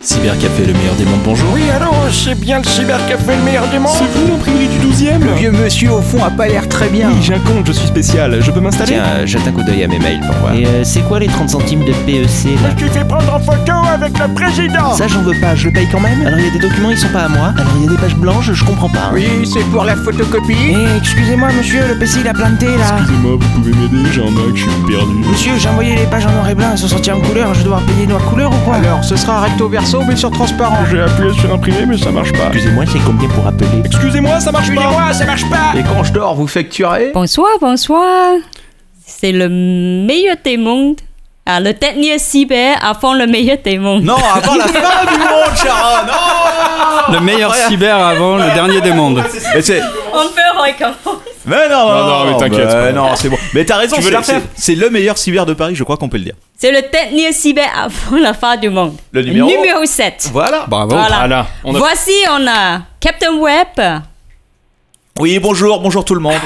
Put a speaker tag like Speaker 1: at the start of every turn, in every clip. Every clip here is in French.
Speaker 1: Cybercafé, le meilleur des mondes, bonjour.
Speaker 2: Oui, alors, c'est bien le cybercafé le meilleur du monde
Speaker 3: vous l'imprimerie du 12ème
Speaker 4: Le vieux monsieur au fond a pas l'air très bien.
Speaker 3: j'ai un compte, je suis spécial, je peux m'installer
Speaker 5: Tiens, euh, jette un coup d'œil à mes mails pour voir.
Speaker 6: Et euh, c'est quoi les 30 centimes de PEC là
Speaker 2: Je t'ai fait prendre en photo avec le président
Speaker 6: Ça j'en veux pas, je le paye quand même Alors il y a des documents, ils sont pas à moi. Alors il y a des pages blanches, je comprends pas.
Speaker 4: Oui, c'est pour la photocopie.
Speaker 6: Eh, excusez-moi monsieur, le PC il a planté là.
Speaker 3: Excusez-moi, vous pouvez m'aider, j'ai un Mac, je suis perdu.
Speaker 6: Monsieur, j'ai envoyé les pages en noir et blanc, elles sont sorties en couleur, je vais devoir payer noir couleur ou quoi Ah.
Speaker 4: Alors, ce sera recto verso mais sur transparent.
Speaker 3: J'ai appuyé sur imprimer, mais ça marche pas.
Speaker 6: Excusez-moi, c'est combien pour appeler
Speaker 3: Excusez-moi, ça marche pas
Speaker 4: ça marche pas Et quand je dors, vous facturez
Speaker 7: Bonsoir, bonsoir. C'est le meilleur des mondes. Ah, le dernier cyber avant le meilleur des mondes.
Speaker 4: Non, avant la fin du monde, Sharon Non
Speaker 8: Le meilleur cyber avant le dernier des mondes.
Speaker 4: Mais c'est-
Speaker 7: On peut recommencer.
Speaker 4: Mais non,
Speaker 3: Non, non, mais t'inquiète
Speaker 4: bah
Speaker 3: pas.
Speaker 4: non, c'est bon. Mais t'as raison,
Speaker 3: Tu veux
Speaker 4: c'est-
Speaker 3: la refaire
Speaker 4: c'est- c'est le meilleur cyber de Paris, je crois qu'on peut le dire.
Speaker 7: C'est le dernier cyber avant la fin du monde.
Speaker 4: Le numéro
Speaker 7: 7.
Speaker 4: Voilà.
Speaker 8: Bravo.
Speaker 7: Voilà.
Speaker 3: Voilà, Ah, on a-
Speaker 7: Voici, on a Captain Web,
Speaker 4: Oui, bonjour, bonjour tout le monde.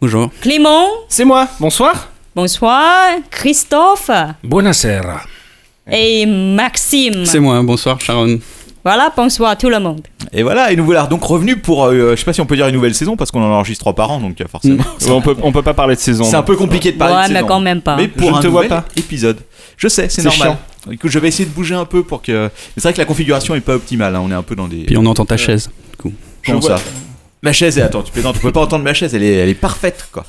Speaker 8: Bonjour.
Speaker 7: Clément,
Speaker 3: C'est moi, bonsoir
Speaker 7: bonsoir, Christophe
Speaker 2: Buonasera
Speaker 7: et Maxime.
Speaker 8: C'est moi, bonsoir Sharon.
Speaker 7: Voilà, bonsoir tout le monde.
Speaker 4: Et voilà, et nous voilà donc revenus pour, euh, je sais pas si on peut dire une nouvelle saison parce qu'on en enregistre trois par an, donc euh, forcément.
Speaker 3: on, peut, on peut pas parler de saison.
Speaker 4: C'est un peu compliqué de parler
Speaker 7: Ouais,
Speaker 4: de
Speaker 7: mais
Speaker 4: saison.
Speaker 7: quand même pas.
Speaker 4: Mais pour
Speaker 3: Je
Speaker 4: un
Speaker 3: ne te vois
Speaker 4: nouvel
Speaker 3: pas.
Speaker 4: épisode. Je sais, c'est
Speaker 3: C'est
Speaker 4: normal. Du coup, je vais essayer de bouger un peu pour que. C'est vrai que la configuration est pas optimale. hein, On est un peu dans des.
Speaker 8: Puis on entend ta chaise.
Speaker 4: Comment
Speaker 3: Je vois.
Speaker 4: ça Ma chaise est. Attends, tu plaisantes, tu peux pas entendre ma chaise. Elle est, elle est parfaite, quoi.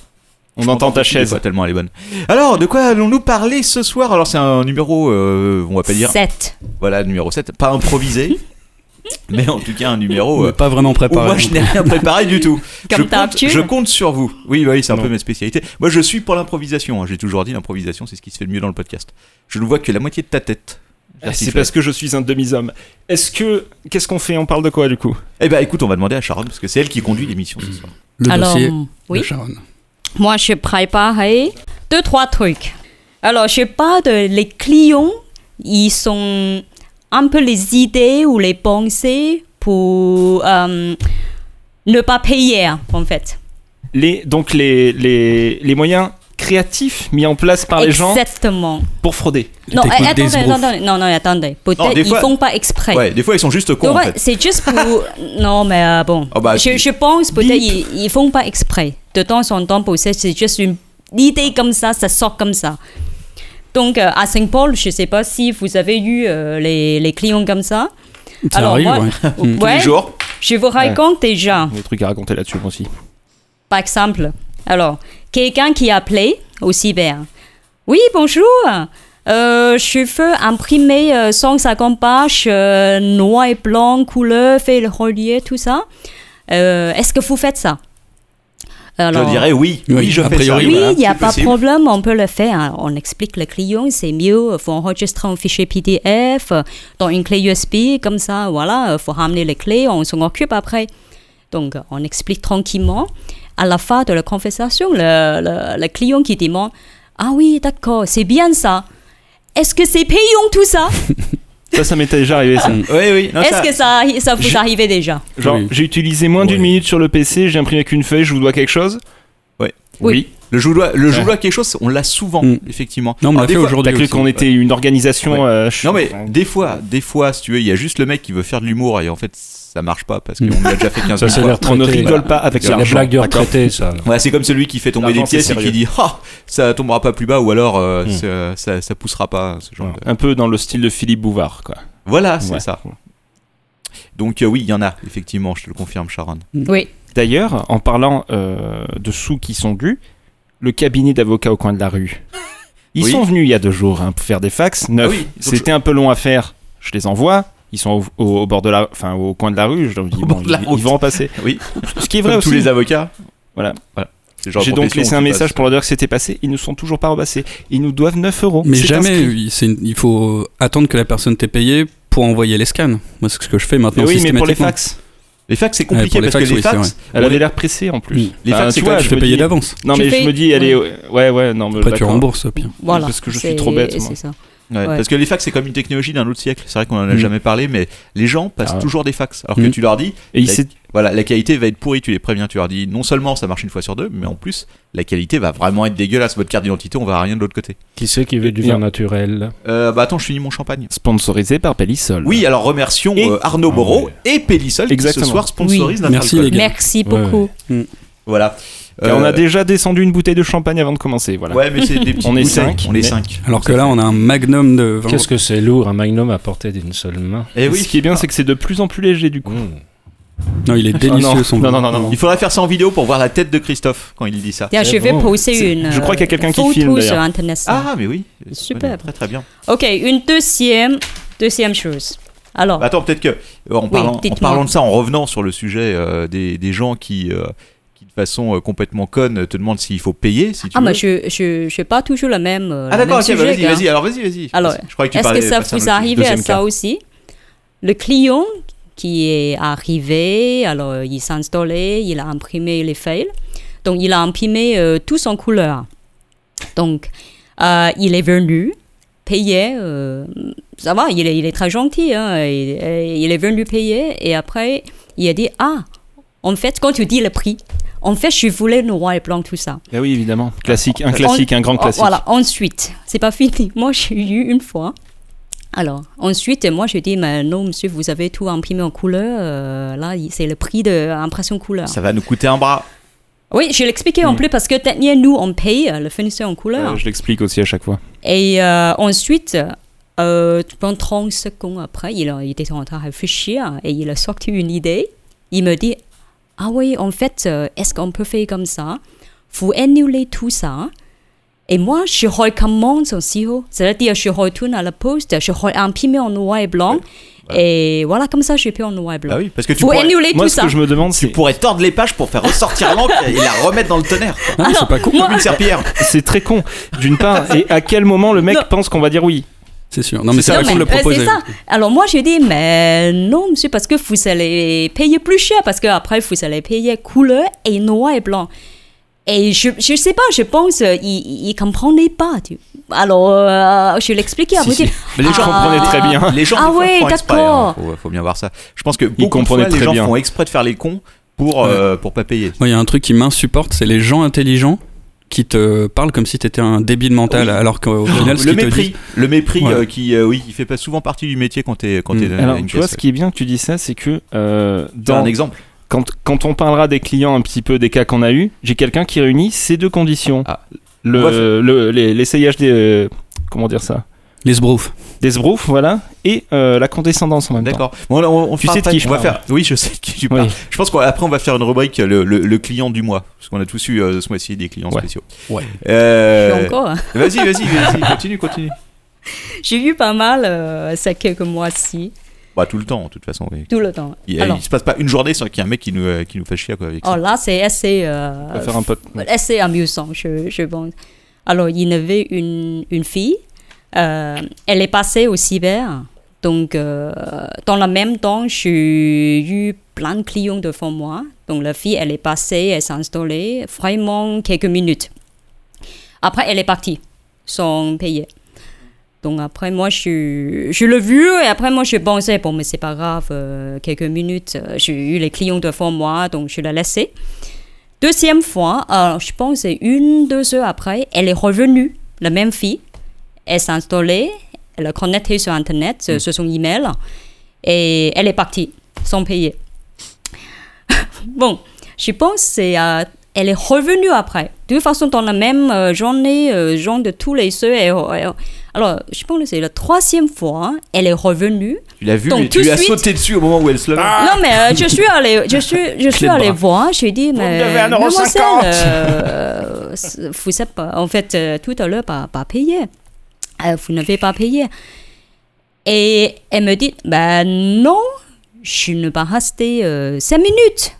Speaker 3: On entend ta chaise.
Speaker 4: Pas tellement elle est bonne. Alors, de quoi allons-nous parler ce soir Alors, c'est un numéro, euh, on va pas dire,
Speaker 7: 7.
Speaker 4: voilà, numéro 7, pas improvisé, mais en tout cas un numéro
Speaker 8: On
Speaker 4: euh,
Speaker 8: n'est pas vraiment
Speaker 4: où
Speaker 8: préparé.
Speaker 4: moi je n'ai rien préparé du tout.
Speaker 7: Comme
Speaker 4: je, compte,
Speaker 7: d'habitude.
Speaker 4: je compte sur vous. Oui, bah oui, c'est un
Speaker 3: Non.
Speaker 4: peu mes spécialités. Moi, je suis pour l'improvisation. hein. J'ai toujours dit l'improvisation, c'est ce qui se fait le mieux dans le podcast. Je ne vois que la moitié de ta tête.
Speaker 3: Eh,
Speaker 4: Merci,
Speaker 3: C'est
Speaker 4: Fred.
Speaker 3: parce que je suis un demi-homme. Est-ce que. Qu'est-ce qu'on fait On parle de quoi du coup
Speaker 4: Eh bah écoute, on va demander à Sharon parce que c'est elle qui conduit l'émission ce soir.
Speaker 8: Le
Speaker 7: Alors,
Speaker 8: dossier
Speaker 7: oui.
Speaker 8: de Sharon.
Speaker 7: Moi, je prépare deux, trois trucs. Alors, je parle de les clients. Ils sont un peu les idées ou les pensées pour euh, ne pas payer, en fait.
Speaker 3: les, Donc les, les, les moyens créatifs mis en place
Speaker 4: Ah,
Speaker 3: par les gens
Speaker 7: Exactement.
Speaker 3: pour frauder.
Speaker 8: Les
Speaker 7: Non, eh,
Speaker 8: techniques
Speaker 7: attendez,
Speaker 8: d'esbrouf.
Speaker 7: attendez. Non, non, attendez.
Speaker 4: Non,
Speaker 7: Peut-être
Speaker 4: des
Speaker 7: ils
Speaker 4: fois-
Speaker 7: font pas exprès.
Speaker 4: Ouais, des fois ils sont juste cons
Speaker 7: Donc,
Speaker 4: en
Speaker 7: ouais,
Speaker 4: fait.
Speaker 7: c'est juste pour. non, mais euh, bon.
Speaker 4: Ah bah,
Speaker 7: je,
Speaker 4: tu-
Speaker 7: je pense peut-être ils, ils font pas exprès. De temps en temps, pour ça, c'est juste une idée comme ça, ça sort comme ça. Donc, euh, à Saint-Paul, je sais pas si vous avez eu euh, les, les clients comme ça.
Speaker 8: Ça arrive, ouais. Mm.
Speaker 4: Tous les jours.
Speaker 7: Je vous raconte déjà.
Speaker 3: Il y a des trucs à raconter là-dessus moi aussi.
Speaker 7: Par exemple, alors, quelqu'un qui a appelé au cyber. Oui, bonjour. Euh, je veux imprimer euh, 150 pages, euh, noir et blanc, couleur, fait le relier, tout ça. Euh, Est-ce que vous faites ça
Speaker 4: Je dirais oui.
Speaker 8: Oui,
Speaker 4: Oui, je
Speaker 8: a
Speaker 4: fais ça.
Speaker 8: priori,
Speaker 7: Oui, il n'y a
Speaker 4: c'est
Speaker 7: pas de
Speaker 4: possible.
Speaker 7: problème, on peut le faire. hein. On explique le client, c'est mieux, il faut enregistrer un fichier PDF euh, dans une clé USB, comme ça, voilà, il faut ramener les clés, on s'en occupe après. Donc, euh, on explique tranquillement. À la fin de la conversation, le, le- le client qui demande Ah oui, d'accord, c'est bien ça. Est-ce que c'est payant tout ça
Speaker 3: Ça, ça m'est déjà arrivé Ah, ça.
Speaker 4: Oui, oui. non, ça-
Speaker 7: Est-ce que ça, ça vous
Speaker 3: Je-
Speaker 7: arrivait déjà
Speaker 3: Genre,
Speaker 8: Oui.
Speaker 3: j'ai utilisé moins d'une
Speaker 4: Ouais.
Speaker 3: minute sur le PC, j'ai imprimé qu'une feuille, je vous dois quelque chose
Speaker 4: Ouais.
Speaker 3: Oui.
Speaker 4: Le joulois, le joulois quelque chose, on l'a souvent,
Speaker 8: Mm.
Speaker 4: effectivement.
Speaker 3: Ah,
Speaker 8: Non, on me
Speaker 4: Alors,
Speaker 8: l'a
Speaker 4: des
Speaker 8: fait
Speaker 4: fois-
Speaker 8: aujourd'hui.
Speaker 3: T'as cru
Speaker 8: aussi.
Speaker 3: qu'on était une organisation.
Speaker 4: Ouais.
Speaker 3: euh, ch-
Speaker 4: Non mais des fois, des fois, si tu veux, il y a juste le mec qui veut faire de l'humour et en fait ça marche pas parce qu'on
Speaker 8: Mm.
Speaker 4: l'a déjà fait 15
Speaker 9: Ça, c'est
Speaker 4: fois.
Speaker 9: l'air
Speaker 3: On ne
Speaker 9: traité.
Speaker 3: rigole pas avec
Speaker 9: C'est les
Speaker 3: l'argent.
Speaker 9: blagues de retraité, ça. là.
Speaker 4: Ouais, c'est comme celui qui fait tomber
Speaker 3: L'argent,
Speaker 4: des pièces
Speaker 3: c'est
Speaker 4: et qui
Speaker 3: sérieux.
Speaker 4: dit ah ça tombera pas plus bas ou alors euh,
Speaker 3: Mm.
Speaker 4: ça, ça, ça poussera pas ce genre de-
Speaker 3: Un peu dans le style de Philippe Bouvard, quoi.
Speaker 4: Voilà, Ah, c'est
Speaker 3: Ouais.
Speaker 4: ça. Donc euh, oui, il y en a effectivement, je te le confirme Sharon.
Speaker 3: Mm.
Speaker 7: Oui.
Speaker 3: D'ailleurs, en parlant euh, de sous qui sont dus, le cabinet d'avocats au coin de la rue. Ils
Speaker 4: Oui.
Speaker 3: sont venus il y a deux jours hein, pour faire des fax. Neuf.
Speaker 4: Ah oui, donc
Speaker 3: C'était un peu long à faire. Je les envoie. Ils sont au, au- au bord de la, enfin au coin de la rue. Je leur dis
Speaker 4: Au
Speaker 3: bon,
Speaker 4: bord de la
Speaker 3: ils,
Speaker 4: route.
Speaker 3: ils vont en passer.
Speaker 4: Oui.
Speaker 3: Ce qui est vrai
Speaker 4: Comme
Speaker 3: aussi.
Speaker 4: tous les avocats.
Speaker 3: Voilà.
Speaker 4: C'est le genre de
Speaker 3: J'ai donc
Speaker 4: profession
Speaker 3: laissé
Speaker 4: où
Speaker 3: un
Speaker 4: tu
Speaker 3: message
Speaker 4: passes-
Speaker 3: pour leur dire que c'était passé. Ils ne sont toujours pas repassés. Ils nous doivent 9 euros.
Speaker 8: Mais
Speaker 3: C'est
Speaker 8: jamais,
Speaker 3: inscrit.
Speaker 8: il- c'est une- il faut attendre que la personne t'ait payé pour envoyer les scans. Moi, c'est ce que je fais
Speaker 3: Mais
Speaker 8: maintenant
Speaker 3: Ah oui, mais pour les
Speaker 8: systématiquement.
Speaker 3: fax.
Speaker 4: Les fax c'est
Speaker 8: pour
Speaker 4: compliqué
Speaker 8: les
Speaker 4: parce que
Speaker 8: fax,
Speaker 4: les
Speaker 8: oui, c'est
Speaker 4: fax,
Speaker 3: Elle
Speaker 4: on
Speaker 3: avait
Speaker 4: les-
Speaker 3: l'air pressée en plus.
Speaker 8: Mm.
Speaker 4: les
Speaker 3: Enfin,
Speaker 4: fax
Speaker 3: tu
Speaker 4: c'est
Speaker 3: vois,
Speaker 4: quoi
Speaker 8: Tu
Speaker 3: je
Speaker 8: fais
Speaker 3: me
Speaker 8: payer
Speaker 3: dis-
Speaker 8: d'avance.
Speaker 3: Non
Speaker 7: Tu
Speaker 3: mais
Speaker 7: fais-
Speaker 3: je me dis, allez, ouais, ouais, non, mais bah,
Speaker 8: Après, tu
Speaker 3: d'accord.
Speaker 8: rembourses, au pire.
Speaker 7: Voilà.
Speaker 3: Parce que je suis
Speaker 7: c'est-
Speaker 3: trop bête, moi.
Speaker 7: c'est ça.
Speaker 4: Ouais,
Speaker 7: Ouais.
Speaker 4: Parce que les fax, c'est comme une technologie d'un autre siècle. C'est vrai qu'on en a
Speaker 3: Mm.
Speaker 4: jamais parlé, mais les gens passent
Speaker 3: Ah ouais.
Speaker 4: toujours des fax. Alors
Speaker 3: Mm.
Speaker 4: que tu leur dis,
Speaker 3: Et il
Speaker 4: Bah,
Speaker 3: s'est-
Speaker 4: voilà, la qualité va être pourrie, tu les préviens, tu leur dis, non seulement ça marche une fois sur deux, mais en plus, la qualité va vraiment être dégueulasse. Votre carte d'identité, on verra rien de l'autre côté.
Speaker 9: Qui c'est qui veut du vin naturel
Speaker 4: Euh, bah attends, je finis mon champagne.
Speaker 3: sponsorisé par Pellissol.
Speaker 4: Oui, alors remercions
Speaker 3: Et- Ah
Speaker 4: euh, Arnaud Moreau et Pélissol qui ce
Speaker 3: Exactement.
Speaker 4: soir sponsorisent notre
Speaker 8: Merci,
Speaker 4: alcool.
Speaker 8: les gars.
Speaker 7: Merci beaucoup.
Speaker 3: Ah,
Speaker 4: Voilà.
Speaker 3: Car on
Speaker 4: Euh,
Speaker 3: a déjà descendu une bouteille de champagne avant de commencer. Voilà.
Speaker 4: Ouais, mais c'est des petites
Speaker 3: On est
Speaker 4: bouteilles.
Speaker 3: cinq,
Speaker 4: On est
Speaker 3: mais-
Speaker 4: 5.
Speaker 8: Alors que là, on a un magnum de vin.
Speaker 9: Qu'est-ce que c'est lourd, un magnum à portée d'une seule main
Speaker 4: Et
Speaker 3: Ce
Speaker 4: Eh oui.
Speaker 3: qui est bien, c'est que c'est de plus en plus léger du coup.
Speaker 9: Mmh.
Speaker 8: Non, il est délicieux
Speaker 3: Ah, non,
Speaker 8: son
Speaker 3: non,
Speaker 8: vin.
Speaker 3: non, non, non.
Speaker 4: Il faudrait faire ça en vidéo pour voir la tête de Christophe quand il dit ça.
Speaker 7: Tiens, je
Speaker 9: C'est
Speaker 7: vais
Speaker 9: bon.
Speaker 7: poser
Speaker 3: C'est-
Speaker 7: une
Speaker 3: je crois qu'il y a quelqu'un qui
Speaker 7: photo
Speaker 3: filme,
Speaker 7: sur
Speaker 3: d'ailleurs.
Speaker 7: Internet.
Speaker 4: Ah, mais oui.
Speaker 7: Super.
Speaker 4: Très très bien.
Speaker 7: Ok, une deuxième, deuxième chose. Alors,
Speaker 4: Bah, attends, peut-être que euh, en
Speaker 7: Oui,
Speaker 4: parlant, en
Speaker 7: dites-moi.
Speaker 4: parlant de ça, en revenant sur le sujet euh, des, des gens qui, euh, qui de façon euh, complètement conne te demandent s'il faut payer, si tu
Speaker 7: ah,
Speaker 4: veux.
Speaker 7: mais je, je, je fais pas toujours la même. euh,
Speaker 4: Ah
Speaker 7: le
Speaker 4: d'accord,
Speaker 7: même
Speaker 4: ok, bah,
Speaker 7: sujet,
Speaker 4: vas-y,
Speaker 7: gars.
Speaker 4: vas-y, alors vas-y, vas-y.
Speaker 7: Alors,
Speaker 4: je croyais que tu
Speaker 7: Est-ce
Speaker 4: parlais
Speaker 7: que ça
Speaker 4: passer à un
Speaker 7: vous
Speaker 4: autre sujet.
Speaker 7: arrive à
Speaker 3: deuxième
Speaker 7: ça aussi Le client qui est arrivé, alors il s'est installé, il a imprimé les feuilles. Donc, il a imprimé euh, tous en couleur. Donc, euh, il est venu payer. euh, ça va, il est, il est très gentil. hein, il, euh, il est venu payer et après, il a dit Ah, en fait, quand tu dis le prix, en fait, je voulais noir et blanc, tout ça.
Speaker 3: Bah oui, évidemment. Classique, un
Speaker 4: En-
Speaker 3: classique, un grand
Speaker 7: Oh,
Speaker 3: classique.
Speaker 7: Voilà, ensuite, c'est pas fini. Moi, j'ai eu une fois. Alors, ensuite, moi, je dis, mais non, monsieur, vous avez tout imprimé en couleur. euh, là, il- c'est le prix de l'impression couleur.
Speaker 4: Ça Hmm. va nous coûter un bras.
Speaker 7: Oui, je l'expliquais en plus parce que dernier, nous, on paye euh, le fournisseur en
Speaker 4: Ah
Speaker 3: Euh,
Speaker 7: couleur.
Speaker 3: je l'explique aussi à chaque fois.
Speaker 7: Et euh, ensuite, euh, je pense 30 secondes après, il, a- il était en train de réfléchir et il a sorti une idée. Il me dit Ah oui, en fait, euh, est-ce qu'on peut faire comme ça faut annuler tout ça. Et moi, je recommande son CEO. C'est-à-dire, je retourne à la poste, je réimprime en noir et blanc. Et voilà, comme ça, je peux en noir et blanc.
Speaker 4: Ah oui, parce que tu
Speaker 7: faut
Speaker 4: pourrais,
Speaker 7: annuler
Speaker 3: Moi,
Speaker 7: tout
Speaker 3: ce
Speaker 7: ça.
Speaker 3: que je me demande,
Speaker 4: tu
Speaker 3: c'est
Speaker 4: pourrais tordre les pages pour faire ressortir l'encre et la remettre dans le tonnerre.
Speaker 8: Ah, mais c'est pas con,
Speaker 7: Moi,
Speaker 4: Comme une serpillière.
Speaker 3: c'est très con, d'une part, et à quel moment le mec
Speaker 7: Non.
Speaker 3: pense qu'on va dire oui
Speaker 8: c'est sûr. Non, mais
Speaker 4: C'est
Speaker 8: c'est
Speaker 4: ça,
Speaker 8: pas con de le
Speaker 7: mais, euh,
Speaker 8: proposer.
Speaker 7: c'est ça. Alors moi, je dis, mais non, monsieur, parce que vous allez payer plus cher, parce qu'après, vous allez payer couleur et noir et blanc. Et je ne sais pas, je pense euh, il ne comprenait pas. tu- Alors, euh, je l'expliquais à
Speaker 3: Si,
Speaker 7: vous
Speaker 3: si.
Speaker 7: dire.
Speaker 4: Mais les gens
Speaker 7: Ah.
Speaker 4: comprenaient
Speaker 3: très bien.
Speaker 4: Les gens
Speaker 7: Ah
Speaker 4: le font
Speaker 7: ouais,
Speaker 4: pas exprès,
Speaker 7: d'accord.
Speaker 4: hein. Faut, faut bien voir ça. Je pense que beaucoup de
Speaker 3: comprenaient
Speaker 4: fois, les
Speaker 3: très
Speaker 4: gens
Speaker 3: bien.
Speaker 4: font exprès de faire les cons pour, euh, pour pas payer.
Speaker 8: Moi, il y a un truc qui m'insupporte, c'est les gens intelligents qui te parlent comme si t'étais un débile mental,
Speaker 4: Oui.
Speaker 8: alors
Speaker 3: Oh,
Speaker 8: qu'au final, ce
Speaker 4: le
Speaker 8: qu'ils te
Speaker 4: mépris,
Speaker 8: disent.
Speaker 4: le mépris
Speaker 8: Voilà.
Speaker 4: euh, qui, euh, oui, qui fait pas souvent partie du métier quand t'es quand
Speaker 8: Mm.
Speaker 4: t'es dans
Speaker 3: Alors,
Speaker 4: Euh, une
Speaker 3: tu vois,
Speaker 4: pièce,
Speaker 3: ce qui est bien que tu dis ça, c'est que euh,
Speaker 4: ouais. T'as
Speaker 3: dans,
Speaker 4: un exemple.
Speaker 3: quand, quand on parlera des clients un petit peu, des cas qu'on a eu, j'ai quelqu'un qui réunit ces deux conditions.
Speaker 4: Ah.
Speaker 3: Le-
Speaker 4: On va
Speaker 3: le- les- L'essayage des. euh, comment dire ça
Speaker 8: Les sbroufs.
Speaker 3: Des sbroufs, voilà, et euh, la condescendance en même temps.
Speaker 4: D'accord. Bon, là, on, on
Speaker 3: Tu
Speaker 4: fera
Speaker 3: sais de
Speaker 4: après.
Speaker 3: qui je
Speaker 4: on va
Speaker 3: parle.
Speaker 4: faire. Oui, je sais de qui tu
Speaker 3: Oui.
Speaker 4: parles. Je pense qu'après on va faire une rubrique euh, le, le- le client du mois parce qu'on a tous eu euh, ce mois-ci des clients
Speaker 3: Ouais.
Speaker 4: spéciaux.
Speaker 8: Ouais.
Speaker 4: Euh,
Speaker 7: Et encore,
Speaker 4: vas-y, vas-y, vas-y, continue, continue.
Speaker 7: j'ai eu pas mal euh, ça quelques mois-ci,
Speaker 4: Bah tout le temps, de toute façon. oui.
Speaker 7: tout le temps.
Speaker 4: Il,
Speaker 7: Alors,
Speaker 4: il se passe pas une journée sans qu'il y ait un mec qui nous euh, qui nous fait chier quoi avec
Speaker 7: oh,
Speaker 4: ça.
Speaker 7: là, c'est assez... euh,
Speaker 3: On va faire un pote.
Speaker 7: assez amusant, je, je pense. Alors, il y avait une, une fille, euh, elle est passée au cyber. Donc, euh, dans le même temps, j'ai eu plein de clients devant moi. Donc, la fille, elle est passée, elle s'est installée, vraiment quelques minutes. Après, elle est partie, sans payer. Donc, après, moi, je, je l'ai vu et après, moi, je pensais, bon, mais c'est pas grave, euh, quelques minutes, euh, j'ai eu les clients devant moi, donc je l'ai laissée. Deuxième fois, euh, je pense c'est une, deux heures après, elle est revenue, la même fille. Elle s'est installée, elle a connecté sur Internet, euh, sur son email, et elle est partie, sans payer. bon, je pense c'est... euh, elle est revenue après. De toute façon, dans la même euh, journée, euh, genre de tous les ceux. elle- elle- alors, je pense que c'est la troisième fois, hein, elle est revenue.
Speaker 4: Tu l'as vu,
Speaker 7: Donc,
Speaker 4: mais
Speaker 7: tout
Speaker 4: tu lui
Speaker 7: de
Speaker 4: as
Speaker 7: suite-
Speaker 4: sauté dessus au moment où elle se levait.
Speaker 7: Non, mais euh, je suis allée, je suis, je suis allée voir, j'ai dit, mais.
Speaker 2: devez 1,50
Speaker 7: mademoiselle, euh, c'est- vous savez pas, en fait, euh, tout à l'heure, pas, pas payé. Euh, vous n'avez pas payé. Et elle me dit, ben non, je ne vais pas rester euh, cinq minutes.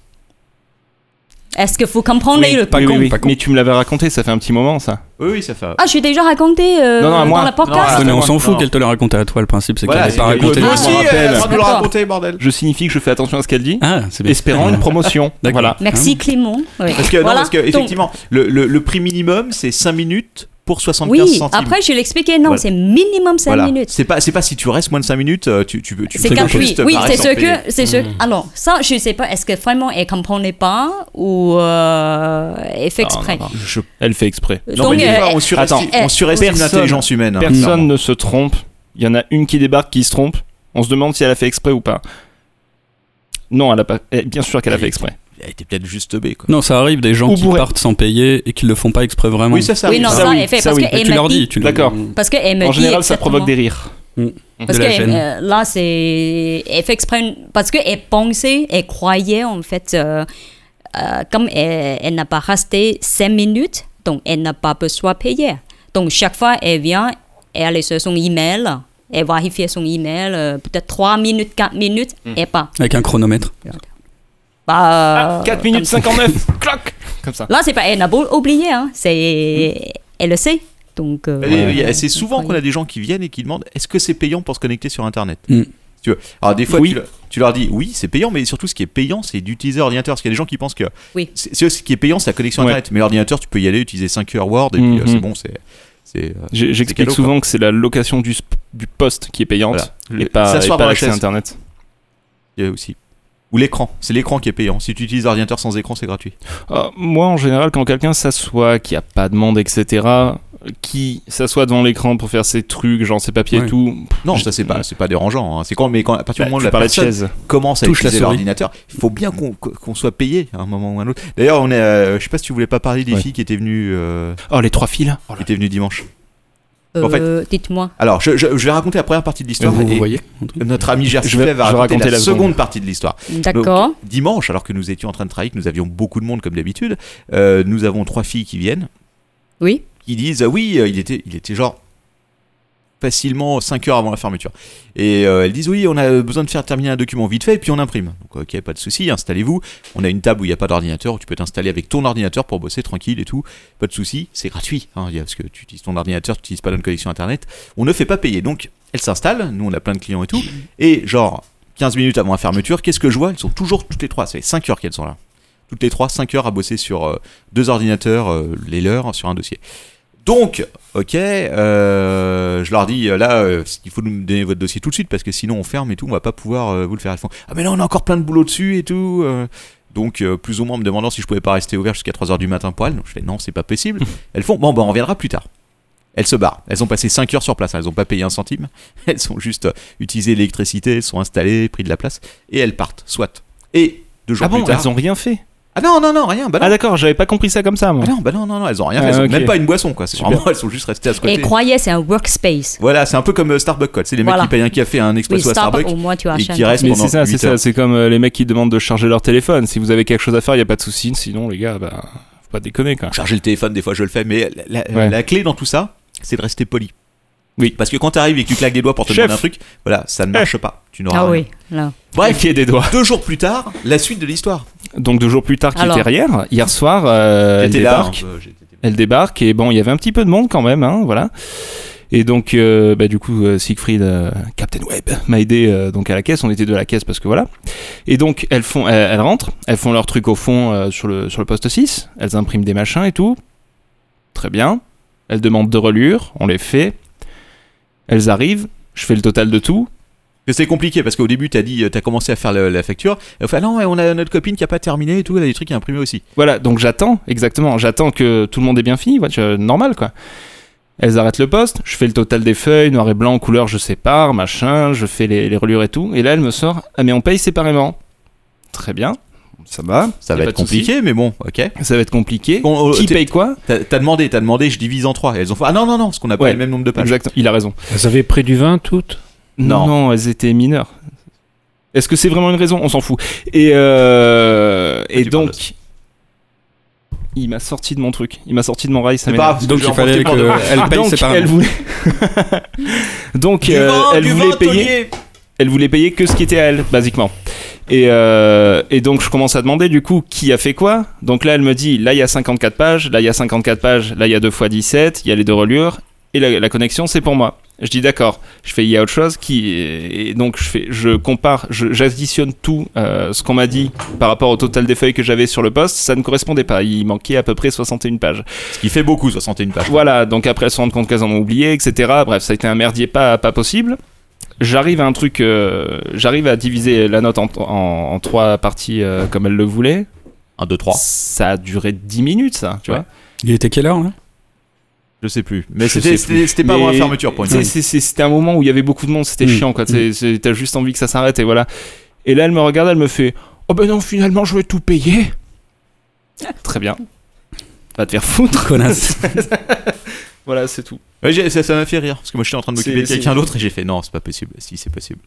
Speaker 7: Est-ce que vous comprenez
Speaker 3: Oui,
Speaker 7: le
Speaker 3: pas
Speaker 8: Oui,
Speaker 3: con,
Speaker 8: oui, oui.
Speaker 3: pas con. Mais tu me l'avais raconté, ça fait un petit moment ça.
Speaker 4: Oui, oui, ça fait.
Speaker 7: Ah, j'ai déjà raconté euh,
Speaker 3: Non, non, à
Speaker 7: dans
Speaker 3: moi.
Speaker 7: le
Speaker 4: Non,
Speaker 7: podcast.
Speaker 4: à-
Speaker 8: Ouais, mais on
Speaker 4: moi,
Speaker 8: s'en fout
Speaker 4: non.
Speaker 8: qu'elle te l'a raconté à toi. Le principe, c'est qu'elle n'avait
Speaker 4: c'est-
Speaker 8: pas raconté.
Speaker 4: Moi
Speaker 3: Ah,
Speaker 4: aussi,
Speaker 3: je me
Speaker 4: elle
Speaker 3: rappelle.
Speaker 4: est en train de nous le
Speaker 7: D'accord.
Speaker 4: raconter, bordel.
Speaker 3: Je signifie que je fais attention à ce qu'elle dit,
Speaker 8: Ah, c'est bien.
Speaker 3: espérant une promotion.
Speaker 8: D'accord.
Speaker 3: voilà.
Speaker 7: Merci Clément. Oui.
Speaker 4: Hein? Parce que, non,
Speaker 7: Voilà.
Speaker 4: parce que
Speaker 7: Donc,
Speaker 4: effectivement, le, le- le prix minimum, c'est 5 minutes pour 75
Speaker 7: Oui,
Speaker 4: centimes.
Speaker 7: après je l'expliquais, non,
Speaker 4: Voilà.
Speaker 7: c'est minimum 5
Speaker 4: Voilà.
Speaker 7: minutes.
Speaker 4: C'est pas, c'est pas si tu restes moins de 5 minutes, euh, tu, tu peux. Tu
Speaker 7: C'est
Speaker 4: peux
Speaker 7: gratuit.
Speaker 4: juste te
Speaker 7: Oui,
Speaker 4: barrer
Speaker 7: c'est
Speaker 4: sans
Speaker 7: ce
Speaker 4: payer.
Speaker 7: que. c'est ce-
Speaker 3: Hmm.
Speaker 7: Alors, ça, je ne sais pas, est-ce que vraiment elle ne comprenait pas ou euh, elle fait exprès
Speaker 3: Ah, non, non, je- Elle fait exprès.
Speaker 4: Non, mais
Speaker 7: Donc,
Speaker 4: des
Speaker 7: euh,
Speaker 4: fois, on surestime,
Speaker 3: attends,
Speaker 4: on surestime
Speaker 3: personne-
Speaker 4: l'intelligence humaine. hein,
Speaker 3: Personne
Speaker 4: clairement.
Speaker 3: ne se trompe. Il y en a une qui débarque, qui se trompe. On se demande si elle a fait exprès ou pas. Non, elle a pas. eh, Bien sûr qu'elle a fait exprès.
Speaker 4: Elle était peut-être juste B, quoi.
Speaker 8: Non, ça arrive des gens
Speaker 3: Ou
Speaker 8: qui
Speaker 3: bourré.
Speaker 8: partent sans payer et qui le font pas exprès vraiment.
Speaker 4: Oui, ça, ça
Speaker 7: oui,
Speaker 4: arrive,
Speaker 7: non,
Speaker 4: ça.
Speaker 7: ça,
Speaker 3: oui,
Speaker 7: elle fait
Speaker 3: ça
Speaker 7: parce
Speaker 3: oui.
Speaker 7: que
Speaker 8: Mais
Speaker 7: elle
Speaker 8: tu
Speaker 7: m'a
Speaker 8: leur
Speaker 7: dit-
Speaker 8: dis, tu leur
Speaker 3: D'accord.
Speaker 7: Parce qu'elle me
Speaker 3: En
Speaker 7: dit
Speaker 3: général, ça provoque
Speaker 7: exactement-
Speaker 3: des rires.
Speaker 7: Parce
Speaker 8: de la
Speaker 7: que
Speaker 8: gêne.
Speaker 7: euh, là, c'est. Elle fait exprès. une- Parce qu'elle pensait, elle croyait, en fait, euh, euh, comme elle, elle n'a pas resté 5 minutes, donc elle n'a pas besoin de payer. Donc, chaque fois, elle vient, elle est sur son email, elle vérifie son email, euh, peut-être 3 minutes, 4 minutes,
Speaker 3: Hmm.
Speaker 7: et pas.
Speaker 8: Avec un chronomètre.
Speaker 7: Bah, euh,
Speaker 3: 4 Ah, minutes
Speaker 7: comme ça.
Speaker 3: 59 Cloc Comme ça.
Speaker 7: Là, c'est pas. Elle n'a pas oublié, hein. C'est. Elle le sait. Donc. euh,
Speaker 4: Et-
Speaker 7: voilà.
Speaker 4: et C'est souvent qu'on a des gens qui viennent et qui demandent est-ce que c'est payant pour se connecter sur Internet
Speaker 8: Mm.
Speaker 4: Tu vois. Alors des fois,
Speaker 3: Oui.
Speaker 4: tu, le- tu leur dis oui, c'est payant, mais surtout ce qui est payant, c'est d'utiliser l'ordinateur. Parce qu'il y a des gens qui pensent que
Speaker 7: Oui.
Speaker 4: c'est c'est- ce qui est payant, c'est la connexion
Speaker 3: Ouais.
Speaker 4: Internet. Mais l'ordinateur, tu peux y aller, utiliser 5 heures Word, et puis euh,
Speaker 3: Mhm.
Speaker 4: c'est bon, c'est. c'est, euh,
Speaker 3: J'ai- J'explique
Speaker 4: cadeau, quoi.
Speaker 3: souvent que c'est la location du, sp- du poste qui est payante
Speaker 4: Voilà.
Speaker 3: et
Speaker 4: Le-
Speaker 3: pas, et
Speaker 4: s'asseoir
Speaker 3: pas
Speaker 4: dans la
Speaker 3: l'accès à
Speaker 4: chaise.
Speaker 3: Internet.
Speaker 4: Il y a aussi. Ou l'écran, c'est l'écran qui est payant. Si tu utilises l'ordinateur sans écran, c'est gratuit.
Speaker 3: Ah, moi, en général, quand quelqu'un s'assoit, qui a pas de monde, etc., qui s'assoit devant l'écran pour faire ses trucs, genre ses papiers
Speaker 8: Ouais.
Speaker 3: et tout,
Speaker 4: Non, ça c'est pas, c'est pas dérangeant. hein. C'est quand, mais quand à
Speaker 3: bah,
Speaker 4: partir du moment où
Speaker 3: tu
Speaker 4: la
Speaker 3: parlais de
Speaker 4: personne
Speaker 3: chaise.
Speaker 4: commence à
Speaker 8: Touche la
Speaker 4: utiliser
Speaker 8: souris.
Speaker 4: l'ordinateur, il faut bien qu'on qu'on soit payé à un moment ou à un autre. D'ailleurs, on est, euh, je sais pas si tu voulais pas parler des
Speaker 3: Ouais.
Speaker 4: filles qui étaient venues, euh,
Speaker 3: Oh, les trois filles là
Speaker 4: qui étaient venues dimanche.
Speaker 7: Euh,
Speaker 4: en
Speaker 7: Dites-moi.
Speaker 4: Alors, je, je- je vais raconter la première partie de l'histoire.
Speaker 8: Vous, vous
Speaker 4: et
Speaker 8: voyez
Speaker 4: Notre ami
Speaker 3: Je vais-
Speaker 4: Gersuffet va
Speaker 3: je vais
Speaker 4: raconter,
Speaker 3: raconter
Speaker 4: la,
Speaker 3: la
Speaker 4: seconde,
Speaker 3: seconde.
Speaker 4: partie de l'histoire.
Speaker 7: D'accord.
Speaker 4: Dimanche, alors que nous étions en train de travailler, que nous avions beaucoup de monde comme d'habitude, euh, nous avons trois filles qui viennent,
Speaker 7: Oui.
Speaker 4: qui disent euh, oui, euh, il était, il était genre facilement 5 heures avant la fermeture. Et euh, elles disent oui, on a besoin de faire terminer un document vite fait, puis on imprime. Donc ok, pas de souci, installez-vous. On a une table où il n'y a pas d'ordinateur, où tu peux t'installer avec ton ordinateur pour bosser tranquille et tout. Pas de souci, c'est gratuit. hein, il y a- parce que tu utilises ton ordinateur, tu n'utilises pas notre connexion Internet. On ne fait pas payer. Donc elles s'installent, nous on a plein de clients et tout. Et genre 15 minutes avant la fermeture, qu'est-ce que je vois Elles sont toujours toutes les trois, ça fait 5 heures qu'elles sont là. Toutes les trois, 5 heures à bosser sur euh, deux ordinateurs, euh, les leurs, sur un dossier. Donc, ok, euh, je leur dis euh, là, euh, il faut nous donner votre dossier tout de suite parce que sinon on ferme et tout, on va pas pouvoir euh, vous le faire. Elles font ah mais là on a encore plein de boulot dessus et tout. euh. donc euh, plus ou moins en me demandant si je pouvais pas rester ouvert jusqu'à 3h du matin pour elles. Donc, je fais non, c'est pas possible. Elles font bon bah on reviendra plus tard. Elles se barrent. Elles ont passé 5 heures sur place. hein, Elles ont pas payé un centime. Elles ont juste euh, utilisé l'électricité, elles sont installées, pris de la place et elles partent. Soit. Et deux jours
Speaker 3: Ah bon,
Speaker 4: plus tard.
Speaker 3: elles ont rien fait
Speaker 4: Ah non non non rien. Bah non.
Speaker 3: Ah d'accord, j'avais pas compris ça comme ça moi.
Speaker 4: Ah non, bah non, non, non, elles ont rien
Speaker 3: Ah,
Speaker 4: fait, elles ont
Speaker 3: ok.
Speaker 4: même pas une boisson quoi. C'est
Speaker 3: Super.
Speaker 4: Vraiment, elles sont juste restées à ce côté.
Speaker 7: Et croyez, c'est un workspace.
Speaker 4: Voilà, c'est un peu comme euh, Starbucks, quoi. C'est les
Speaker 7: Voilà.
Speaker 4: mecs qui payent un café à un
Speaker 7: Oui,
Speaker 4: expresso à
Speaker 7: Starbucks,
Speaker 4: Starbucks
Speaker 7: au moins tu
Speaker 4: et
Speaker 7: achètes.
Speaker 4: qui restent
Speaker 3: Mais
Speaker 4: pendant
Speaker 3: c'est ça,
Speaker 4: 8
Speaker 3: c'est ça,
Speaker 4: heures.
Speaker 3: c'est comme euh, les mecs qui demandent de charger leur téléphone. Si vous avez quelque chose à faire, il y a pas de souci, sinon les gars, bah faut pas déconner quoi.
Speaker 4: Charger le téléphone, des fois je le fais, mais la, la-
Speaker 3: Ouais.
Speaker 4: la clé dans tout ça, c'est de rester poli.
Speaker 3: Oui.
Speaker 4: Parce que quand t'arrives et que tu claques des doigts pour te
Speaker 3: Chef. Eh.
Speaker 4: demander un truc, voilà, ça ne marche pas. Tu n'auras
Speaker 7: Ah
Speaker 4: rien.
Speaker 7: oui, là.
Speaker 4: Bref,
Speaker 3: Claquer des doigts.
Speaker 4: deux jours plus tard, la suite de l'histoire.
Speaker 3: Donc deux jours plus tard qu'il
Speaker 7: Alors.
Speaker 3: était hier, hier soir, euh, elle
Speaker 4: J'étais là,
Speaker 3: débarque.
Speaker 4: hein, euh, j'étais-
Speaker 3: Elle débarque et bon, il y avait un petit peu de monde quand même, hein, voilà. Et donc, euh, bah, du coup, euh, Siegfried, euh, Captain Webb, m'a aidé euh, donc à la caisse. On était deux à la caisse parce que voilà. Et donc, elles font, elles, elles rentrent, elles font leur truc au fond euh, sur le sur le poste 6. Elles impriment des machins et tout. Très bien. Elles demandent de relure, on les fait. Elles arrivent. Je fais le total de tout.
Speaker 4: Que c'est compliqué parce qu'au début t'as dit euh, t'as commencé à faire le- la facture et on fait ah non ouais, on a notre copine qui a pas terminé et tout elle a des trucs à imprimer aussi
Speaker 3: Voilà, donc j'attends, exactement. J'attends que tout le monde ait bien fini, ouais, je- normal quoi. Elles arrêtent le poste, je fais le total des feuilles, noir et blanc, couleur, je sépare, machin, je fais les, les reliures et tout. Et là, elle me sort Ah, mais on paye séparément. Très bien, ça va.
Speaker 4: ça
Speaker 3: Y a
Speaker 4: va
Speaker 3: pas
Speaker 4: être
Speaker 3: de souci.
Speaker 4: compliqué mais bon ok
Speaker 3: Ça va être compliqué.
Speaker 4: Bon, euh,
Speaker 3: Qui
Speaker 4: t'es-
Speaker 3: paye quoi
Speaker 4: t'as t'as demandé t'as demandé je divise en trois Et elles ont fait ah non non non parce qu'on a pas
Speaker 3: Ouais.
Speaker 4: le même nombre de pages
Speaker 3: Exact, il a raison.
Speaker 9: Elles avaient pris du vin toutes
Speaker 3: Non,
Speaker 4: Non.
Speaker 3: non, elles étaient mineures. Est-ce que c'est vraiment une raison On s'en fout. Et, euh, et
Speaker 4: Ah, tu parles de
Speaker 3: donc. Il m'a sorti de mon truc, il m'a sorti de mon rail, ça
Speaker 4: c'est pas
Speaker 3: m'énerve.
Speaker 4: grave, parce que
Speaker 8: Donc
Speaker 4: j'ai
Speaker 8: il fallait
Speaker 4: emporté pour demain.
Speaker 8: qu'elle paye
Speaker 3: Ah, Donc,
Speaker 8: séparément.
Speaker 3: elle voulait... Donc,
Speaker 4: Du
Speaker 3: euh,
Speaker 4: vin,
Speaker 3: elle
Speaker 4: du
Speaker 3: voulait
Speaker 4: vin,
Speaker 3: payer.
Speaker 4: Taulier.
Speaker 3: Elle voulait payer que ce qui était à elle, basiquement. Et, euh, et donc, je commence à demander, du coup, qui a fait quoi Donc là, elle me dit, là, il y a 54 pages, là, il y a 54 pages, là, il y a 2 fois 17, il y a les deux reliures. et la, la connexion, c'est pour moi. Je dis d'accord. Je fais il y a autre chose qui et donc je fais je compare, je- j'additionne tout euh, ce qu'on m'a dit par rapport au total des feuilles que j'avais sur le poste, ça ne correspondait pas. Il manquait à peu près 61 pages.
Speaker 4: Ce qui fait beaucoup, 61 pages.
Speaker 3: Voilà, donc après elles se rendent compte qu'elles en ont oublié, etc. Bref, ça a été un merdier pas, pas possible. J'arrive à un truc, euh, j'arrive à diviser la note en, en- en trois parties euh, comme elle le voulait.
Speaker 4: 1, 2, 3.
Speaker 3: Ça a duré 10 minutes, ça, tu
Speaker 4: Ouais.
Speaker 3: vois.
Speaker 8: Il était quelle heure là
Speaker 4: Je sais plus. Mais
Speaker 3: Je
Speaker 4: c'était
Speaker 3: sais plus.
Speaker 4: c'était- c'était pas
Speaker 3: Mais
Speaker 4: avant la fermeture Hmm. pour une
Speaker 3: c'est-
Speaker 4: fois.
Speaker 3: c'est- c'est- C'était un moment où il y avait beaucoup de monde, c'était
Speaker 8: Mm.
Speaker 3: chiant, quoi. C'est- c'est- T'as juste envie que ça s'arrête et voilà. Et là, elle me regarde, elle me fait Oh ben non, finalement, je vais tout payer.
Speaker 4: Ah.
Speaker 3: Très bien. Va te faire foutre.
Speaker 8: Connasse.
Speaker 3: Voilà, c'est tout.
Speaker 4: Ouais, j'ai- ça ça m'a fait rire parce que moi j'étais en train de m'occuper de
Speaker 3: C'est-
Speaker 4: quelqu'un
Speaker 3: c'est-
Speaker 4: d'autre et j'ai fait non, c'est pas possible. Si, c'est possible.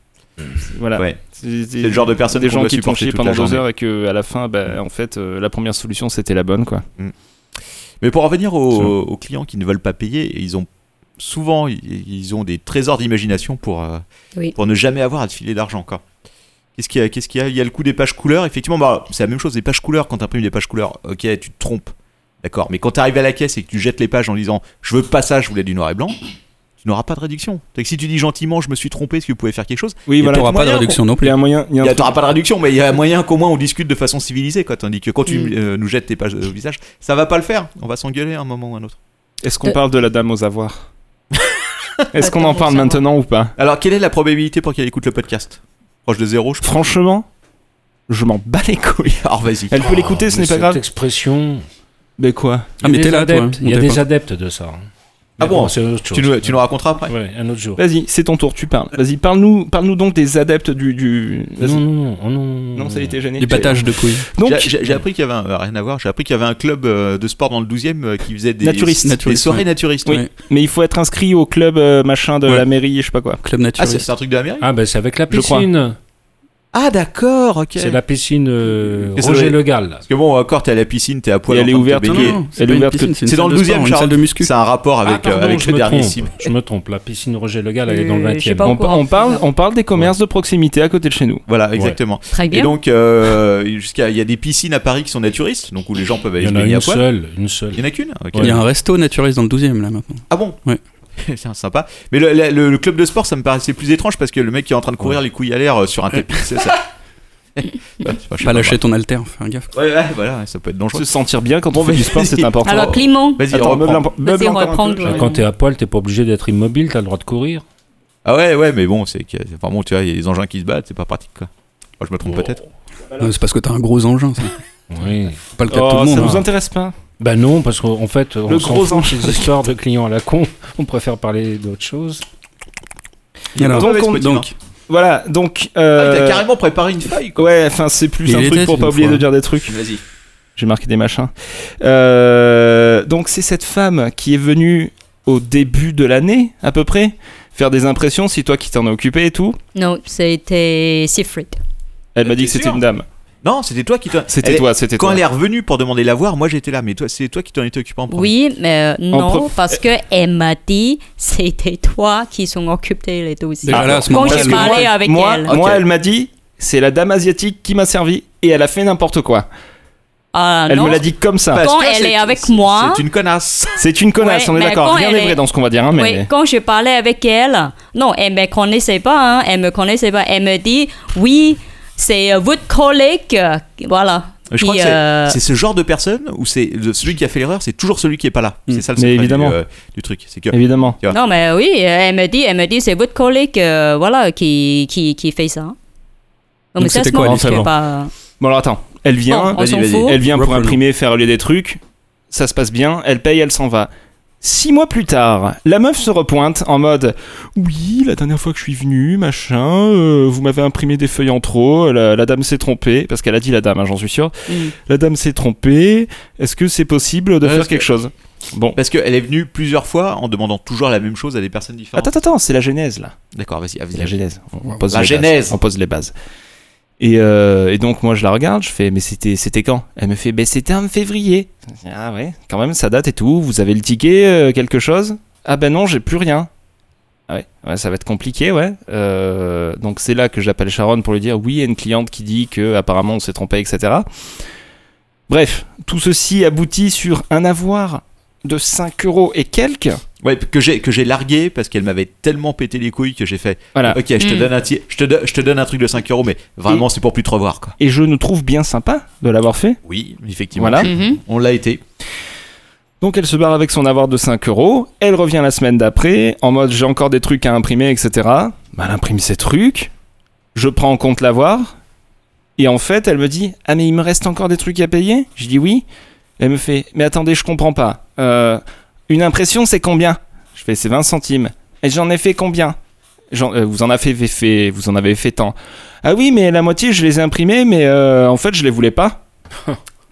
Speaker 3: Voilà.
Speaker 4: Ouais.
Speaker 3: C'est c'est-
Speaker 4: C'est le genre de personne
Speaker 3: des
Speaker 4: qu'on
Speaker 3: gens
Speaker 4: doit
Speaker 3: qui te font
Speaker 4: supporter
Speaker 3: chier
Speaker 4: toute la
Speaker 3: pendant deux
Speaker 4: journée.
Speaker 3: heures et que à la fin, bah, en fait, euh, la première solution c'était la bonne, quoi.
Speaker 4: Mais pour revenir aux, aux clients qui ne veulent pas payer, ils ont souvent ils ils ont des trésors d'imagination pour, euh,
Speaker 7: Oui.
Speaker 4: pour ne jamais avoir à te filer d'argent quoi. Qu'est-ce qu'il y a Qu'est-ce qu'il y a Il y a le coup des pages couleurs. Effectivement, bah, c'est la même chose des pages couleurs quand t'imprimes des pages couleurs. Ok, tu te trompes, d'accord. Mais quand t'arrives à la caisse et que tu jettes les pages en disant je veux pas ça, je voulais du noir et blanc, tu n'auras pas de réduction. C'est que si tu dis gentiment je me suis trompé, est-ce que vous pouvez faire quelque chose
Speaker 3: Oui,
Speaker 8: Il n'y aura pas de
Speaker 4: moyen,
Speaker 8: réduction non
Speaker 3: Il y
Speaker 8: plus.
Speaker 3: a un moyen. il y a un
Speaker 4: Il y a-
Speaker 3: truc-
Speaker 4: T'auras pas de réduction, mais il y a moyen qu'au moins on discute de façon civilisée, quoi. Tandis que quand tu
Speaker 7: Mm.
Speaker 4: euh, nous jettes tes pages au visage, ça va pas le faire. On va s'engueuler à un moment ou à un autre.
Speaker 3: Est-ce qu'on
Speaker 7: Euh.
Speaker 3: parle de la dame aux avoirs Est-ce qu'on en
Speaker 7: Attends,
Speaker 3: parle
Speaker 7: on va
Speaker 3: maintenant ou pas
Speaker 4: Alors, quelle est la probabilité pour qu'elle écoute le podcast Proche de zéro, je
Speaker 3: Franchement, je m'en bats les couilles.
Speaker 4: Alors, vas-y.
Speaker 3: Elle peut l'écouter, ce n'est pas grave.
Speaker 9: Cette expression.
Speaker 3: Mais quoi
Speaker 8: Ah,
Speaker 9: Il y a
Speaker 8: mais
Speaker 9: des
Speaker 8: t'es là, toi. hein,
Speaker 9: adeptes- Il y a
Speaker 8: on t'est
Speaker 9: des
Speaker 8: pas.
Speaker 9: adeptes de ça. hein.
Speaker 4: Ah
Speaker 9: Mais
Speaker 4: bon
Speaker 9: c'est autre chose.
Speaker 4: Tu nous, tu nous raconteras après
Speaker 9: Ouais, un autre jour.
Speaker 3: Vas-y, c'est ton tour, tu parles. Vas-y, parle-nous parle donc des adeptes du. du... Vas-y.
Speaker 9: Non, non, non, non.
Speaker 3: Non, ça a été gêné.
Speaker 8: Les battages de couilles.
Speaker 3: Donc,
Speaker 4: J'ai- J'ai j'ai appris qu'il y avait un, euh, rien à voir. J'ai appris qu'il y avait un club euh, de sport dans le 12e euh, qui faisait des,
Speaker 3: Naturiste.
Speaker 4: des
Speaker 8: Naturiste,
Speaker 4: soirées
Speaker 8: ouais.
Speaker 4: naturistes.
Speaker 8: Oui.
Speaker 3: mais il faut être inscrit au club euh, machin de
Speaker 8: Ouais.
Speaker 3: la mairie, je sais pas quoi.
Speaker 8: Club
Speaker 4: Ah, c'est
Speaker 8: naturiste.
Speaker 4: c'est un truc de la mairie
Speaker 9: Ah, ben c'est avec la
Speaker 3: Je crois.
Speaker 9: piscine.
Speaker 4: Ah, d'accord, ok.
Speaker 9: C'est la piscine euh,
Speaker 4: Et ça doit
Speaker 9: Roger
Speaker 4: être-
Speaker 9: Le Gall.
Speaker 4: Parce que bon, encore, t'es à la piscine, t'es à poil.
Speaker 3: Et
Speaker 4: en
Speaker 3: elle est
Speaker 4: train de te
Speaker 3: ouverte,
Speaker 8: Non,
Speaker 4: baigner.
Speaker 8: non, non,
Speaker 3: Elle est
Speaker 8: c'est pas une
Speaker 3: ouverte.
Speaker 8: piscine, une
Speaker 4: C'est dans
Speaker 8: salle
Speaker 4: le
Speaker 8: de
Speaker 4: 12e,
Speaker 8: sport, une
Speaker 4: Charles.
Speaker 8: salle de muscu.
Speaker 4: C'est un rapport avec,
Speaker 9: Ah,
Speaker 4: euh,
Speaker 9: pardon,
Speaker 4: avec
Speaker 9: je
Speaker 4: le
Speaker 9: me
Speaker 4: dernier
Speaker 9: trompe.
Speaker 4: cible.
Speaker 9: Je me trompe, la piscine Roger Le Gall, elle est dans le
Speaker 7: Euh,
Speaker 9: 20
Speaker 7: je sais pas.
Speaker 9: e
Speaker 3: On,
Speaker 7: courant.
Speaker 3: on parle, on parle des commerces de proximité à côté de chez nous.
Speaker 4: Voilà, exactement.
Speaker 7: Très
Speaker 4: Et
Speaker 7: bien.
Speaker 4: donc, euh, jusqu'à, il y a des piscines à Paris qui sont naturistes, donc où les gens peuvent
Speaker 9: Il y
Speaker 4: aller se
Speaker 9: en a
Speaker 4: baigner à
Speaker 9: une
Speaker 4: poil.
Speaker 9: seule, une
Speaker 4: Il y
Speaker 9: seule.
Speaker 4: en a qu'une Ok.
Speaker 9: Ouais.
Speaker 8: Il y a un resto naturiste dans le 12ème là maintenant.
Speaker 4: Ah bon
Speaker 8: Ouais.
Speaker 4: C'est sympa. Mais le, la- le- le club de sport, ça me paraissait plus étrange parce que le mec qui est en train de courir les couilles à l'air euh, sur un tapis, c'est ça. Ouais, je sais je sais
Speaker 8: Pas lâcher ton halter, fais un gaffe.
Speaker 4: Ouais, ouais, voilà, ça peut être dangereux.
Speaker 3: Se sentir bien quand on
Speaker 4: Bon,
Speaker 3: fait du
Speaker 4: vas-y.
Speaker 3: sport, c'est important.
Speaker 7: Alors, Clément,
Speaker 4: Vas-y,
Speaker 3: Attends,
Speaker 4: reprends.
Speaker 3: meuble impo- meuble
Speaker 7: Vas-y,
Speaker 3: encore un peu,
Speaker 7: reprendre,
Speaker 3: j'arrive.
Speaker 7: ouais.
Speaker 9: Quand t'es à poil, t'es pas obligé d'être immobile, t'as le droit de courir.
Speaker 4: Ah ouais, ouais, mais bon, c'est que, enfin bon, tu vois, il y a des engins qui se battent, c'est pas pratique quoi. Moi, je me trompe peut-être.
Speaker 8: Non, C'est parce que t'as un gros engin, ça.
Speaker 9: Oui.
Speaker 8: C'est pas le cas de tout
Speaker 3: Oh,
Speaker 8: le
Speaker 3: ça
Speaker 8: monde.
Speaker 3: vous
Speaker 8: hein.
Speaker 3: intéresse pas
Speaker 9: Ben non, parce qu'en fait, on
Speaker 3: Le
Speaker 9: s'en
Speaker 3: gros
Speaker 9: fout des histoires de clients à la con. On préfère parler d'autre chose.
Speaker 8: Alors,
Speaker 3: Donc,
Speaker 4: on-
Speaker 8: donc,
Speaker 4: donc,
Speaker 3: Voilà, donc.
Speaker 4: Ah,
Speaker 3: euh,
Speaker 4: t'as carrément préparé une faille quoi.
Speaker 3: Ouais, enfin, c'est plus
Speaker 8: Il
Speaker 3: un
Speaker 8: y
Speaker 3: truc
Speaker 8: était
Speaker 3: pour
Speaker 8: une
Speaker 3: pas oublier
Speaker 8: fois.
Speaker 3: de dire des trucs.
Speaker 4: Vas-y.
Speaker 3: J'ai marqué des machins. Euh, donc c'est cette femme qui est venue au début de l'année, à peu près, faire des impressions, si toi qui t'en as occupé et tout.
Speaker 7: non, c'était Siegfried.
Speaker 3: Elle m'a
Speaker 4: Euh,
Speaker 3: dit
Speaker 4: t'es
Speaker 3: que c'était
Speaker 4: sûr
Speaker 3: une dame.
Speaker 4: Non, c'était toi qui t'en.
Speaker 3: C'était
Speaker 4: Elle-
Speaker 3: toi, c'était
Speaker 4: Quand
Speaker 3: toi.
Speaker 4: elle est revenue pour demander la voir, moi j'étais là, mais toi, c'est toi qui t'en étais occupé en premier.
Speaker 7: Oui, mais euh,
Speaker 3: En
Speaker 7: non,
Speaker 3: prof-
Speaker 7: parce que elle m'a dit c'était toi qui sont occupés les dossiers.
Speaker 8: Déjà là, à ce
Speaker 7: Quand
Speaker 8: moment-là,
Speaker 7: j'ai
Speaker 8: le-
Speaker 7: parlé avec
Speaker 3: moi,
Speaker 7: elle.
Speaker 3: moi, elle m'a dit, c'est la dame asiatique qui m'a servi et elle a fait n'importe quoi.
Speaker 7: Ah,
Speaker 3: elle
Speaker 7: non.
Speaker 3: me l'a dit comme ça.
Speaker 4: Parce
Speaker 7: Quand
Speaker 4: que
Speaker 7: elle
Speaker 4: c'est-
Speaker 7: est avec
Speaker 4: c'est-
Speaker 7: moi-
Speaker 4: C'est une connasse.
Speaker 3: C'est une connasse,
Speaker 7: Ouais,
Speaker 3: on est
Speaker 7: mais
Speaker 3: d'accord.
Speaker 7: quand
Speaker 3: Rien
Speaker 7: elle
Speaker 3: n'est vrai
Speaker 7: est-
Speaker 3: dans ce qu'on va dire, hein, mais.
Speaker 7: Oui, quand j'ai parlé avec elle, non, elle me connaissait pas, hein, elle me connaissait pas. Elle me dit oui, c'est euh, votre collègue, euh, voilà.
Speaker 4: Je crois
Speaker 7: Puis,
Speaker 4: que c'est-
Speaker 7: euh,
Speaker 4: c'est ce genre de personne où c'est le- celui qui a fait l'erreur, c'est toujours celui qui est pas là.
Speaker 8: Mm.
Speaker 4: C'est ça le
Speaker 3: Mais
Speaker 4: secret
Speaker 3: évidemment.
Speaker 4: du, euh, du truc. C'est que
Speaker 3: Évidemment.
Speaker 4: c'est-
Speaker 7: non mais oui, euh, elle me dit, elle me dit c'est votre collègue, euh, voilà, qui, qui, qui fait ça. Non,
Speaker 8: Donc,
Speaker 7: mais ça,
Speaker 8: c'était
Speaker 7: ce
Speaker 8: quoi,
Speaker 7: moment,
Speaker 3: lui,
Speaker 7: je
Speaker 3: c'est
Speaker 7: sais
Speaker 3: bon.
Speaker 7: pas.
Speaker 3: Bon, alors attends. Elle vient,
Speaker 7: Bon, Oh, on s'en
Speaker 4: vas-y.
Speaker 7: fout.
Speaker 3: elle vient pour
Speaker 8: Reprends-le.
Speaker 3: imprimer, faire relier des trucs. Ça se passe bien, elle paye, elle s'en va. Six mois plus tard, la meuf se repointe en mode Oui, la dernière fois que je suis venue, machin, euh, vous m'avez imprimé des feuilles en trop, la, la dame s'est trompée, parce qu'elle a dit la dame, hein, j'en suis sûr.
Speaker 7: Mm.
Speaker 3: La dame s'est trompée, est-ce que c'est possible de
Speaker 4: Ouais,
Speaker 3: faire
Speaker 4: parce
Speaker 3: quelque
Speaker 4: que-
Speaker 3: chose Bon.
Speaker 4: Parce qu'elle est venue plusieurs fois en demandant toujours la même chose à des personnes différentes.
Speaker 3: Attends, attends, attends, c'est la genèse là.
Speaker 4: D'accord, vas-y, ah, vas-y.
Speaker 3: C'est la genèse. On, on pose les
Speaker 4: La
Speaker 3: bases.
Speaker 4: genèse.
Speaker 3: On pose les bases. Et, euh, et donc moi je la regarde, je fais mais c'était c'était quand Elle me fait ben c'était en février. Je dis, Ah ouais, quand même ça date et tout. Vous avez le ticket euh, quelque chose Ah ben non j'ai plus rien. Ah ouais, ouais, ça va être compliqué ouais. Euh, donc c'est là que j'appelle Sharon pour lui dire oui il y a une cliente qui dit que apparemment on s'est trompé etc. Bref tout ceci aboutit sur un avoir de 5 euros et quelques.
Speaker 4: Ouais, que j'ai que j'ai largué parce qu'elle m'avait tellement pété les couilles que j'ai fait.
Speaker 3: Voilà.
Speaker 4: Ok, je te
Speaker 7: Mm.
Speaker 4: donne un ti- je te, do- je te donne un truc de 5 euros, mais vraiment c'est pour plus te revoir quoi.
Speaker 3: Et je nous trouve bien sympa de l'avoir fait.
Speaker 4: Oui, effectivement.
Speaker 3: Voilà.
Speaker 7: Mhm.
Speaker 4: Mm. On l'a été.
Speaker 3: Donc elle se barre avec son avoir de 5 euros, elle revient la semaine d'après, en mode j'ai encore des trucs à imprimer, etc. Bah, elle imprime ses trucs, je prends en compte l'avoir, et en fait elle me dit Ah mais il me reste encore des trucs à payer Je dis oui. Elle me fait Mais attendez, je comprends pas. Euh, une impression c'est combien Je fais c'est 20 centimes. Et j'en ai fait combien J'en- euh, vous en avez fait, fait- vous en avez fait tant. Ah oui, mais la moitié je les ai imprimés, mais euh, en fait je les voulais pas.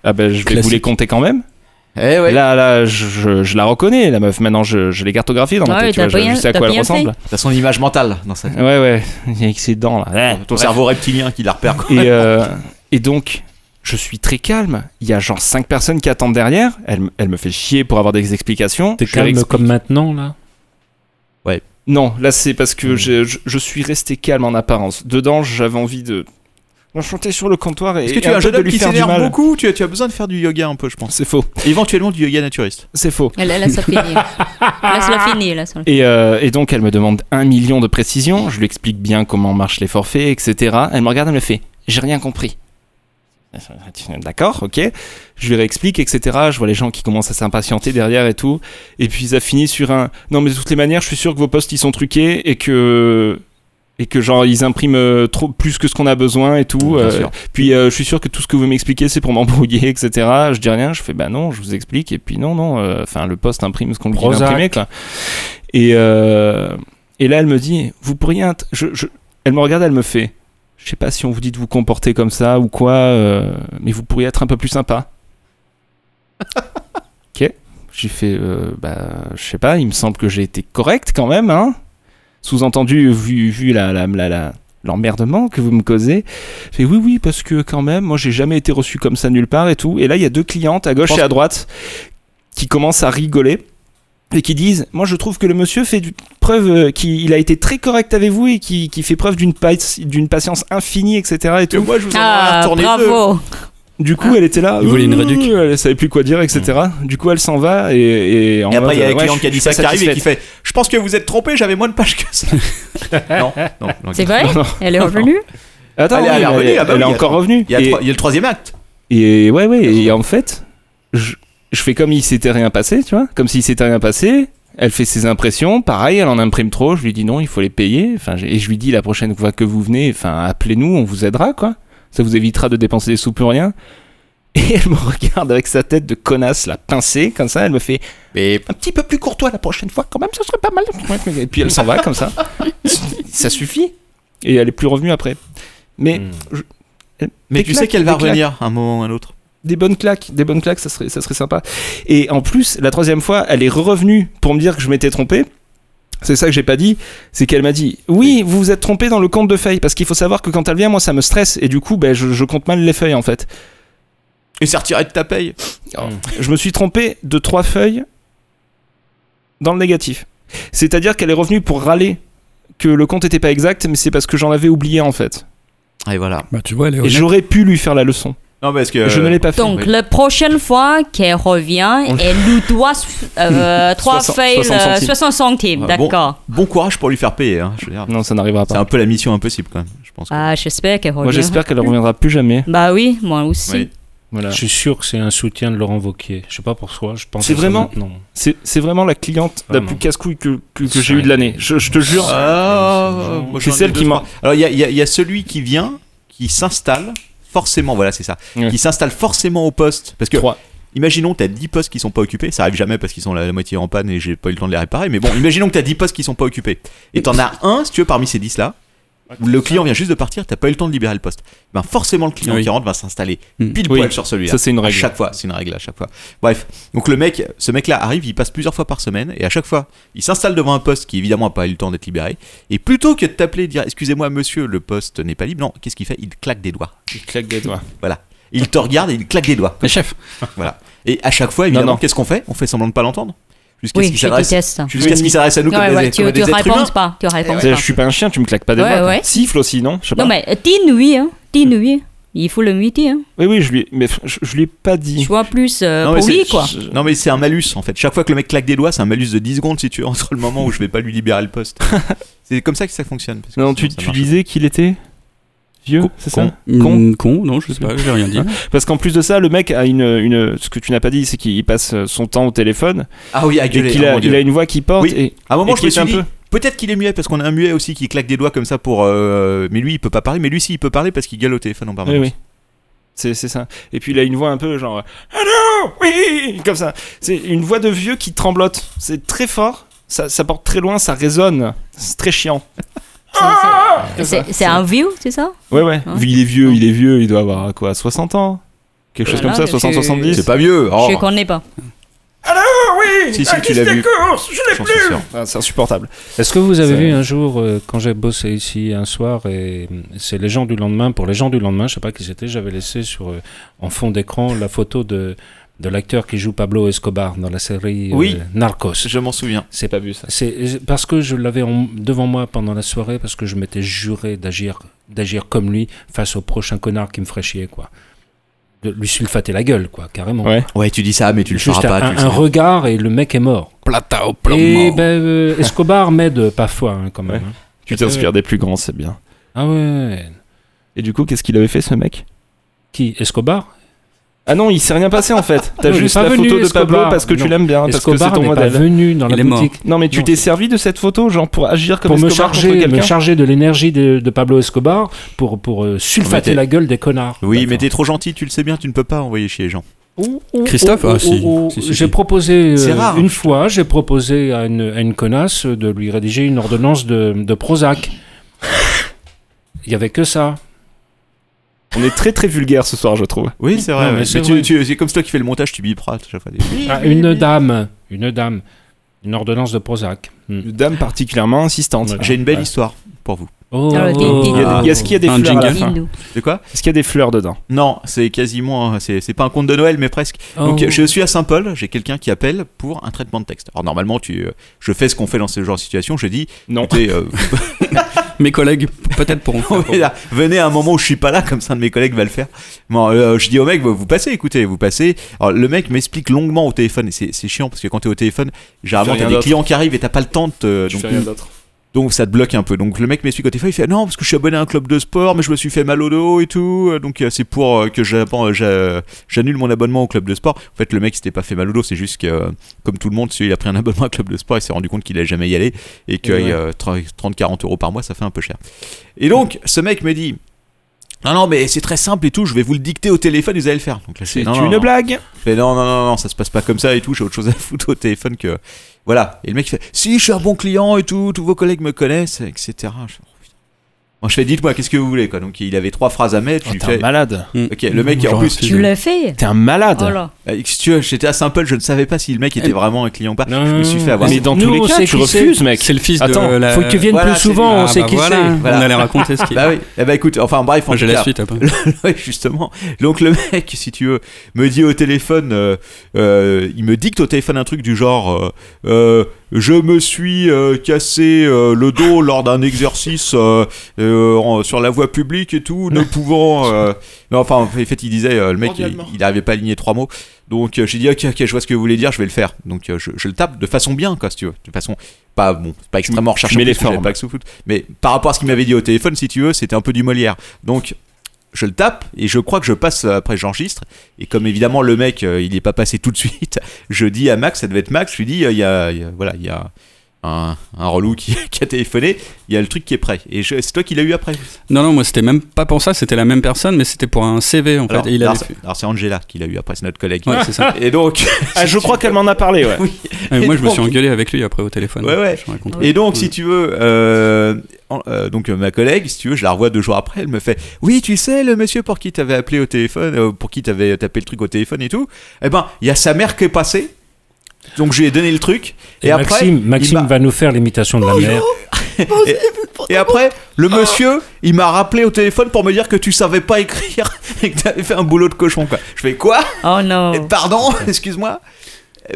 Speaker 3: ah ben je vais vous les
Speaker 8: Classique.
Speaker 3: compter quand même.
Speaker 4: Eh ouais.
Speaker 3: Là, là je, je- je la reconnais, la meuf. Maintenant, je, je les cartographie dans ma
Speaker 7: Ah Ouais,
Speaker 3: tête. Tu
Speaker 7: t'as
Speaker 3: vois, je,
Speaker 7: bien-
Speaker 3: je sais à
Speaker 7: t'as
Speaker 3: quoi elle
Speaker 7: bien fait.
Speaker 3: ressemble.
Speaker 4: T'as son image mentale dans sa.
Speaker 3: Ouais, ouais. Il y a que ses dents, là. Ouais,
Speaker 4: Ton
Speaker 3: bref.
Speaker 4: cerveau reptilien qui la repère quoi.
Speaker 3: Et, euh, et donc, je suis très calme. Il y a genre 5 personnes qui attendent derrière. Elle, me- elle me fait chier pour avoir des explications.
Speaker 9: T'es
Speaker 3: Je leur
Speaker 9: calme
Speaker 3: explique-
Speaker 9: comme maintenant, là
Speaker 3: Non, là, c'est parce
Speaker 4: Mm.
Speaker 3: que je, je- je suis resté calme en apparence. Dedans, j'avais envie de. chanter sur le comptoir et,
Speaker 4: Est-ce que tu
Speaker 3: et
Speaker 4: as
Speaker 3: un
Speaker 4: un
Speaker 3: peu
Speaker 4: jeune
Speaker 3: de
Speaker 4: homme
Speaker 3: lui
Speaker 4: qui
Speaker 3: faire du
Speaker 4: s'énerve
Speaker 3: mal.
Speaker 4: beaucoup tu as, tu as besoin de faire du yoga un peu, je pense.
Speaker 3: C'est faux,
Speaker 4: Éventuellement du yoga naturiste.
Speaker 3: c'est faux.
Speaker 7: Elle- Laisse-la finir. Laisse-la finir. laisse-la finir.
Speaker 3: Et, euh, et donc, elle me demande un million de précisions. Je lui explique bien comment marchent les forfaits, etc. Elle me regarde, elle me fait J'ai rien compris. D'accord, ok. Je lui réexplique, etc. Je vois les gens qui commencent à s'impatienter derrière et tout. Et puis, ça finit sur un Non, mais de toutes les manières, je suis sûr que vos posts ils sont truqués et que. Et que genre ils impriment euh, trop plus que ce qu'on a besoin et tout.
Speaker 4: Bien
Speaker 3: Euh,
Speaker 4: sûr.
Speaker 3: puis euh, je suis sûr que tout ce que vous m'expliquez c'est pour m'embrouiller, etc. Je dis rien, je fais bah non, je vous explique et puis non non. euh, Enfin le poste imprime ce qu'on lui dit
Speaker 9: Prozac.
Speaker 3: d'imprimer quoi. Et euh, et là elle me dit vous pourriez int- je, je- elle me regarde elle me fait je sais pas si on vous dit de vous comporter comme ça ou quoi euh, mais vous pourriez être un peu plus sympa. ok. J'ai fait euh, bah je sais pas il me semble que j'ai été correct quand même hein. Sous-entendu vu vu la la la, la l'emmerdement que vous me causez fait oui oui parce que quand même moi j'ai jamais été reçu comme ça nulle part et tout et là il y a deux clientes à gauche
Speaker 4: pense
Speaker 3: et à droite qui commencent à rigoler et qui disent moi je trouve que le monsieur fait du preuve euh, qu'il a été très correct avec vous et qui, qui fait preuve d'une pa- d'une patience infinie etc et
Speaker 4: Que
Speaker 3: tout
Speaker 4: moi je vous envoie
Speaker 7: Ah,
Speaker 4: tourner deux.
Speaker 7: bravo.
Speaker 3: du coup elle était là
Speaker 8: Ah. Il voulait une
Speaker 3: euh,
Speaker 8: réduc. Mm.
Speaker 3: elle savait plus quoi dire etc du coup elle s'en va et, et, en
Speaker 4: Et après, il y a
Speaker 3: mode, euh,
Speaker 4: la
Speaker 3: ouais,
Speaker 4: cliente
Speaker 3: je-
Speaker 4: qui a
Speaker 3: je
Speaker 4: dit
Speaker 3: suis
Speaker 4: ça qui
Speaker 3: pas
Speaker 4: arrive et qui
Speaker 3: satisfaite.
Speaker 4: fait Je pense que vous êtes trompé, j'avais moins de pages que ça. non, non, non.
Speaker 7: C'est vrai
Speaker 3: Non, non.
Speaker 7: Elle est revenue
Speaker 3: Attends,
Speaker 4: Elle est-
Speaker 3: oui,
Speaker 4: elle est
Speaker 3: mais
Speaker 4: revenue,
Speaker 3: elle,
Speaker 4: ah bah
Speaker 3: elle est
Speaker 4: oui,
Speaker 3: encore
Speaker 4: attends.
Speaker 3: revenue
Speaker 4: Il y, a
Speaker 3: Et-
Speaker 4: trois- il y a le troisième acte.
Speaker 3: Et ouais, ouais, et en fait, je, je fais comme il s'était rien passé, tu vois, comme s'il s'était rien passé. Elle fait ses impressions, pareil, elle en imprime trop, je lui dis non, il faut les payer. Enfin, j'ai- et je lui dis la prochaine fois que vous venez, enfin, appelez-nous, on vous aidera, quoi. Ça vous évitera de dépenser des sous pour rien. Et elle me regarde avec sa tête de connasse, la pincée, comme ça, elle me fait
Speaker 4: Mais
Speaker 3: un petit peu plus courtois la prochaine fois, quand même, ce serait pas mal. Et puis elle s'en va comme ça. ça suffit. Et elle est plus revenue après. Mais,
Speaker 9: Hmm.
Speaker 3: je- elle-
Speaker 4: Mais
Speaker 3: des
Speaker 4: tu sais
Speaker 3: claques,
Speaker 4: qu'elle va
Speaker 3: des claques
Speaker 4: revenir à un moment ou à un autre.
Speaker 3: des bonnes claques, des bonnes claques, ça serait, ça serait sympa. Et en plus, la troisième fois, elle est revenue pour me dire que je m'étais trompé. C'est ça que j'ai pas dit, c'est qu'elle m'a dit oui, vous vous êtes trompé dans le compte de feuilles parce qu'il faut savoir que quand elle vient, moi ça me stresse et du coup, ben, je, je compte mal les feuilles en fait.
Speaker 4: Et c'est retiré de ta paye.
Speaker 3: Je me suis trompé de trois feuilles dans le négatif. C'est-à-dire qu'elle est revenue pour râler que le compte était pas exact, mais c'est parce que j'en avais oublié en fait.
Speaker 4: Et Euh, voilà.
Speaker 8: Bah, tu vois, elle est
Speaker 3: Et
Speaker 8: honnête.
Speaker 3: j'aurais pu lui faire la leçon.
Speaker 4: Non, parce que.
Speaker 3: je ne l'ai pas fait.
Speaker 7: Donc,
Speaker 4: oui.
Speaker 7: la prochaine fois qu'elle revient,
Speaker 3: On-
Speaker 7: elle nous doit euh, 3
Speaker 3: 60
Speaker 7: feuilles, euh,
Speaker 3: 60 centimes.
Speaker 7: 60 centimes,
Speaker 4: Ah, bon.
Speaker 7: d'accord.
Speaker 4: Bon courage pour lui faire payer. hein, je veux dire.
Speaker 3: Non, ça n'arrivera
Speaker 4: C'est
Speaker 3: pas.
Speaker 4: un peu la mission impossible quand même. Je pense. que-
Speaker 7: Ah, j'espère qu'elle revient.
Speaker 3: Moi j'espère qu'elle ne reviendra plus jamais.
Speaker 7: Bah oui, moi aussi.
Speaker 4: Oui.
Speaker 3: Voilà.
Speaker 9: Je suis sûr que c'est un soutien de Laurent Vauquier. Je sais pas pour soi, je pense
Speaker 3: C'est
Speaker 9: à ça
Speaker 3: vraiment-
Speaker 9: maintenant.
Speaker 3: C'est c'est vraiment la cliente la
Speaker 9: Vraiment.
Speaker 3: plus casse-couille que, que, que j'ai eu de l'année. Je, je te jure.
Speaker 4: Ah, moi,
Speaker 3: C'est
Speaker 4: j'en ai
Speaker 3: celle
Speaker 4: deux,
Speaker 3: qui
Speaker 4: trois.
Speaker 3: m'a-
Speaker 4: Alors, il y a, il y a- il y a celui qui vient, qui s'installe, forcément, voilà, c'est ça.
Speaker 3: Ouais.
Speaker 4: Qui s'installe forcément au poste. Parce que,
Speaker 3: Trois.
Speaker 4: imaginons que t'as 10 postes qui sont pas occupés. Ça arrive jamais parce qu'ils sont la, la moitié en panne et j'ai pas eu le temps de les réparer. Mais bon, imaginons que t'as 10 postes qui sont pas occupés. Et t'en as un, si tu veux, parmi ces 10 là. où Le client vient juste de partir, t'as pas eu le temps de libérer le poste. Ben forcément, le client
Speaker 8: Oui.
Speaker 4: qui rentre va s'installer
Speaker 8: Mm.
Speaker 4: pile
Speaker 3: Oui.
Speaker 4: poil sur celui-là.
Speaker 3: Ça, c'est une
Speaker 4: À
Speaker 3: règle.
Speaker 4: chaque fois, c'est une règle à chaque fois. Bref, donc le mec, ce mec-là arrive, il passe plusieurs fois par semaine, et à chaque fois, il s'installe devant un poste qui évidemment n'a pas eu le temps d'être libéré, et plutôt que de t'appeler et de dire excusez-moi monsieur, le poste n'est pas libre, non, qu'est-ce qu'il fait Il claque des doigts.
Speaker 3: claque des doigts.
Speaker 4: Voilà. Il te regarde et il claque des doigts.
Speaker 8: Mais chef,
Speaker 4: Voilà. Et à chaque fois, évidemment,
Speaker 3: non.
Speaker 4: qu'est-ce qu'on fait On fait semblant de pas l'entendre. Jusqu'à ce
Speaker 7: Oui,
Speaker 4: qu'il
Speaker 7: je
Speaker 4: s'adresse.
Speaker 7: déteste.
Speaker 4: Jusqu'à ce qu'il s'adresse à nous comme
Speaker 7: Ouais,
Speaker 4: des,
Speaker 7: ouais,
Speaker 4: comme
Speaker 7: tu,
Speaker 4: des
Speaker 7: tu
Speaker 4: êtres
Speaker 7: réponds
Speaker 4: humains.
Speaker 7: pas, tu réponds
Speaker 3: Eh, Je
Speaker 7: pas.
Speaker 3: suis pas un chien, tu me claques pas des
Speaker 7: Ouais,
Speaker 3: doigts. quoi.
Speaker 7: ouais.
Speaker 3: Siffle aussi, non Je sais pas.
Speaker 7: Non mais euh, dis-nous, hein, dis-nous. Il faut le lui dire.
Speaker 3: Oui, oui, je lui, mais je, je lui ai pas dit.
Speaker 7: Sois plus euh,
Speaker 4: mais
Speaker 7: poli,
Speaker 4: c'est-
Speaker 7: quoi.
Speaker 4: je- non, mais c'est un malus en fait. Chaque fois que le mec claque des doigts, c'est un malus de 10 secondes si tu veux, entre le moment où je vais pas lui libérer le poste. c'est comme ça que ça fonctionne. parce que
Speaker 3: Non,
Speaker 4: sinon,
Speaker 3: tu,
Speaker 4: ça
Speaker 3: tu
Speaker 4: marche
Speaker 3: disais qu'il était vieux,
Speaker 4: Con-
Speaker 3: c'est
Speaker 4: con.
Speaker 3: ça Con.
Speaker 8: Mm, con, non, je sais pas, j'ai rien dit.
Speaker 3: Parce qu'en plus de ça, le mec a une, une ce que tu n'as pas dit, c'est qu'il passe euh, son temps au téléphone
Speaker 4: pas. Ah oui, à
Speaker 3: et
Speaker 4: gueuler.
Speaker 3: qu'il
Speaker 4: oh
Speaker 3: a,
Speaker 4: mon Dieu.
Speaker 3: il a une voix qui porte.
Speaker 4: Oui.
Speaker 3: Et,
Speaker 4: À un moment,
Speaker 3: et
Speaker 4: je
Speaker 3: qui
Speaker 4: me
Speaker 3: est
Speaker 4: suis
Speaker 3: un
Speaker 4: dit,
Speaker 3: peu-
Speaker 4: peut-être qu'il est muet parce qu'on a un muet aussi qui claque des doigts comme ça pour. euh, mais lui, il peut pas parler, mais lui, si, il peut parler parce qu'il gueule au téléphone en
Speaker 3: oui,
Speaker 4: permanence.
Speaker 3: oui. C'est c'est ça. Et puis il a une voix un peu genre euh, Allô Oui Comme ça. C'est une voix de vieux qui tremblote. C'est très fort. Ça, ça porte très loin, ça résonne. C'est très chiant.
Speaker 7: C'est c'est un vieux, c'est ça
Speaker 3: Ouais, ouais.
Speaker 7: Hein
Speaker 3: Il est vieux, il est vieux, il doit avoir quoi 60 ans Quelque
Speaker 9: Ah
Speaker 3: chose
Speaker 7: Voilà,
Speaker 3: comme ça, 60,
Speaker 7: tu-
Speaker 3: 70
Speaker 4: C'est pas vieux. Oh.
Speaker 7: Je ne connais pas.
Speaker 4: Si, si, tu l'as vu. J'en suis sûr.
Speaker 3: Ah, C'est insupportable.
Speaker 9: Est-ce que vous avez
Speaker 3: C'est-
Speaker 9: vu un jour, euh, quand j'ai bossé ici un soir, et hum, c'est les gens du lendemain, pour les gens du lendemain, je sais pas qui c'était, j'avais laissé sur, euh, en fond d'écran la photo de, de l'acteur qui joue Pablo Escobar dans la série euh,
Speaker 4: Oui.
Speaker 9: Narcos.
Speaker 4: Je m'en souviens.
Speaker 9: C'est pas vu ça. C'est euh, parce que je l'avais en- devant moi pendant la soirée parce que je m'étais juré d'agir d'agir comme lui face au prochain connard qui me ferait chier quoi. De lui sulfater la gueule quoi, carrément.
Speaker 3: Ouais.
Speaker 4: Ouais, tu dis ça, mais tu le feras
Speaker 9: Juste
Speaker 4: pas.
Speaker 9: un,
Speaker 4: tu
Speaker 9: un
Speaker 4: le sais.
Speaker 9: regard et le mec est mort.
Speaker 8: Plata au
Speaker 9: Et
Speaker 8: plomo.
Speaker 9: ben, euh, Escobar m'aide parfois hein, quand même.
Speaker 3: Ouais.
Speaker 9: hein.
Speaker 3: Tu t'inspires des plus grands, c'est bien.
Speaker 9: Ah ouais.
Speaker 3: Et du coup, qu'est-ce qu'il avait fait ce mec
Speaker 9: Qui Escobar
Speaker 3: Ah non, il s'est rien passé en fait. T'as
Speaker 9: Non, il est
Speaker 3: juste
Speaker 9: pas
Speaker 3: la
Speaker 9: venu,
Speaker 3: photo de
Speaker 9: Escobar.
Speaker 3: Pablo parce que tu
Speaker 9: Non.
Speaker 3: l'aimes bien, parce que c'est
Speaker 9: Escobar
Speaker 3: ton
Speaker 9: n'est pas
Speaker 3: modèle.
Speaker 9: venu dans
Speaker 8: Il est
Speaker 9: la
Speaker 8: mort.
Speaker 9: boutique
Speaker 3: Non mais tu
Speaker 9: Non,
Speaker 3: t'es
Speaker 9: c'est-
Speaker 3: servi de cette photo genre pour agir comme
Speaker 9: pour me
Speaker 3: Escobar contre
Speaker 9: charger, me
Speaker 3: quelqu'un
Speaker 9: charger de l'énergie de, de Pablo Escobar pour pour euh, sulfater
Speaker 4: t'es-
Speaker 9: la gueule des connards.
Speaker 4: Oui, mais
Speaker 9: D'accord.
Speaker 4: t'es trop gentil, tu le sais bien, tu ne peux pas envoyer chez les gens.
Speaker 9: Ouh, ouh,
Speaker 8: Christophe
Speaker 9: ouh,
Speaker 8: Ah,
Speaker 9: ouh,
Speaker 8: si.
Speaker 9: ouh,
Speaker 8: Si, si,
Speaker 9: J'ai
Speaker 8: si.
Speaker 9: proposé
Speaker 4: C'est
Speaker 9: euh,
Speaker 4: rare.
Speaker 9: une fois, j'ai proposé à une, à une connasse de lui rédiger une ordonnance de, de Prozac. Il y avait que ça.
Speaker 3: On est très très vulgaire ce soir, je trouve.
Speaker 4: Oui, c'est vrai.
Speaker 9: Non, mais
Speaker 4: ouais.
Speaker 9: c'est
Speaker 4: tu-
Speaker 9: vrai.
Speaker 4: tu- C'est comme toi qui fais le montage, tu biperas à chaque fois. des-
Speaker 9: Ah, une dame, une dame, une ordonnance de Prozac. Hmm.
Speaker 3: Une dame particulièrement insistante.
Speaker 9: Ouais.
Speaker 4: J'ai une belle
Speaker 3: Ouais.
Speaker 4: histoire pour vous.
Speaker 9: Oh,
Speaker 7: Ah,
Speaker 9: oh,
Speaker 7: dis-
Speaker 3: Il y a,
Speaker 4: Ah.
Speaker 3: il y a- est-ce qu'il y a des
Speaker 8: Un
Speaker 3: fleurs à la
Speaker 8: jingle.
Speaker 3: fin
Speaker 7: Dis-nous.
Speaker 4: C'est quoi
Speaker 3: Est-ce qu'il y a des fleurs dedans
Speaker 4: Non, c'est quasiment. hein, C'est c'est pas un conte de Noël, mais presque.
Speaker 9: oh.
Speaker 4: Donc je suis à Saint-Paul, j'ai quelqu'un qui appelle pour un traitement de texte. Alors normalement, tu, euh, je fais ce qu'on fait dans ce genre de situation, je dis,
Speaker 3: Non.
Speaker 4: écoutez, euh,
Speaker 8: Mes collègues, peut-être pourront. faire.
Speaker 4: venez là, venez à un moment où je suis pas là, comme ça un de mes collègues va le faire. Bon, euh, je dis au mec, vous, vous passez, écoutez, vous passez. Alors le mec m'explique longuement au téléphone, et c'est c'est chiant parce que quand t'es au téléphone, généralement
Speaker 3: fais
Speaker 4: t'as
Speaker 3: rien
Speaker 4: des
Speaker 3: d'autre.
Speaker 4: clients qui arrivent et t'as pas le temps de te- donc,
Speaker 3: d'autre.
Speaker 4: donc ça te bloque un peu. Donc le mec m'explique au téléphone, il fait non parce que je suis abonné à un club de sport, mais je me suis fait mal au dos et tout, euh, donc euh, c'est pour euh, que j'a- bon, j'a- j'annule mon abonnement au club de sport. En fait le mec s'était pas fait mal au dos, c'est juste que euh, comme tout le monde, celui, il a pris un abonnement à un club de sport, il s'est rendu compte qu'il allait jamais y aller et que
Speaker 9: Et ouais.
Speaker 4: euh, 30-40 euros par mois ça fait un peu cher. Et donc ce mec me dit non non mais c'est très simple et tout, je vais vous le dicter au téléphone, vous allez le faire. Donc là c'est
Speaker 3: C'est
Speaker 4: non, non,
Speaker 3: une
Speaker 4: non.
Speaker 3: blague
Speaker 4: Mais non, non, non, non, ça se passe pas comme ça et tout, j'ai autre chose à foutre au téléphone que. Voilà. Et le mec il fait Si, je suis un bon client et tout, tous vos collègues me connaissent, etc. Je fais, Oh, putain. Moi, je fais Dites-moi, qu'est-ce que vous voulez, quoi. Donc, il avait trois phrases à mettre, je
Speaker 6: Oh,
Speaker 4: lui
Speaker 3: T'es un
Speaker 4: fais.
Speaker 3: malade.
Speaker 4: Ok, le mec, en
Speaker 8: Genre
Speaker 4: plus,
Speaker 8: un
Speaker 7: Tu
Speaker 8: fils.
Speaker 7: le fais
Speaker 3: T'es un malade.
Speaker 7: Oh là.
Speaker 4: Euh, si tu veux, j'étais à Saint-Paul, je ne savais pas si le mec était vraiment un client ou pas.
Speaker 9: Non,
Speaker 4: je me suis fait avoir.
Speaker 3: mais dans tous
Speaker 9: Nous,
Speaker 3: les
Speaker 9: on
Speaker 3: cas,
Speaker 9: sait
Speaker 3: tu
Speaker 9: qui c'est.
Speaker 3: refuses, mec.
Speaker 8: C'est le fils
Speaker 4: Attends,
Speaker 8: de la.
Speaker 9: Faut que tu viennes
Speaker 4: voilà,
Speaker 9: plus
Speaker 4: c'est-
Speaker 9: souvent,
Speaker 8: Ah,
Speaker 9: on sait
Speaker 8: bah
Speaker 9: qui
Speaker 8: voilà.
Speaker 9: c'est.
Speaker 4: Voilà.
Speaker 8: On allait raconter ce qu'il
Speaker 4: Bah oui, eh bah écoute, enfin bref, en
Speaker 8: Moi j'ai
Speaker 4: tout
Speaker 8: la
Speaker 4: cas,
Speaker 8: suite après.
Speaker 4: Ouais, justement. Donc le mec, si tu veux, me dit au téléphone, euh, euh, il me dicte au téléphone un truc du genre, euh, euh, je me suis euh, cassé euh, le dos lors d'un exercice euh, euh, en- sur la voie publique et tout, ne pouvant. euh, non, enfin, en fait, il disait, euh, le mec, il il n'arrivait pas à aligner trois mots. Donc euh, j'ai dit, ok, ok, je vois ce que vous voulez dire, je vais le faire. Donc euh, je, je le tape de façon bien, quoi, si tu veux, de façon pas bon, c'est pas extrêmement recherché,
Speaker 3: mets les
Speaker 4: parce que j'avais
Speaker 3: formes.
Speaker 4: pas que sous foot. Mais par rapport à ce qu'il m'avait dit au téléphone, si tu veux, c'était un peu du Molière. Donc je le tape et je crois que je passe euh, après j'enregistre et comme évidemment le mec euh, il est pas passé tout de suite je dis à Max ça devait être Max je lui dis euh, il y, a, il y a- voilà il y a un, un relou qui, qui a téléphoné il y a le truc qui est prêt et je- c'est toi qui l'as eu après
Speaker 8: Non, non, moi c'était même pas pour ça, c'était la même personne, mais c'était pour un CV en
Speaker 4: alors,
Speaker 8: fait. Et il
Speaker 4: alors,
Speaker 8: avait
Speaker 4: c'est-
Speaker 8: fait-
Speaker 4: alors, c'est Angela qui l'a eu après c'est notre collègue
Speaker 8: Ouais, c'est ça.
Speaker 4: et donc
Speaker 3: Ah, je crois qu'elle m'en a parlé, ouais.
Speaker 8: Ah, mais moi, je me
Speaker 4: donc-
Speaker 8: suis engueulé avec lui après au téléphone.
Speaker 4: Ouais, ouais.
Speaker 8: Je raconte.
Speaker 4: Et donc,
Speaker 8: Ouais.
Speaker 4: si tu veux, euh, en- euh, donc euh, ma collègue, si tu veux, je la revois deux jours après, elle me fait Oui, tu sais, le monsieur pour qui t'avais appelé au téléphone, euh, pour qui t'avais tapé le truc au téléphone et tout, eh ben, il y a sa mère qui est passée. Donc, je lui ai donné le truc. Et, après,
Speaker 9: Maxime, Maxime
Speaker 4: m'a-
Speaker 9: va nous faire l'imitation de la mère.
Speaker 4: et après, le monsieur, il m'a rappelé au téléphone pour me dire que tu savais pas écrire et que t'avais fait un boulot de cochon, quoi. Je fais Quoi
Speaker 7: Oh non.
Speaker 4: Pardon Excuse-moi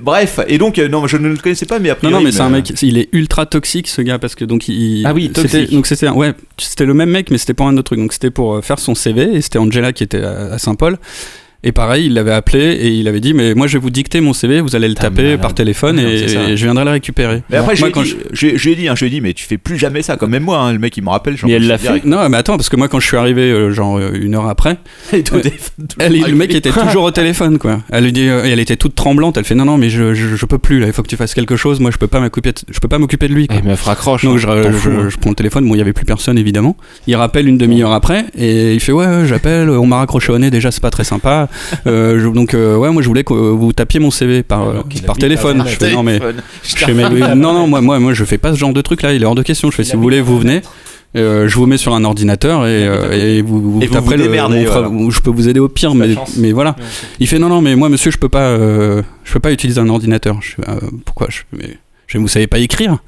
Speaker 4: Bref, et donc, euh, non, je ne le connaissais pas, mais euh, après.
Speaker 8: Non, non, mais c'est un mec, il est ultra toxique ce gars parce que donc il.
Speaker 3: euh. Ah oui,
Speaker 8: c'était-
Speaker 3: toxique.
Speaker 8: Donc c'était un- ouais, c'était le même mec, mais c'était pour un autre truc. Donc c'était pour euh, faire son CV et c'était Angela qui était à, à Saint-Paul. Et pareil, il l'avait appelé et il avait dit mais moi je vais vous dicter mon CV, vous allez le
Speaker 3: Putain,
Speaker 8: taper
Speaker 3: malade.
Speaker 8: par téléphone
Speaker 3: Non,
Speaker 8: et,
Speaker 3: c'est ça.
Speaker 8: et je viendrai le récupérer.
Speaker 4: Mais après,
Speaker 8: Moi,
Speaker 4: je lui ai
Speaker 8: quand
Speaker 4: dit- j'ai- je lui ai dit, hein, je lui ai dit, mais tu fais plus jamais ça, comme même moi, hein, le mec il me rappelle. genre,
Speaker 3: Mais elle
Speaker 4: je
Speaker 3: l'a
Speaker 4: suis
Speaker 3: fait.
Speaker 4: direct.
Speaker 8: Non, mais attends, parce que moi quand je suis arrivé euh, genre euh, une heure après,
Speaker 4: Elle est au téléphone tout
Speaker 8: Elle,
Speaker 4: temps
Speaker 8: le mec
Speaker 4: avec
Speaker 8: était toujours au téléphone, quoi. Elle lui dit, euh, et elle était toute tremblante. Elle fait non, non, mais je, je, je peux plus là. Il faut que tu fasses quelque chose. Moi, je peux pas m'occuper, de- je peux pas m'occuper de lui. quoi.
Speaker 3: Eh, meuf, raccroche.
Speaker 8: Donc
Speaker 3: hein,
Speaker 8: je,
Speaker 3: t'en
Speaker 8: je,
Speaker 3: fous, hein.
Speaker 8: je prends le téléphone. Bon, il y avait plus personne évidemment. Il rappelle une demi-heure après et il fait ouais, ouais, j'appelle. On m'a raccroché au nez. Déjà, c'est pas très sympa. Euh, je- donc euh, ouais, moi, je voulais que euh, vous tapiez mon CV par euh,
Speaker 9: qu'il
Speaker 8: par
Speaker 9: habite à
Speaker 8: téléphone.
Speaker 9: Saint-Paul.
Speaker 8: Je fais non mais.
Speaker 4: téléphone.
Speaker 8: je fais, mais oui, non, non, moi, moi, moi, je fais pas ce genre de truc là. Il est hors de question. Je fais si vous voulez, vous venez. Euh, je vous mets sur un ordinateur et, euh, et vous, vous,
Speaker 4: Et vous
Speaker 8: taperez
Speaker 4: vous
Speaker 8: le-
Speaker 4: démerdez,
Speaker 8: mon fra-
Speaker 4: voilà.
Speaker 8: où je peux vous aider au pire, mais,
Speaker 9: chance.
Speaker 8: mais voilà. Il fait non non mais moi monsieur je peux pas euh, je peux pas utiliser un ordinateur. Je fais, Ah, euh, pourquoi je, fais, mais, je fais, vous savez pas écrire.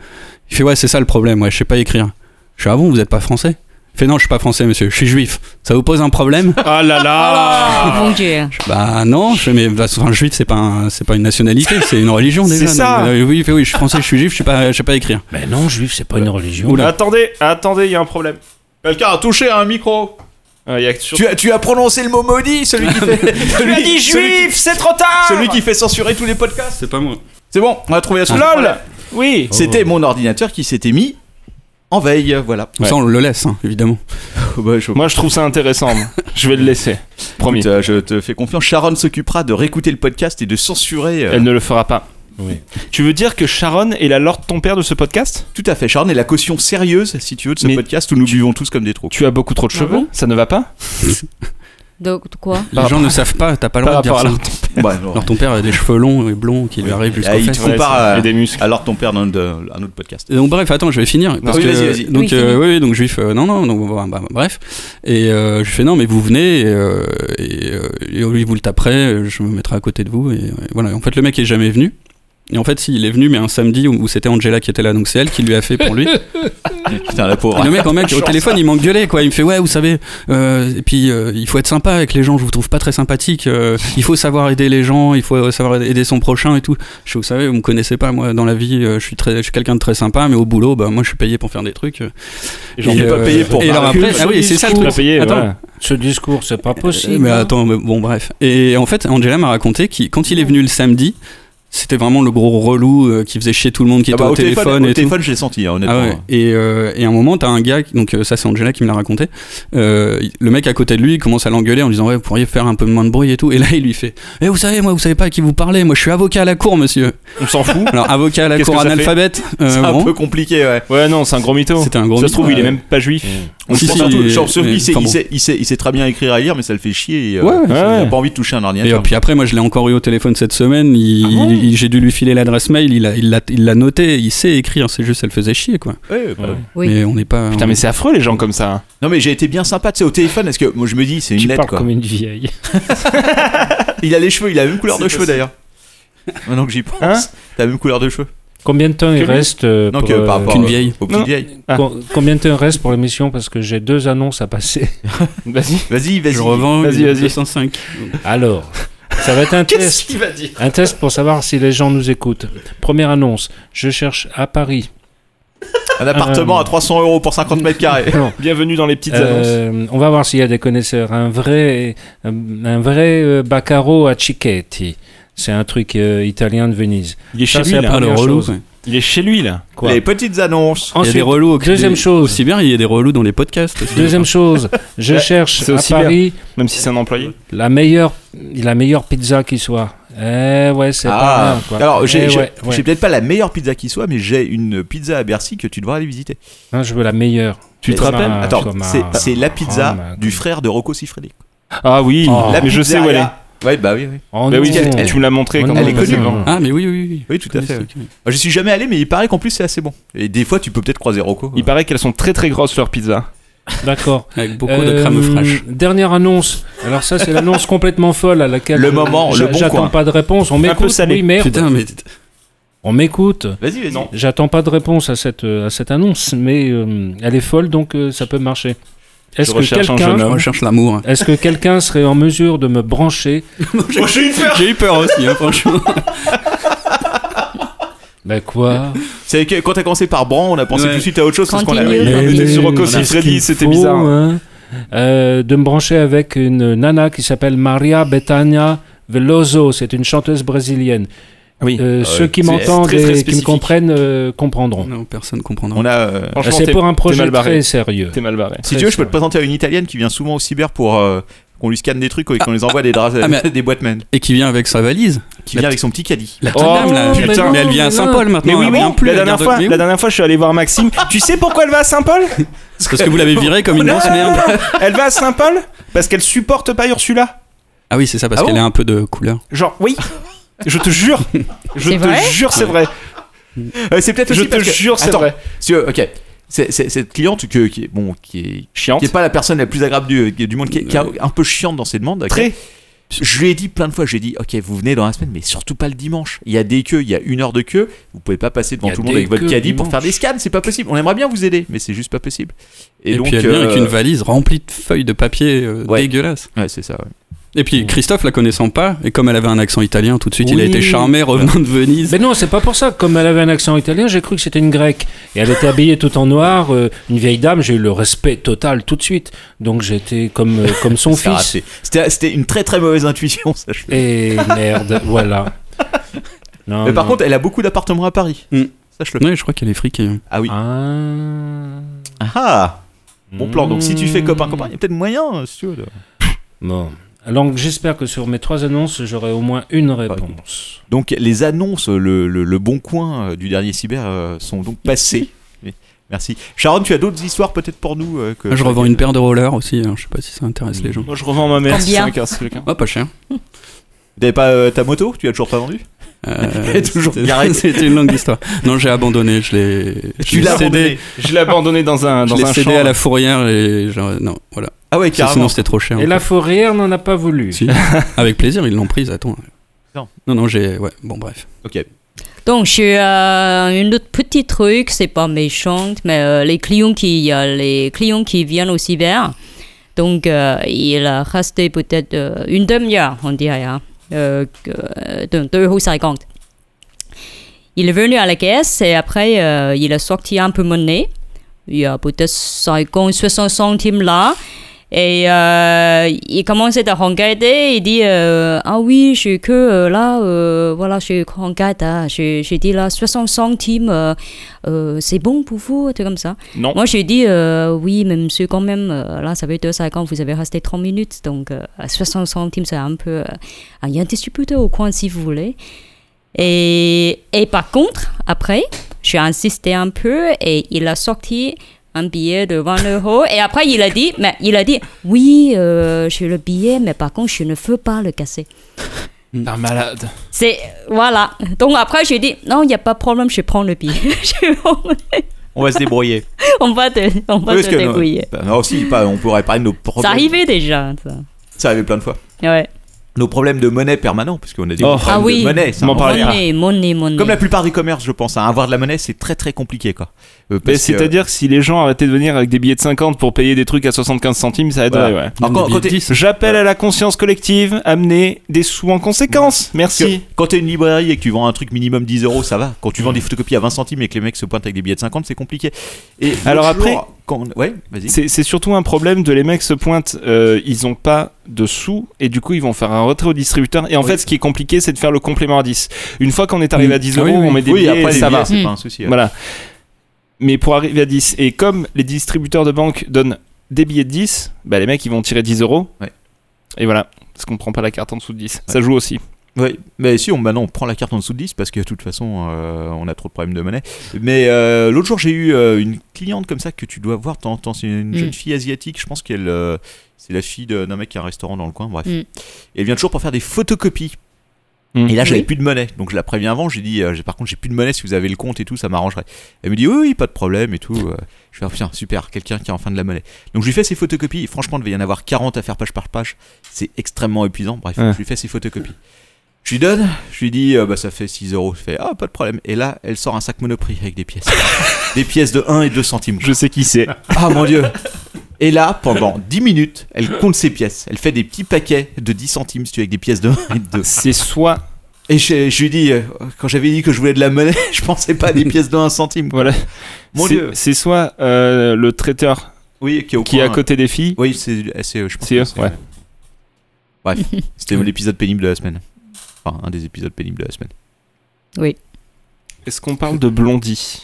Speaker 8: Il fait ouais c'est ça le problème ouais je sais pas écrire. Je fais ah bon vous êtes pas français. Il fait non je suis pas français monsieur je suis juif. Ça vous pose un problème
Speaker 3: Ah là là
Speaker 7: Mon Dieu.
Speaker 8: Je fais, Bah non je fais, mais bah, enfin, juif c'est pas un- c'est pas une nationalité c'est une religion
Speaker 3: C'est
Speaker 8: déjà.
Speaker 3: ça.
Speaker 8: Donc, euh, oui il fait oui je suis français je suis juif je sais pas je sais pas écrire.
Speaker 9: Mais non, juif, c'est pas une religion.
Speaker 8: Oula.
Speaker 3: Attendez, attendez, il y a un problème.
Speaker 4: Quelqu'un a touché un micro.
Speaker 3: Ah, il y a sur-
Speaker 4: Tu as, tu as prononcé le mot maudit, celui qui fait. celui,
Speaker 3: as dit
Speaker 4: celui qui-
Speaker 3: c'est trop tard
Speaker 4: Celui qui fait censurer tous les podcasts.
Speaker 8: C'est pas moi.
Speaker 4: C'est bon, on a
Speaker 8: Ah.
Speaker 4: trouvé la solution.
Speaker 3: LOL Oui
Speaker 4: C'était mon ordinateur qui s'était mis en veille, voilà.
Speaker 8: Ça on le laisse hein, évidemment.
Speaker 4: Bah, je...
Speaker 3: Moi je trouve ça intéressant. moi. je vais le laisser. Promis.
Speaker 4: Écoute, euh, je te fais confiance. Sharon s'occupera de réécouter le podcast et de censurer. euh,
Speaker 3: Elle ne le fera pas.
Speaker 9: Oui.
Speaker 3: Tu veux dire que Sharon est la lord de ton père de ce podcast
Speaker 4: Tout à fait, Sharon est la caution sérieuse, si tu veux, de ce
Speaker 3: Mais-
Speaker 4: podcast où nous buvons tous comme des trous.
Speaker 3: Tu as beaucoup trop de cheveux Ça ne va pas
Speaker 7: De, de quoi
Speaker 8: Les gens ne savent pas t'as pas le
Speaker 3: Par
Speaker 8: droit de dire
Speaker 3: rapport à
Speaker 8: ça.
Speaker 3: la-
Speaker 4: Bah, non.
Speaker 8: Alors ton père a des cheveux longs et blonds qui lui arrivent jusqu'aux
Speaker 4: Ah, il
Speaker 8: fesses.
Speaker 4: te compare à-
Speaker 3: Et des muscles.
Speaker 4: Alors ton père dans le- un autre podcast.
Speaker 8: Et Donc bref, attends, je vais finir. Parce
Speaker 4: oui,
Speaker 8: que,
Speaker 4: vas-y, vas-y.
Speaker 8: Donc
Speaker 7: Oui,
Speaker 8: euh,
Speaker 7: finis.
Speaker 8: oui, oui, donc juif, euh, non, non, donc, bah, bah, bah, bref. Et euh, je fais non, mais vous venez et, euh, et, euh, et lui vous le taperez, euh, je me mettrai à côté de vous et, euh, voilà. En fait, le mec est jamais venu. Et en fait, si, il est venu, mais un samedi où, où c'était Angela qui était là, donc c'est elle qui lui a fait pour lui.
Speaker 4: Putain, la pauvre.
Speaker 8: Et le mec, en mec, au téléphone, il m'engueulait, quoi. Il me fait, ouais, vous savez, euh, et puis euh, il faut être sympa avec les gens, je vous trouve pas très sympathique. euh, il faut savoir aider les gens, il faut euh, savoir aider son prochain et tout. Je fais, vous savez, vous me connaissez pas, moi, dans la vie, euh, je suis, très- je suis quelqu'un de très sympa, mais au boulot, bah, moi, je suis payé pour faire des trucs. euh.
Speaker 3: Et j'en
Speaker 8: Et,
Speaker 3: fais pas
Speaker 8: euh,
Speaker 3: payer
Speaker 4: pour
Speaker 8: Et alors
Speaker 4: Marcus.
Speaker 8: après, ah oui, c'est ça le
Speaker 3: Tu
Speaker 8: truc.
Speaker 3: l'as payé,
Speaker 8: Attends.
Speaker 3: voilà.
Speaker 9: Ce discours, c'est pas
Speaker 8: Euh,
Speaker 9: possible.
Speaker 8: Mais attends, mais bon, bref. Et en fait, Angela m'a raconté que quand il est venu le samedi, c'était vraiment le gros relou euh, qui faisait chier tout le monde, qui
Speaker 4: Ah
Speaker 8: était
Speaker 4: bah,
Speaker 8: au téléphone,
Speaker 4: au
Speaker 8: et tout.
Speaker 4: téléphone, je l'ai senti, hein, honnêtement.
Speaker 8: Ah ouais. et, euh, et à un moment, t'as un gars, qui- donc euh, ça c'est Angela qui me l'a raconté, euh, il- le mec à côté de lui il commence à l'engueuler en lui disant ouais vous pourriez faire un peu moins de bruit et tout, et là il lui fait eh vous savez moi vous savez pas à qui vous parlez, moi je suis avocat à la cour monsieur.
Speaker 3: On s'en fout
Speaker 8: Alors avocat à la
Speaker 3: Qu'est-ce
Speaker 8: cour
Speaker 3: que ça fait
Speaker 8: analphabète, euh,
Speaker 4: C'est
Speaker 8: bon,
Speaker 4: un peu compliqué, ouais.
Speaker 3: Ouais, non, c'est un gros mytho.
Speaker 8: c'était un gros
Speaker 3: Ça se trouve,
Speaker 8: mytho.
Speaker 3: il est même pas juif.
Speaker 4: On
Speaker 8: Si,
Speaker 4: se
Speaker 8: si,
Speaker 4: prend surtout-
Speaker 8: il-
Speaker 4: genre, celui
Speaker 8: mais-
Speaker 4: qui sait,
Speaker 8: enfin
Speaker 4: il
Speaker 8: bon.
Speaker 4: sait- il sait- il sait très bien écrire et lire, mais ça le fait chier. et, euh,
Speaker 8: Ouais, ouais.
Speaker 4: il a
Speaker 3: Ouais.
Speaker 4: pas envie de toucher un
Speaker 8: Et euh,
Speaker 4: ordinateur.
Speaker 8: puis après, moi je l'ai encore eu au téléphone cette semaine. il-
Speaker 3: Ah
Speaker 8: il- J'ai dû lui filer l'adresse mail. Il l'a il l'a- il l'a noté. Il sait écrire. C'est juste, elle faisait chier quoi.
Speaker 4: Ouais, bah,
Speaker 7: Oui.
Speaker 8: Mais on n'est pas.
Speaker 3: Putain,
Speaker 8: on-
Speaker 3: mais c'est affreux les gens comme ça. hein.
Speaker 4: Non, mais j'ai été bien sympa, tu sais, au téléphone, parce que moi je me dis, c'est une
Speaker 9: tu
Speaker 4: lettre
Speaker 9: parles
Speaker 4: quoi.
Speaker 9: comme une vieille.
Speaker 4: Il a les cheveux, il a la même couleur de cheveux d'ailleurs. Maintenant que j'y pense,
Speaker 3: Hein
Speaker 4: t'as la même couleur de cheveux.
Speaker 9: Combien de temps il
Speaker 3: lui
Speaker 9: reste euh,
Speaker 4: Non,
Speaker 9: pour,
Speaker 4: que
Speaker 9: euh,
Speaker 4: par rapport
Speaker 8: qu'une
Speaker 4: euh,
Speaker 8: vieille.
Speaker 4: aux petites
Speaker 3: Non.
Speaker 4: vieilles.
Speaker 3: Ah.
Speaker 9: com- Combien de temps il reste pour l'émission Parce que j'ai deux annonces à passer.
Speaker 3: Vas-y.
Speaker 4: Vas-y, vas-y.
Speaker 8: Je revends
Speaker 3: Vas-y,
Speaker 8: une
Speaker 3: vas-y.
Speaker 8: 205.
Speaker 9: Alors, ça va être un test.
Speaker 3: qu'il va dire
Speaker 9: Un test pour savoir si les gens nous écoutent. Première annonce, je cherche à Paris.
Speaker 4: Un appartement
Speaker 3: Euh,
Speaker 4: à 300 euros pour 50 mètres carrés.
Speaker 9: Non.
Speaker 3: Bienvenue dans les petites annonces.
Speaker 9: Euh, on va voir s'il y a des connaisseurs. Un vrai, un, un vrai euh, Baccaro à Cicchetti. C'est un truc euh, italien de Venise.
Speaker 3: Il est
Speaker 9: ça,
Speaker 3: chez
Speaker 9: c'est
Speaker 3: lui là.
Speaker 9: la
Speaker 8: Ah, le
Speaker 9: première
Speaker 8: relou.
Speaker 9: chose.
Speaker 8: ouais.
Speaker 3: Il est chez lui là.
Speaker 9: Quoi
Speaker 4: Les petites annonces.
Speaker 8: Il y a des
Speaker 9: Ensuite,
Speaker 8: relous. au-
Speaker 9: deuxième
Speaker 8: des-
Speaker 9: chose.
Speaker 8: Aussi bien, il y a des relous dans les podcasts. aussi.
Speaker 9: deuxième chose, je cherche
Speaker 3: c'est
Speaker 9: à
Speaker 3: aussi bien.
Speaker 9: Paris
Speaker 3: Même si c'est un employé.
Speaker 9: la meilleure, la meilleure pizza qui soit. Eh ouais, c'est pas
Speaker 4: Ah,
Speaker 9: mal. Quoi.
Speaker 4: alors j'ai
Speaker 9: Eh
Speaker 4: j'ai-
Speaker 9: ouais, ouais.
Speaker 4: j'ai peut-être pas la meilleure pizza qui soit, mais j'ai une pizza à Bercy que tu devras aller visiter.
Speaker 9: Hein, je veux la meilleure.
Speaker 3: Tu te
Speaker 9: Comme
Speaker 3: rappelles
Speaker 9: un-
Speaker 4: Attends,
Speaker 9: comme un-
Speaker 4: c'est- c'est la pizza
Speaker 9: comme un-
Speaker 4: du frère de Rocco Siffredi.
Speaker 3: Ah oui,
Speaker 9: Oh.
Speaker 4: La
Speaker 3: mais je sais où elle est.
Speaker 4: pizzeria. Ouais, bah oui, oui.
Speaker 9: Oh
Speaker 3: Bah oui,
Speaker 9: non.
Speaker 4: quelle-
Speaker 3: tu me l'as montré
Speaker 9: Oh
Speaker 3: quand
Speaker 9: non,
Speaker 4: elle est
Speaker 3: on passait
Speaker 4: connue. hein.
Speaker 3: devant.
Speaker 8: Ah, mais oui, oui, oui.
Speaker 4: Oui, tout à fait.
Speaker 8: Connais
Speaker 4: oui.
Speaker 8: ce truc.
Speaker 4: Moi, J'y suis jamais allé, mais il paraît qu'en plus c'est assez bon. Et des fois, tu peux peut-être croiser Rocco.
Speaker 3: Il paraît qu'elles sont très très grosses leurs pizzas.
Speaker 9: D'accord.
Speaker 8: Avec beaucoup de
Speaker 9: Euh,
Speaker 8: crème fraîche.
Speaker 9: Dernière annonce. Alors ça, c'est l'annonce complètement folle à laquelle
Speaker 4: Le
Speaker 9: je-
Speaker 4: moment, le
Speaker 9: j'a-
Speaker 4: bon coin.
Speaker 9: j'attends pas de réponse. On
Speaker 3: peu
Speaker 9: m'écoute.
Speaker 3: salé.
Speaker 9: Oui, merde.
Speaker 8: Putain, mais.
Speaker 9: On m'écoute.
Speaker 4: Vas-y, vas-y.
Speaker 9: J'attends pas de réponse à cette euh, à cette annonce, mais euh, elle est folle, donc euh, ça peut marcher. Est-ce
Speaker 3: Je
Speaker 9: que
Speaker 3: recherche un jeune
Speaker 8: Je
Speaker 9: quelqu'un
Speaker 3: homme.
Speaker 8: recherche l'amour. hein.
Speaker 9: est-ce que quelqu'un serait en mesure de me brancher
Speaker 8: J'ai eu peur aussi, hein, franchement.
Speaker 9: Bah quoi
Speaker 4: C'est que quand t'as commencé par Bran, on a pensé
Speaker 8: Ouais.
Speaker 4: tout de suite à autre chose parce qu'on a-
Speaker 7: Continue,
Speaker 4: on était
Speaker 9: Mais
Speaker 4: Ah, sur Rocco
Speaker 9: c'est ce
Speaker 4: Siffredi,
Speaker 9: qu'il
Speaker 4: c'était
Speaker 9: faut,
Speaker 4: bizarre.
Speaker 9: hein. Euh, de me brancher avec une nana qui s'appelle Maria Betania Veloso, c'est une chanteuse brésilienne.
Speaker 3: Oui.
Speaker 9: Euh, ceux qui
Speaker 4: Ah c'est
Speaker 9: m'entendent
Speaker 4: très, très
Speaker 9: et qui me
Speaker 4: spécifique.
Speaker 9: comprennent euh, comprendront.
Speaker 8: Non, personne comprendra.
Speaker 4: On a. euh,
Speaker 3: Franchement,
Speaker 9: C'est
Speaker 3: t'es-
Speaker 9: pour un
Speaker 3: t'es
Speaker 9: projet
Speaker 3: mal barré.
Speaker 9: très sérieux.
Speaker 3: T'es mal barré.
Speaker 4: Si tu veux, je peux te présenter à une italienne qui vient souvent au cyber pour euh, qu'on lui scanne des trucs et qu'on les envoie des, dra-
Speaker 8: ah, mais-
Speaker 4: des boîtes mail.
Speaker 8: Et qui vient avec sa valise.
Speaker 4: Qui vient avec son petit caddie.
Speaker 8: La
Speaker 3: Oh,
Speaker 8: madame, là.
Speaker 3: mais
Speaker 8: Putain,
Speaker 3: non,
Speaker 8: mais elle vient à
Speaker 3: mais non.
Speaker 8: Saint-Paul maintenant.
Speaker 3: Mais oui,
Speaker 8: elle
Speaker 3: mais
Speaker 8: vient plus.
Speaker 3: la,
Speaker 8: elle
Speaker 3: dernière
Speaker 8: garde-
Speaker 3: fois,
Speaker 8: mais oui,
Speaker 3: la dernière fois, je suis allé voir Maxime. tu sais pourquoi elle va à Saint-Paul
Speaker 8: Parce que vous l'avez virée
Speaker 3: Ah
Speaker 8: comme une grosse merde.
Speaker 3: Elle va à Saint-Paul parce qu'elle supporte pas Ursula.
Speaker 8: Ah oui, c'est ça, parce
Speaker 3: Ah
Speaker 8: qu'elle
Speaker 3: bon
Speaker 8: a un peu de couleur.
Speaker 3: Genre, oui. Je te jure. Je
Speaker 7: C'est
Speaker 3: te
Speaker 7: vrai
Speaker 3: jure, c'est vrai.
Speaker 4: Euh, c'est peut-être
Speaker 3: Je
Speaker 4: aussi
Speaker 3: te
Speaker 4: parce que-
Speaker 3: jure, c'est
Speaker 4: Attends,
Speaker 3: vrai.
Speaker 4: si, euh, ok. C'est- c'est- cette cliente que- qui est bon, qui est
Speaker 3: Chiante.
Speaker 4: qui est pas la personne la plus agréable du, du monde, qui est, qui est un peu chiante dans ses demandes. ok.
Speaker 3: Très.
Speaker 4: Je lui ai dit plein de fois, je lui ai dit, ok, vous venez dans la semaine, mais surtout pas le dimanche. Il y a des queues, il y a une heure de queue. Vous pouvez pas passer devant
Speaker 9: Il y a
Speaker 4: tout le monde
Speaker 9: des
Speaker 4: avec votre
Speaker 9: queues
Speaker 4: caddie pour faire
Speaker 9: dimanche.
Speaker 4: des scans, c'est pas possible. On aimerait bien vous aider, mais c'est juste pas possible. Et,
Speaker 8: Et,
Speaker 4: donc,
Speaker 8: puis elle vient avec
Speaker 4: euh,
Speaker 8: une valise remplie de feuilles de papier euh,
Speaker 4: Ouais.
Speaker 8: dégueulasses.
Speaker 4: Ouais, c'est ça. ouais.
Speaker 8: Et puis
Speaker 9: Mm.
Speaker 8: Christophe, la connaissant pas, et comme elle avait un accent italien, tout de suite il a
Speaker 9: Oui.
Speaker 8: été charmé revenant de Venise.
Speaker 9: Mais non, c'est pas pour ça. Comme elle avait un accent italien, j'ai cru que c'était une grecque. Et elle était habillée tout en noir, euh, une vieille dame, j'ai eu le respect total tout de suite. Donc j'étais comme, euh, comme son
Speaker 4: C'est
Speaker 9: fils.
Speaker 4: raté. C'était c'était une très très mauvaise intuition, ça. je-
Speaker 9: Et merde, voilà. Non,
Speaker 4: mais par
Speaker 9: non.
Speaker 4: contre, elle a beaucoup d'appartements à Paris.
Speaker 8: Mm.
Speaker 4: Sache-le.
Speaker 8: Ouais, je crois qu'elle est friquée. hein.
Speaker 4: Ah oui.
Speaker 9: Ah.
Speaker 4: Ah, bon plan. Donc si tu fais
Speaker 9: Mmh.
Speaker 4: copain-copain, il y a peut-être moyen, euh, si tu veux. de-
Speaker 9: Bon. Alors j'espère que sur mes trois annonces, j'aurai au moins une réponse.
Speaker 4: Donc les annonces, le, le- le bon coin euh, du dernier cyber euh, sont donc passées. Oui, Merci. Sharon, tu as d'autres histoires peut-être pour nous euh, que
Speaker 8: Je revends une paire de rollers aussi, hein, je sais pas si ça intéresse les gens.
Speaker 3: Moi, je revends ma mère.
Speaker 7: Combien
Speaker 3: si ça intéresse quelqu'un.
Speaker 8: Oh, pas cher.
Speaker 4: T'avais pas euh, ta moto Tu as toujours pas vendue
Speaker 8: Euh,
Speaker 4: Toujours
Speaker 8: c'était-
Speaker 4: garée.
Speaker 8: C'était une longue histoire. Non, j'ai abandonné, je l'ai. je l'ai cédé-
Speaker 4: abandonnée.
Speaker 3: Je l'ai abandonné dans un,
Speaker 8: Je
Speaker 3: dans
Speaker 8: l'ai
Speaker 3: un
Speaker 8: cédé
Speaker 3: champ.
Speaker 8: à la fourrière et genre, non, voilà.
Speaker 4: Ah ouais,
Speaker 8: Ça,
Speaker 4: carrément.
Speaker 8: Sinon c'était trop cher.
Speaker 9: Et
Speaker 8: en
Speaker 9: la
Speaker 8: fait.
Speaker 9: fourrière n'en a pas voulu.
Speaker 8: Si. Avec plaisir, ils l'ont prise, attends.
Speaker 4: Non.
Speaker 8: non, non, j'ai. Ouais, bon, bref.
Speaker 4: Ok.
Speaker 7: Donc, j'ai euh, un autre petit truc, c'est pas méchant, mais euh, les, clients qui, euh, les clients qui viennent au cyber, donc euh, il a resté peut-être euh, une demi-heure, on dirait, hein, euh, que- euh, donc 2 euros 50. Il est venu à la caisse et après, euh, il a sorti un peu monnaie. Il y a peut-être 50, 60 centimes là. Et euh, il commençait à regarder, il dit euh, Ah oui, je que euh, là, euh, voilà, je regarde, hein, je- j'ai dit là, 60 centimes, euh, euh, c'est bon pour vous, un truc comme ça.
Speaker 3: Non.
Speaker 7: Moi, j'ai dit euh, Oui, mais monsieur, quand même, euh, là, ça fait 2,50, vous avez resté 30 minutes, donc euh, à 60 centimes, c'est un peu. euh, Il y a un distributeur au coin si vous voulez. Et, et par contre, après, j'ai insisté un peu et il a sorti un billet de 20 euros. Et après, il a dit, mais il a dit, oui, euh, j'ai le billet, mais par contre, je ne veux pas le casser.
Speaker 3: Un malade.
Speaker 7: C'est, voilà. Donc après, j'ai dit, non, il n'y a pas de problème, je prends le billet. Je-
Speaker 4: On va se débrouiller.
Speaker 7: on va te, on va
Speaker 4: Oui,
Speaker 7: te
Speaker 4: parce que-
Speaker 7: débrouiller.
Speaker 4: Bah, non, si, pas, on peut réparer nos problèmes.
Speaker 7: Ça arrivait déjà. ça.
Speaker 4: Ça arrivait plein de fois.
Speaker 7: Ouais.
Speaker 4: Nos problèmes de monnaie permanents, parce qu'on a des
Speaker 3: Oh.
Speaker 4: problèmes
Speaker 7: Ah oui.
Speaker 4: de monnaie. Ça
Speaker 3: M'en
Speaker 4: on
Speaker 3: parle. parlera.
Speaker 7: Monnaie, monnaie,
Speaker 3: Mm.
Speaker 7: monnaie.
Speaker 4: Comme la plupart des commerces, je pense. hein, Avoir de la monnaie, c'est très très compliqué, quoi. Euh,
Speaker 3: Mais
Speaker 4: parce que-
Speaker 3: c'est-à-dire que si les gens arrêtaient de venir avec des billets de 50 pour payer des trucs à 75 centimes, ça aiderait,
Speaker 4: Voilà.
Speaker 3: ouais.
Speaker 4: Alors, quand-
Speaker 8: Des
Speaker 4: quand t'es-
Speaker 8: billets de 10.
Speaker 3: J'appelle à la conscience collective, amener des sous en conséquence.
Speaker 4: Parce que
Speaker 3: Merci.
Speaker 4: Quand t'es une librairie et que tu vends un truc minimum 10 euros, ça va. Quand tu vends des photocopies à 20 centimes et que les mecs se pointent avec des billets de 50, c'est compliqué. Et
Speaker 3: Alors
Speaker 4: l'autre
Speaker 3: après-
Speaker 4: jour, quand on- ouais, vas-y.
Speaker 3: C'est c'est surtout un problème de les mecs se pointent, euh, ils ont pas de sous et du coup ils vont faire un retrait au distributeur. Et en fait, ce qui est compliqué, c'est de faire le complément à 10. Une fois qu'on est arrivé
Speaker 8: Oui.
Speaker 3: à 10
Speaker 8: Ah
Speaker 3: euros,
Speaker 8: oui, oui.
Speaker 3: on met des
Speaker 4: Mm. oui,
Speaker 3: billets
Speaker 4: après
Speaker 3: et
Speaker 4: les
Speaker 3: ça
Speaker 4: billets,
Speaker 3: va. Mm.
Speaker 4: c'est pas un souci. ouais.
Speaker 3: Voilà. Mais pour arriver à 10, et comme les distributeurs de banque donnent des billets de 10, bah, les mecs ils vont tirer 10 euros.
Speaker 4: Ouais.
Speaker 3: Et voilà, parce qu'on prend pas la carte en dessous de 10. Ça joue aussi.
Speaker 4: Ouais, mais si on maintenant on prend la carte en dessous de 10 parce que de toute façon euh, on a trop de problèmes de monnaie. Mais euh, l'autre jour j'ai eu euh, une cliente comme ça que tu dois voir de temps en temps. C'est une jeune
Speaker 7: Mm.
Speaker 4: fille asiatique, je pense qu'elle euh, c'est la fille de- d'un mec qui a un restaurant dans le coin. Bref,
Speaker 7: Mm.
Speaker 4: Et elle vient toujours pour faire des photocopies.
Speaker 3: Mm.
Speaker 4: Et là j'avais
Speaker 7: Oui.
Speaker 4: plus de monnaie, donc je la préviens avant. J'ai dit euh, j'ai- par contre j'ai plus de monnaie si vous avez le compte et tout ça m'arrangerait. Elle me dit oui oui pas de problème et tout. euh. je fais ah, putain super quelqu'un qui a enfin de la monnaie. Donc je lui fais ses photocopies. Franchement il devait y en avoir 40 à faire page par page. C'est extrêmement épuisant. Bref
Speaker 3: Ouais.
Speaker 4: je lui fais ses photocopies. Je lui donne, je lui dis, euh, bah, ça fait 6 euros. Je fais, ah, pas de problème. Et là, elle sort un sac Monoprix avec des pièces. des pièces de 1 et 2 centimes.
Speaker 3: Je sais qui c'est.
Speaker 4: Ah, mon Dieu. Et là, pendant 10 minutes, elle compte ses pièces. Elle fait des petits paquets de 10 centimes, si tu veux, avec des pièces de 1 et de 2.
Speaker 3: C'est soit
Speaker 4: Et je, je lui dis, euh, quand j'avais dit que je voulais de la monnaie, je pensais pas à des pièces de 1 centime.
Speaker 3: Voilà.
Speaker 4: Mon
Speaker 3: C'est-
Speaker 4: Dieu.
Speaker 3: C'est soit euh, le traiteur
Speaker 4: Oui, qui est au
Speaker 3: qui est à
Speaker 4: coin.
Speaker 3: côté des filles.
Speaker 4: Oui, c'est, euh, c'est, euh, je pense
Speaker 3: C'est
Speaker 4: que
Speaker 3: eux, ouais.
Speaker 4: Bref, c'était l'épisode pénible de la semaine. Enfin, un des épisodes pénibles de la semaine.
Speaker 3: Est-ce qu'on parle de Blondie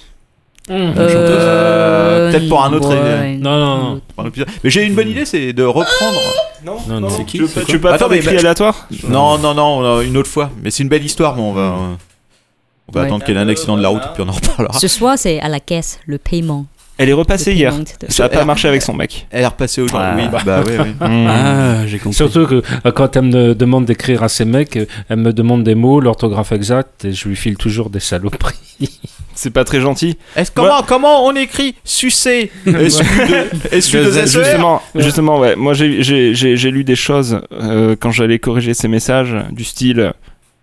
Speaker 9: Mmh.
Speaker 4: Euh, peut-être pour un autre, euh,
Speaker 9: Non,
Speaker 7: Non.
Speaker 9: non, non.
Speaker 4: Enfin, l'épisode- Mais j'ai une bonne idée, c'est de reprendre.
Speaker 9: non, non.
Speaker 3: Tu veux pas- tu veux
Speaker 4: quoi
Speaker 3: pas faire
Speaker 4: Attends,
Speaker 3: des
Speaker 4: mais
Speaker 3: cris
Speaker 4: bah-
Speaker 3: aléatoires
Speaker 4: Non, non, non, on a une autre fois. Mais c'est une belle histoire, mais on va, euh,
Speaker 3: Mm.
Speaker 4: on va
Speaker 7: Ouais.
Speaker 4: attendre qu'il y ait un accident de la route, puis on en reparlera.
Speaker 7: Ce soir, c'est à la caisse, le paiement.
Speaker 3: Elle est
Speaker 4: Ah,
Speaker 7: Le
Speaker 3: repassée hier.
Speaker 7: paiement de-
Speaker 3: Ça a pas
Speaker 4: Alors-
Speaker 3: marché avec son mec. Hmm.
Speaker 4: Elle est repassée aujourd'hui.
Speaker 3: Ah.
Speaker 4: Oui, bah, oui, oui.
Speaker 8: Ah, j'ai compris.
Speaker 9: Surtout que euh, quand elle me demande d'écrire à ces mecs, euh, elle me demande des mots, l'orthographe exacte, et je lui file toujours des saloperies.
Speaker 3: C'est pas très gentil.
Speaker 4: Est-ce, comment, comment on écrit sucer E SU2SER
Speaker 3: Bah, Justement, justement, ouais. Moi, j'ai- j'ai j'ai- j'ai lu des choses euh, quand j'allais corriger ces messages du style.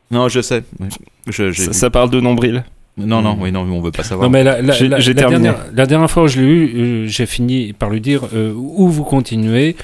Speaker 4: Non, je sais. Oui. Je, j'ai
Speaker 3: Ça,
Speaker 4: vu.
Speaker 3: ça parle de nombril.
Speaker 4: Non, non, oui, Hmm. non, on veut pas savoir.
Speaker 9: Non, mais la, la-
Speaker 3: J'ai-
Speaker 9: la-
Speaker 3: j'ai
Speaker 9: la
Speaker 3: terminé.
Speaker 9: dernière, la dernière fois où je l'ai eu, euh, j'ai fini par lui dire euh, ou vous continuez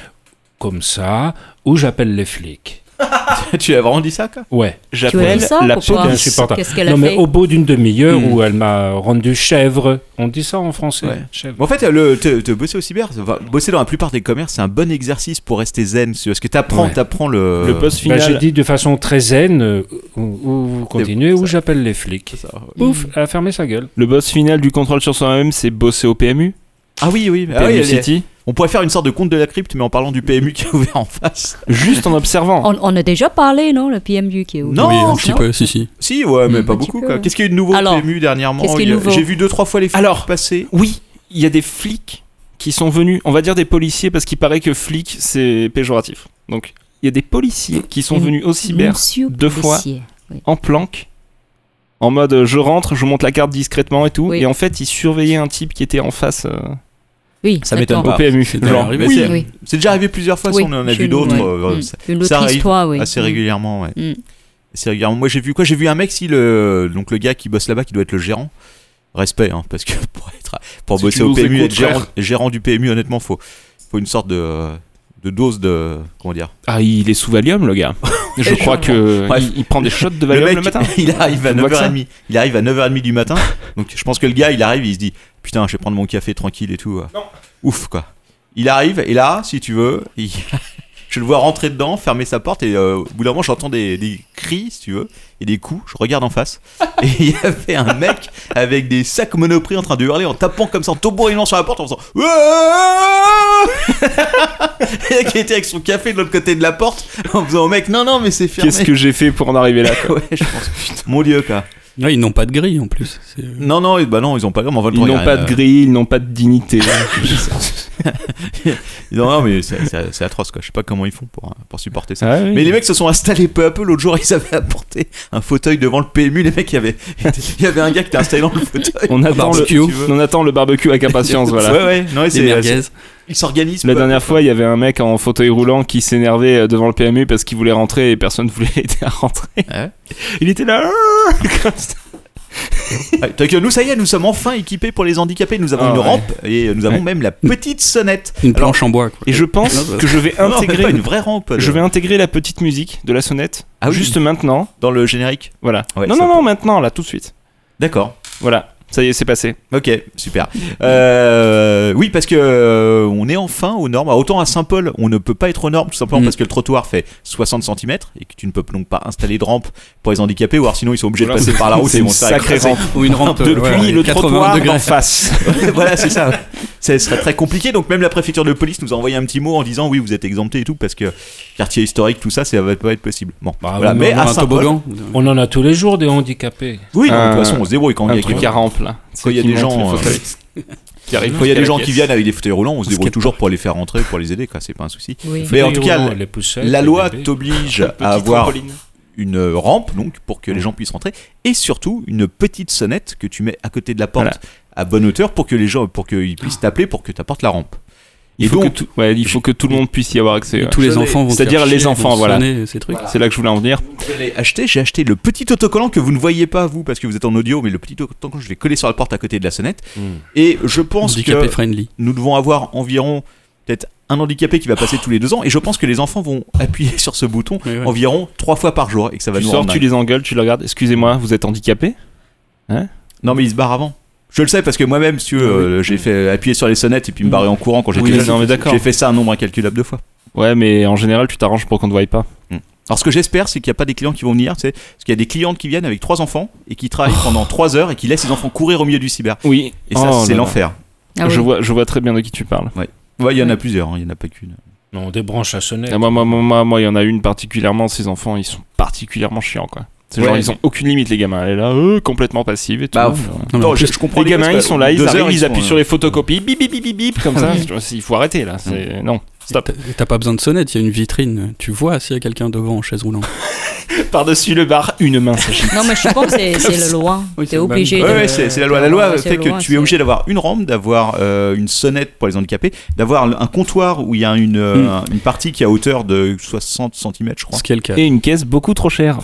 Speaker 9: comme ça, ou j'appelle les flics.
Speaker 4: tu as vraiment dit ça, quoi
Speaker 9: Ouais.
Speaker 7: Tu as
Speaker 3: J'appelle
Speaker 7: dit ça
Speaker 3: la
Speaker 7: Pourquoi
Speaker 9: police. Insupportable.
Speaker 7: Qu'est-ce qu'elle a
Speaker 9: Non, mais
Speaker 7: fait
Speaker 9: au bout d'une demi-heure où elle m'a rendu chèvre, on dit ça en français
Speaker 4: Hmm. Ouais.
Speaker 9: chèvre.
Speaker 4: Mais en fait, le, te, te bosser au cyber, ça va- bosser dans la plupart des commerces, c'est un bon exercice pour rester zen. c'est- Parce que t'apprends,
Speaker 9: Ouais.
Speaker 4: t'apprends le.
Speaker 3: le poste
Speaker 4: ben,
Speaker 9: Bah, j'ai
Speaker 3: final.
Speaker 9: dit de façon très zen euh, ou, ou vous continuez ou j'appelle les flics.
Speaker 4: Ça, ouais.
Speaker 9: Ouf,
Speaker 7: Hmm.
Speaker 9: elle a fermé sa gueule.
Speaker 3: Le boss final du contrôle sur soi-même, c'est bosser au PMU,
Speaker 4: Ah oui, oui. ah oui,
Speaker 3: PMU
Speaker 4: elle est-
Speaker 3: City,
Speaker 4: on pourrait faire une sorte de compte de la crypte, mais en parlant du PMU qui est ouvert en face.
Speaker 3: juste en observant.
Speaker 7: on, on a déjà parlé, non, le PMU qui est au-
Speaker 4: Non,
Speaker 8: oui,
Speaker 4: non.
Speaker 8: un petit peu, si, si.
Speaker 4: Si, ouais, mais
Speaker 8: Mm.
Speaker 4: pas
Speaker 7: Un petit
Speaker 4: beaucoup,
Speaker 7: peu,
Speaker 4: quoi.
Speaker 7: ouais.
Speaker 4: Qu'est-ce qu'il y a eu de nouveau
Speaker 7: Alors,
Speaker 4: au PMU dernièrement
Speaker 7: qu'est-ce qui est
Speaker 4: Il y a-
Speaker 7: nouveau
Speaker 4: J'ai vu deux, trois fois les flics
Speaker 3: Alors,
Speaker 4: passer.
Speaker 3: Oui, il y a des flics qui sont venus. On va dire des policiers parce qu'il paraît que flic c'est péjoratif. Donc, il y a des policiers qui sont
Speaker 7: Mm.
Speaker 3: venus au cyber
Speaker 7: Monsieur
Speaker 3: deux fois.
Speaker 7: policier.
Speaker 3: en planque. En mode euh, je rentre, je monte la carte discrètement et tout.
Speaker 7: Oui.
Speaker 3: Et en fait, ils surveillaient un type qui était en face euh,
Speaker 7: Oui,
Speaker 4: Ça m'étonne
Speaker 7: d'accord.
Speaker 3: au PMU.
Speaker 8: c'est
Speaker 3: Genre,
Speaker 8: arrivé.
Speaker 4: Mais
Speaker 7: Oui,
Speaker 4: c'est-
Speaker 7: oui.
Speaker 4: C'est déjà arrivé plusieurs fois, ça,
Speaker 7: Oui,
Speaker 4: on en a
Speaker 7: chez
Speaker 4: vu
Speaker 7: nous,
Speaker 4: d'autres
Speaker 7: ouais.
Speaker 4: euh,
Speaker 7: Mm.
Speaker 4: ça-
Speaker 7: Une
Speaker 4: ça
Speaker 7: autre
Speaker 4: arrive
Speaker 7: histoire, oui. Hmm.
Speaker 4: assez régulièrement, ouais.
Speaker 7: Mm.
Speaker 4: Assez régulièrement. Moi, j'ai vu quoi J'ai vu un mec, si le donc le gars qui bosse là-bas, qui doit être le gérant. Respect, hein, parce que pour être pour
Speaker 3: Si
Speaker 4: bosser
Speaker 3: tu
Speaker 4: au
Speaker 3: nous
Speaker 4: PMU, être
Speaker 3: écoutes, frère.
Speaker 4: gérant, gérant du PMU, honnêtement, faut faut une sorte de de dose de comment dire.
Speaker 3: Ah, il est sous Valium, le gars. Je crois que
Speaker 4: Bref.
Speaker 3: il, il prend des shots de Valium le, matin.
Speaker 4: il arrive à
Speaker 3: Tu vois que ça
Speaker 4: 9h30. Il arrive à 9h30 du matin. Donc je pense que le gars, il arrive, il se dit putain, je vais prendre mon café tranquille et tout. euh. Ouf quoi. Il arrive et là, si tu veux, il- je le vois rentrer dedans, fermer sa porte et euh, au bout d'un moment, j'entends des, des cris, si tu veux, et des coups. Je regarde en face et il y avait un mec avec des sacs monoprix en train de hurler en tapant comme ça, en tambourinant sur la porte en faisant. et qui était avec son café de l'autre côté de la porte en faisant au mec non non mais c'est fermé.
Speaker 3: Qu'est-ce que j'ai fait pour en arriver là
Speaker 4: Ouais, je pense. Mon dieu, quoi.
Speaker 8: Ouais, Ah, ils n'ont pas de grille en plus. C'est- euh,
Speaker 4: Non, non, et- bah non, ils ont pas de Euh, grille, mais enfin, le
Speaker 3: Ils
Speaker 4: temps, y a
Speaker 3: n'ont
Speaker 4: rien
Speaker 3: pas
Speaker 4: à-
Speaker 3: de grille, ils n'ont pas de dignité. Ah
Speaker 4: Non, non, mais c'est- c'est c'est atroce, quoi. Je sais pas comment ils font pour, euh, pour supporter ça.
Speaker 3: Ah oui.
Speaker 4: Mais les mecs se sont installés peu à peu. L'autre jour, ils avaient apporté un fauteuil devant le PMU. Les mecs, il y avait, il y avait un gars qui était installé dans le fauteuil.
Speaker 3: on, attend
Speaker 8: Barbecue.
Speaker 3: le, on attend le barbecue avec impatience, voilà.
Speaker 4: Ouais, ouais, non, et
Speaker 8: Des
Speaker 4: c'est-
Speaker 8: merguez.
Speaker 4: c'est- Ils s'organisent.
Speaker 3: La
Speaker 4: peu à
Speaker 3: dernière fois, il y avait un mec en fauteuil roulant qui s'énervait euh, devant le PMU parce qu'il voulait rentrer et personne ne voulait l'aider à rentrer.
Speaker 4: Ah Ouais.
Speaker 3: Il était là. hein. comme ça.
Speaker 4: peu. Ouais, donc, euh, nous, ça y est, nous sommes enfin équipés pour les handicapés. Nous avons
Speaker 3: Ah,
Speaker 4: une
Speaker 3: ouais.
Speaker 4: rampe et euh, nous avons
Speaker 3: Ouais.
Speaker 4: même la petite sonnette.
Speaker 8: Une
Speaker 4: Alors-
Speaker 8: planche en bois, quoi.
Speaker 3: Et je pense
Speaker 8: Non,
Speaker 3: que je vais
Speaker 4: Non, non, mais
Speaker 3: intégrer,
Speaker 4: pas une vraie rampe. euh, de-
Speaker 3: je vais intégrer la petite musique de la sonnette
Speaker 4: Ah oui.
Speaker 3: juste maintenant.
Speaker 4: Dans le générique.
Speaker 3: Voilà.
Speaker 4: Ouais,
Speaker 3: non,
Speaker 4: ça
Speaker 3: non,
Speaker 4: peut-
Speaker 3: non, maintenant, là, tout de suite.
Speaker 4: D'accord.
Speaker 3: Voilà. Ça y est, c'est passé.
Speaker 4: Ok, super. Euh, oui, parce que euh, on est enfin aux normes. Autant à Saint-Paul, on ne peut pas être aux normes, tout simplement
Speaker 8: Mm.
Speaker 4: parce que le trottoir fait 60 cm et que tu ne peux donc pas installer de rampe pour les handicapés, ou alors sinon ils sont obligés
Speaker 3: Voilà.
Speaker 4: de passer par Ah, la route.
Speaker 3: C'est
Speaker 4: et
Speaker 3: une
Speaker 4: bon, ça a
Speaker 3: sacrée
Speaker 4: creusé.
Speaker 3: rampe.
Speaker 8: Ou une rampe
Speaker 3: Depuis
Speaker 8: ouais, ouais,
Speaker 3: le
Speaker 8: 80
Speaker 3: trottoir
Speaker 8: degrés.
Speaker 3: d'en face.
Speaker 4: voilà, c'est ça. Ça serait très compliqué. Donc même la préfecture de police nous a envoyé un petit mot en disant oui, vous êtes exempté et tout parce que quartier historique, tout ça, ça va pas être possible. Bon,
Speaker 9: Bah,
Speaker 4: voilà.
Speaker 9: on
Speaker 4: Mais
Speaker 8: Ou
Speaker 4: à
Speaker 8: un
Speaker 4: Saint-Paul,
Speaker 8: toboggan.
Speaker 9: On en a tous les jours des handicapés.
Speaker 4: oui, non, de
Speaker 3: Un-
Speaker 4: toute façon, on se débrouille quand il y
Speaker 3: Un
Speaker 4: a
Speaker 3: truc
Speaker 4: quelqu'un-
Speaker 3: à rampe, là.
Speaker 4: Quand il y a
Speaker 3: Ceux qui
Speaker 4: des gens,
Speaker 3: montent les
Speaker 4: euh,
Speaker 3: fauteuils.
Speaker 4: qui arrive. Quand il y a des gens qui viennent avec des fauteuils roulants, on se débrouille toujours pour les faire rentrer, pour les aider, quoi. C'est pas un souci.
Speaker 7: Oui.
Speaker 4: Mais en tout cas,
Speaker 9: Fauteuil roulant, les poussettes,
Speaker 4: La
Speaker 9: les
Speaker 4: loi
Speaker 9: bébés.
Speaker 4: t'oblige à
Speaker 3: Petite
Speaker 4: avoir
Speaker 3: trampoline.
Speaker 4: une euh, rampe donc pour que les gens puissent rentrer et surtout une petite sonnette que tu mets à côté de la porte
Speaker 3: Voilà.
Speaker 4: à bonne hauteur pour que les gens pour qu'ils puissent t'appeler pour que tu apportes la rampe.
Speaker 3: Il
Speaker 4: Et
Speaker 3: faut,
Speaker 4: donc-
Speaker 3: que tout, ouais, il faut que tout le monde puisse y avoir accès.
Speaker 8: Et
Speaker 3: ouais.
Speaker 8: tous les enfants vont se
Speaker 3: C'est-à-dire
Speaker 8: faire
Speaker 3: les
Speaker 8: chier, vont
Speaker 3: enfants,
Speaker 8: se
Speaker 3: voilà.
Speaker 8: sonner, ces trucs.
Speaker 3: C'est là que je voulais en venir.
Speaker 4: Je l'ai acheté, j'ai acheté le petit autocollant que vous ne voyez pas vous parce que vous êtes en audio mais le petit autocollant
Speaker 3: Hmm.
Speaker 4: je l'ai collé sur la porte à côté de la sonnette et je pense
Speaker 8: Handicapé
Speaker 4: que
Speaker 8: friendly.
Speaker 4: nous devons avoir environ peut-être un handicapé qui va
Speaker 3: Ah.
Speaker 4: passer tous les deux ans. Et je pense que les enfants vont appuyer sur ce bouton
Speaker 8: Oui, ouais.
Speaker 4: environ trois fois par jour et que ça va
Speaker 3: tu
Speaker 4: nous
Speaker 3: sors,
Speaker 4: rendre
Speaker 3: tu les engueules, tu les regardes. Excusez-moi, vous êtes handicapé
Speaker 4: Non, mais il se barre avant. Je le sais parce que moi-même, si tu veux, euh, j'ai fait appuyer sur les sonnettes et puis me barrer en courant quand j'étais
Speaker 3: Oui,
Speaker 4: jeune.
Speaker 3: non, mais d'accord.
Speaker 4: J'ai fait ça un nombre incalculable de fois.
Speaker 3: Ouais, mais en général, tu t'arranges pour qu'on te voie pas.
Speaker 4: Alors, ce que j'espère, c'est qu'il n'y a pas des clients qui vont venir, tu sais, parce qu'il y a des clientes qui viennent avec trois enfants et qui travaillent
Speaker 3: Oh.
Speaker 4: pendant trois heures et qui laissent les enfants courir au milieu du cyber.
Speaker 3: Oui.
Speaker 4: Et ça, c'est l'enfer.
Speaker 7: Ah oui.
Speaker 3: Je vois, je vois très bien de qui tu parles.
Speaker 4: Ouais, il y en a
Speaker 7: Ouais.
Speaker 4: plusieurs, hein, il n'y en a pas qu'une.
Speaker 9: Non, des branches à sonner.
Speaker 3: Ah, moi, moi, moi, moi, moi, il y en a une particulièrement. Ces enfants, ils sont particulièrement chiants, quoi. C'est genre,
Speaker 4: Ouais.
Speaker 3: ils ont aucune limite, les gamins. Elle est là, eux, complètement passive et tout.
Speaker 4: Bah,
Speaker 3: Ouais.
Speaker 8: Non, mais en
Speaker 4: Non, je,
Speaker 8: plus,
Speaker 4: je comprends
Speaker 3: les gamins,
Speaker 4: parce
Speaker 3: ils
Speaker 4: que
Speaker 3: sont là, ils
Speaker 4: deux
Speaker 3: arrivent,
Speaker 4: heures,
Speaker 3: ils
Speaker 4: sont,
Speaker 3: appuient
Speaker 4: euh, Ah
Speaker 3: sur les photocopies, bip, bip, bip, bip, bip, comme ça. Tu vois, Il faut arrêter, là.
Speaker 4: Mm.
Speaker 3: C'est- Non, stop.
Speaker 8: T'as pas besoin de sonnette, il y a une vitrine. Tu vois s'il y a quelqu'un devant en chaise roulante.
Speaker 3: Par-dessus le bar, une main sèche.
Speaker 7: Non, mais je pense que c'est c'est la loi.
Speaker 8: Oui,
Speaker 7: T'es
Speaker 8: c'est
Speaker 7: obligé
Speaker 8: le
Speaker 7: de.
Speaker 4: Ouais, ouais, c'est c'est la loi. La
Speaker 7: Ouais,
Speaker 4: loi
Speaker 7: c'est
Speaker 4: fait
Speaker 7: la
Speaker 4: que
Speaker 7: loi,
Speaker 4: tu es
Speaker 7: c'est-
Speaker 4: obligé d'avoir une rampe, d'avoir euh, une sonnette pour les handicapés, d'avoir un comptoir où il y a une, euh,
Speaker 3: Mm.
Speaker 4: une partie qui est à hauteur de 60 cm, je crois.
Speaker 8: Ce qui est le cas.
Speaker 3: Et une caisse beaucoup trop chère.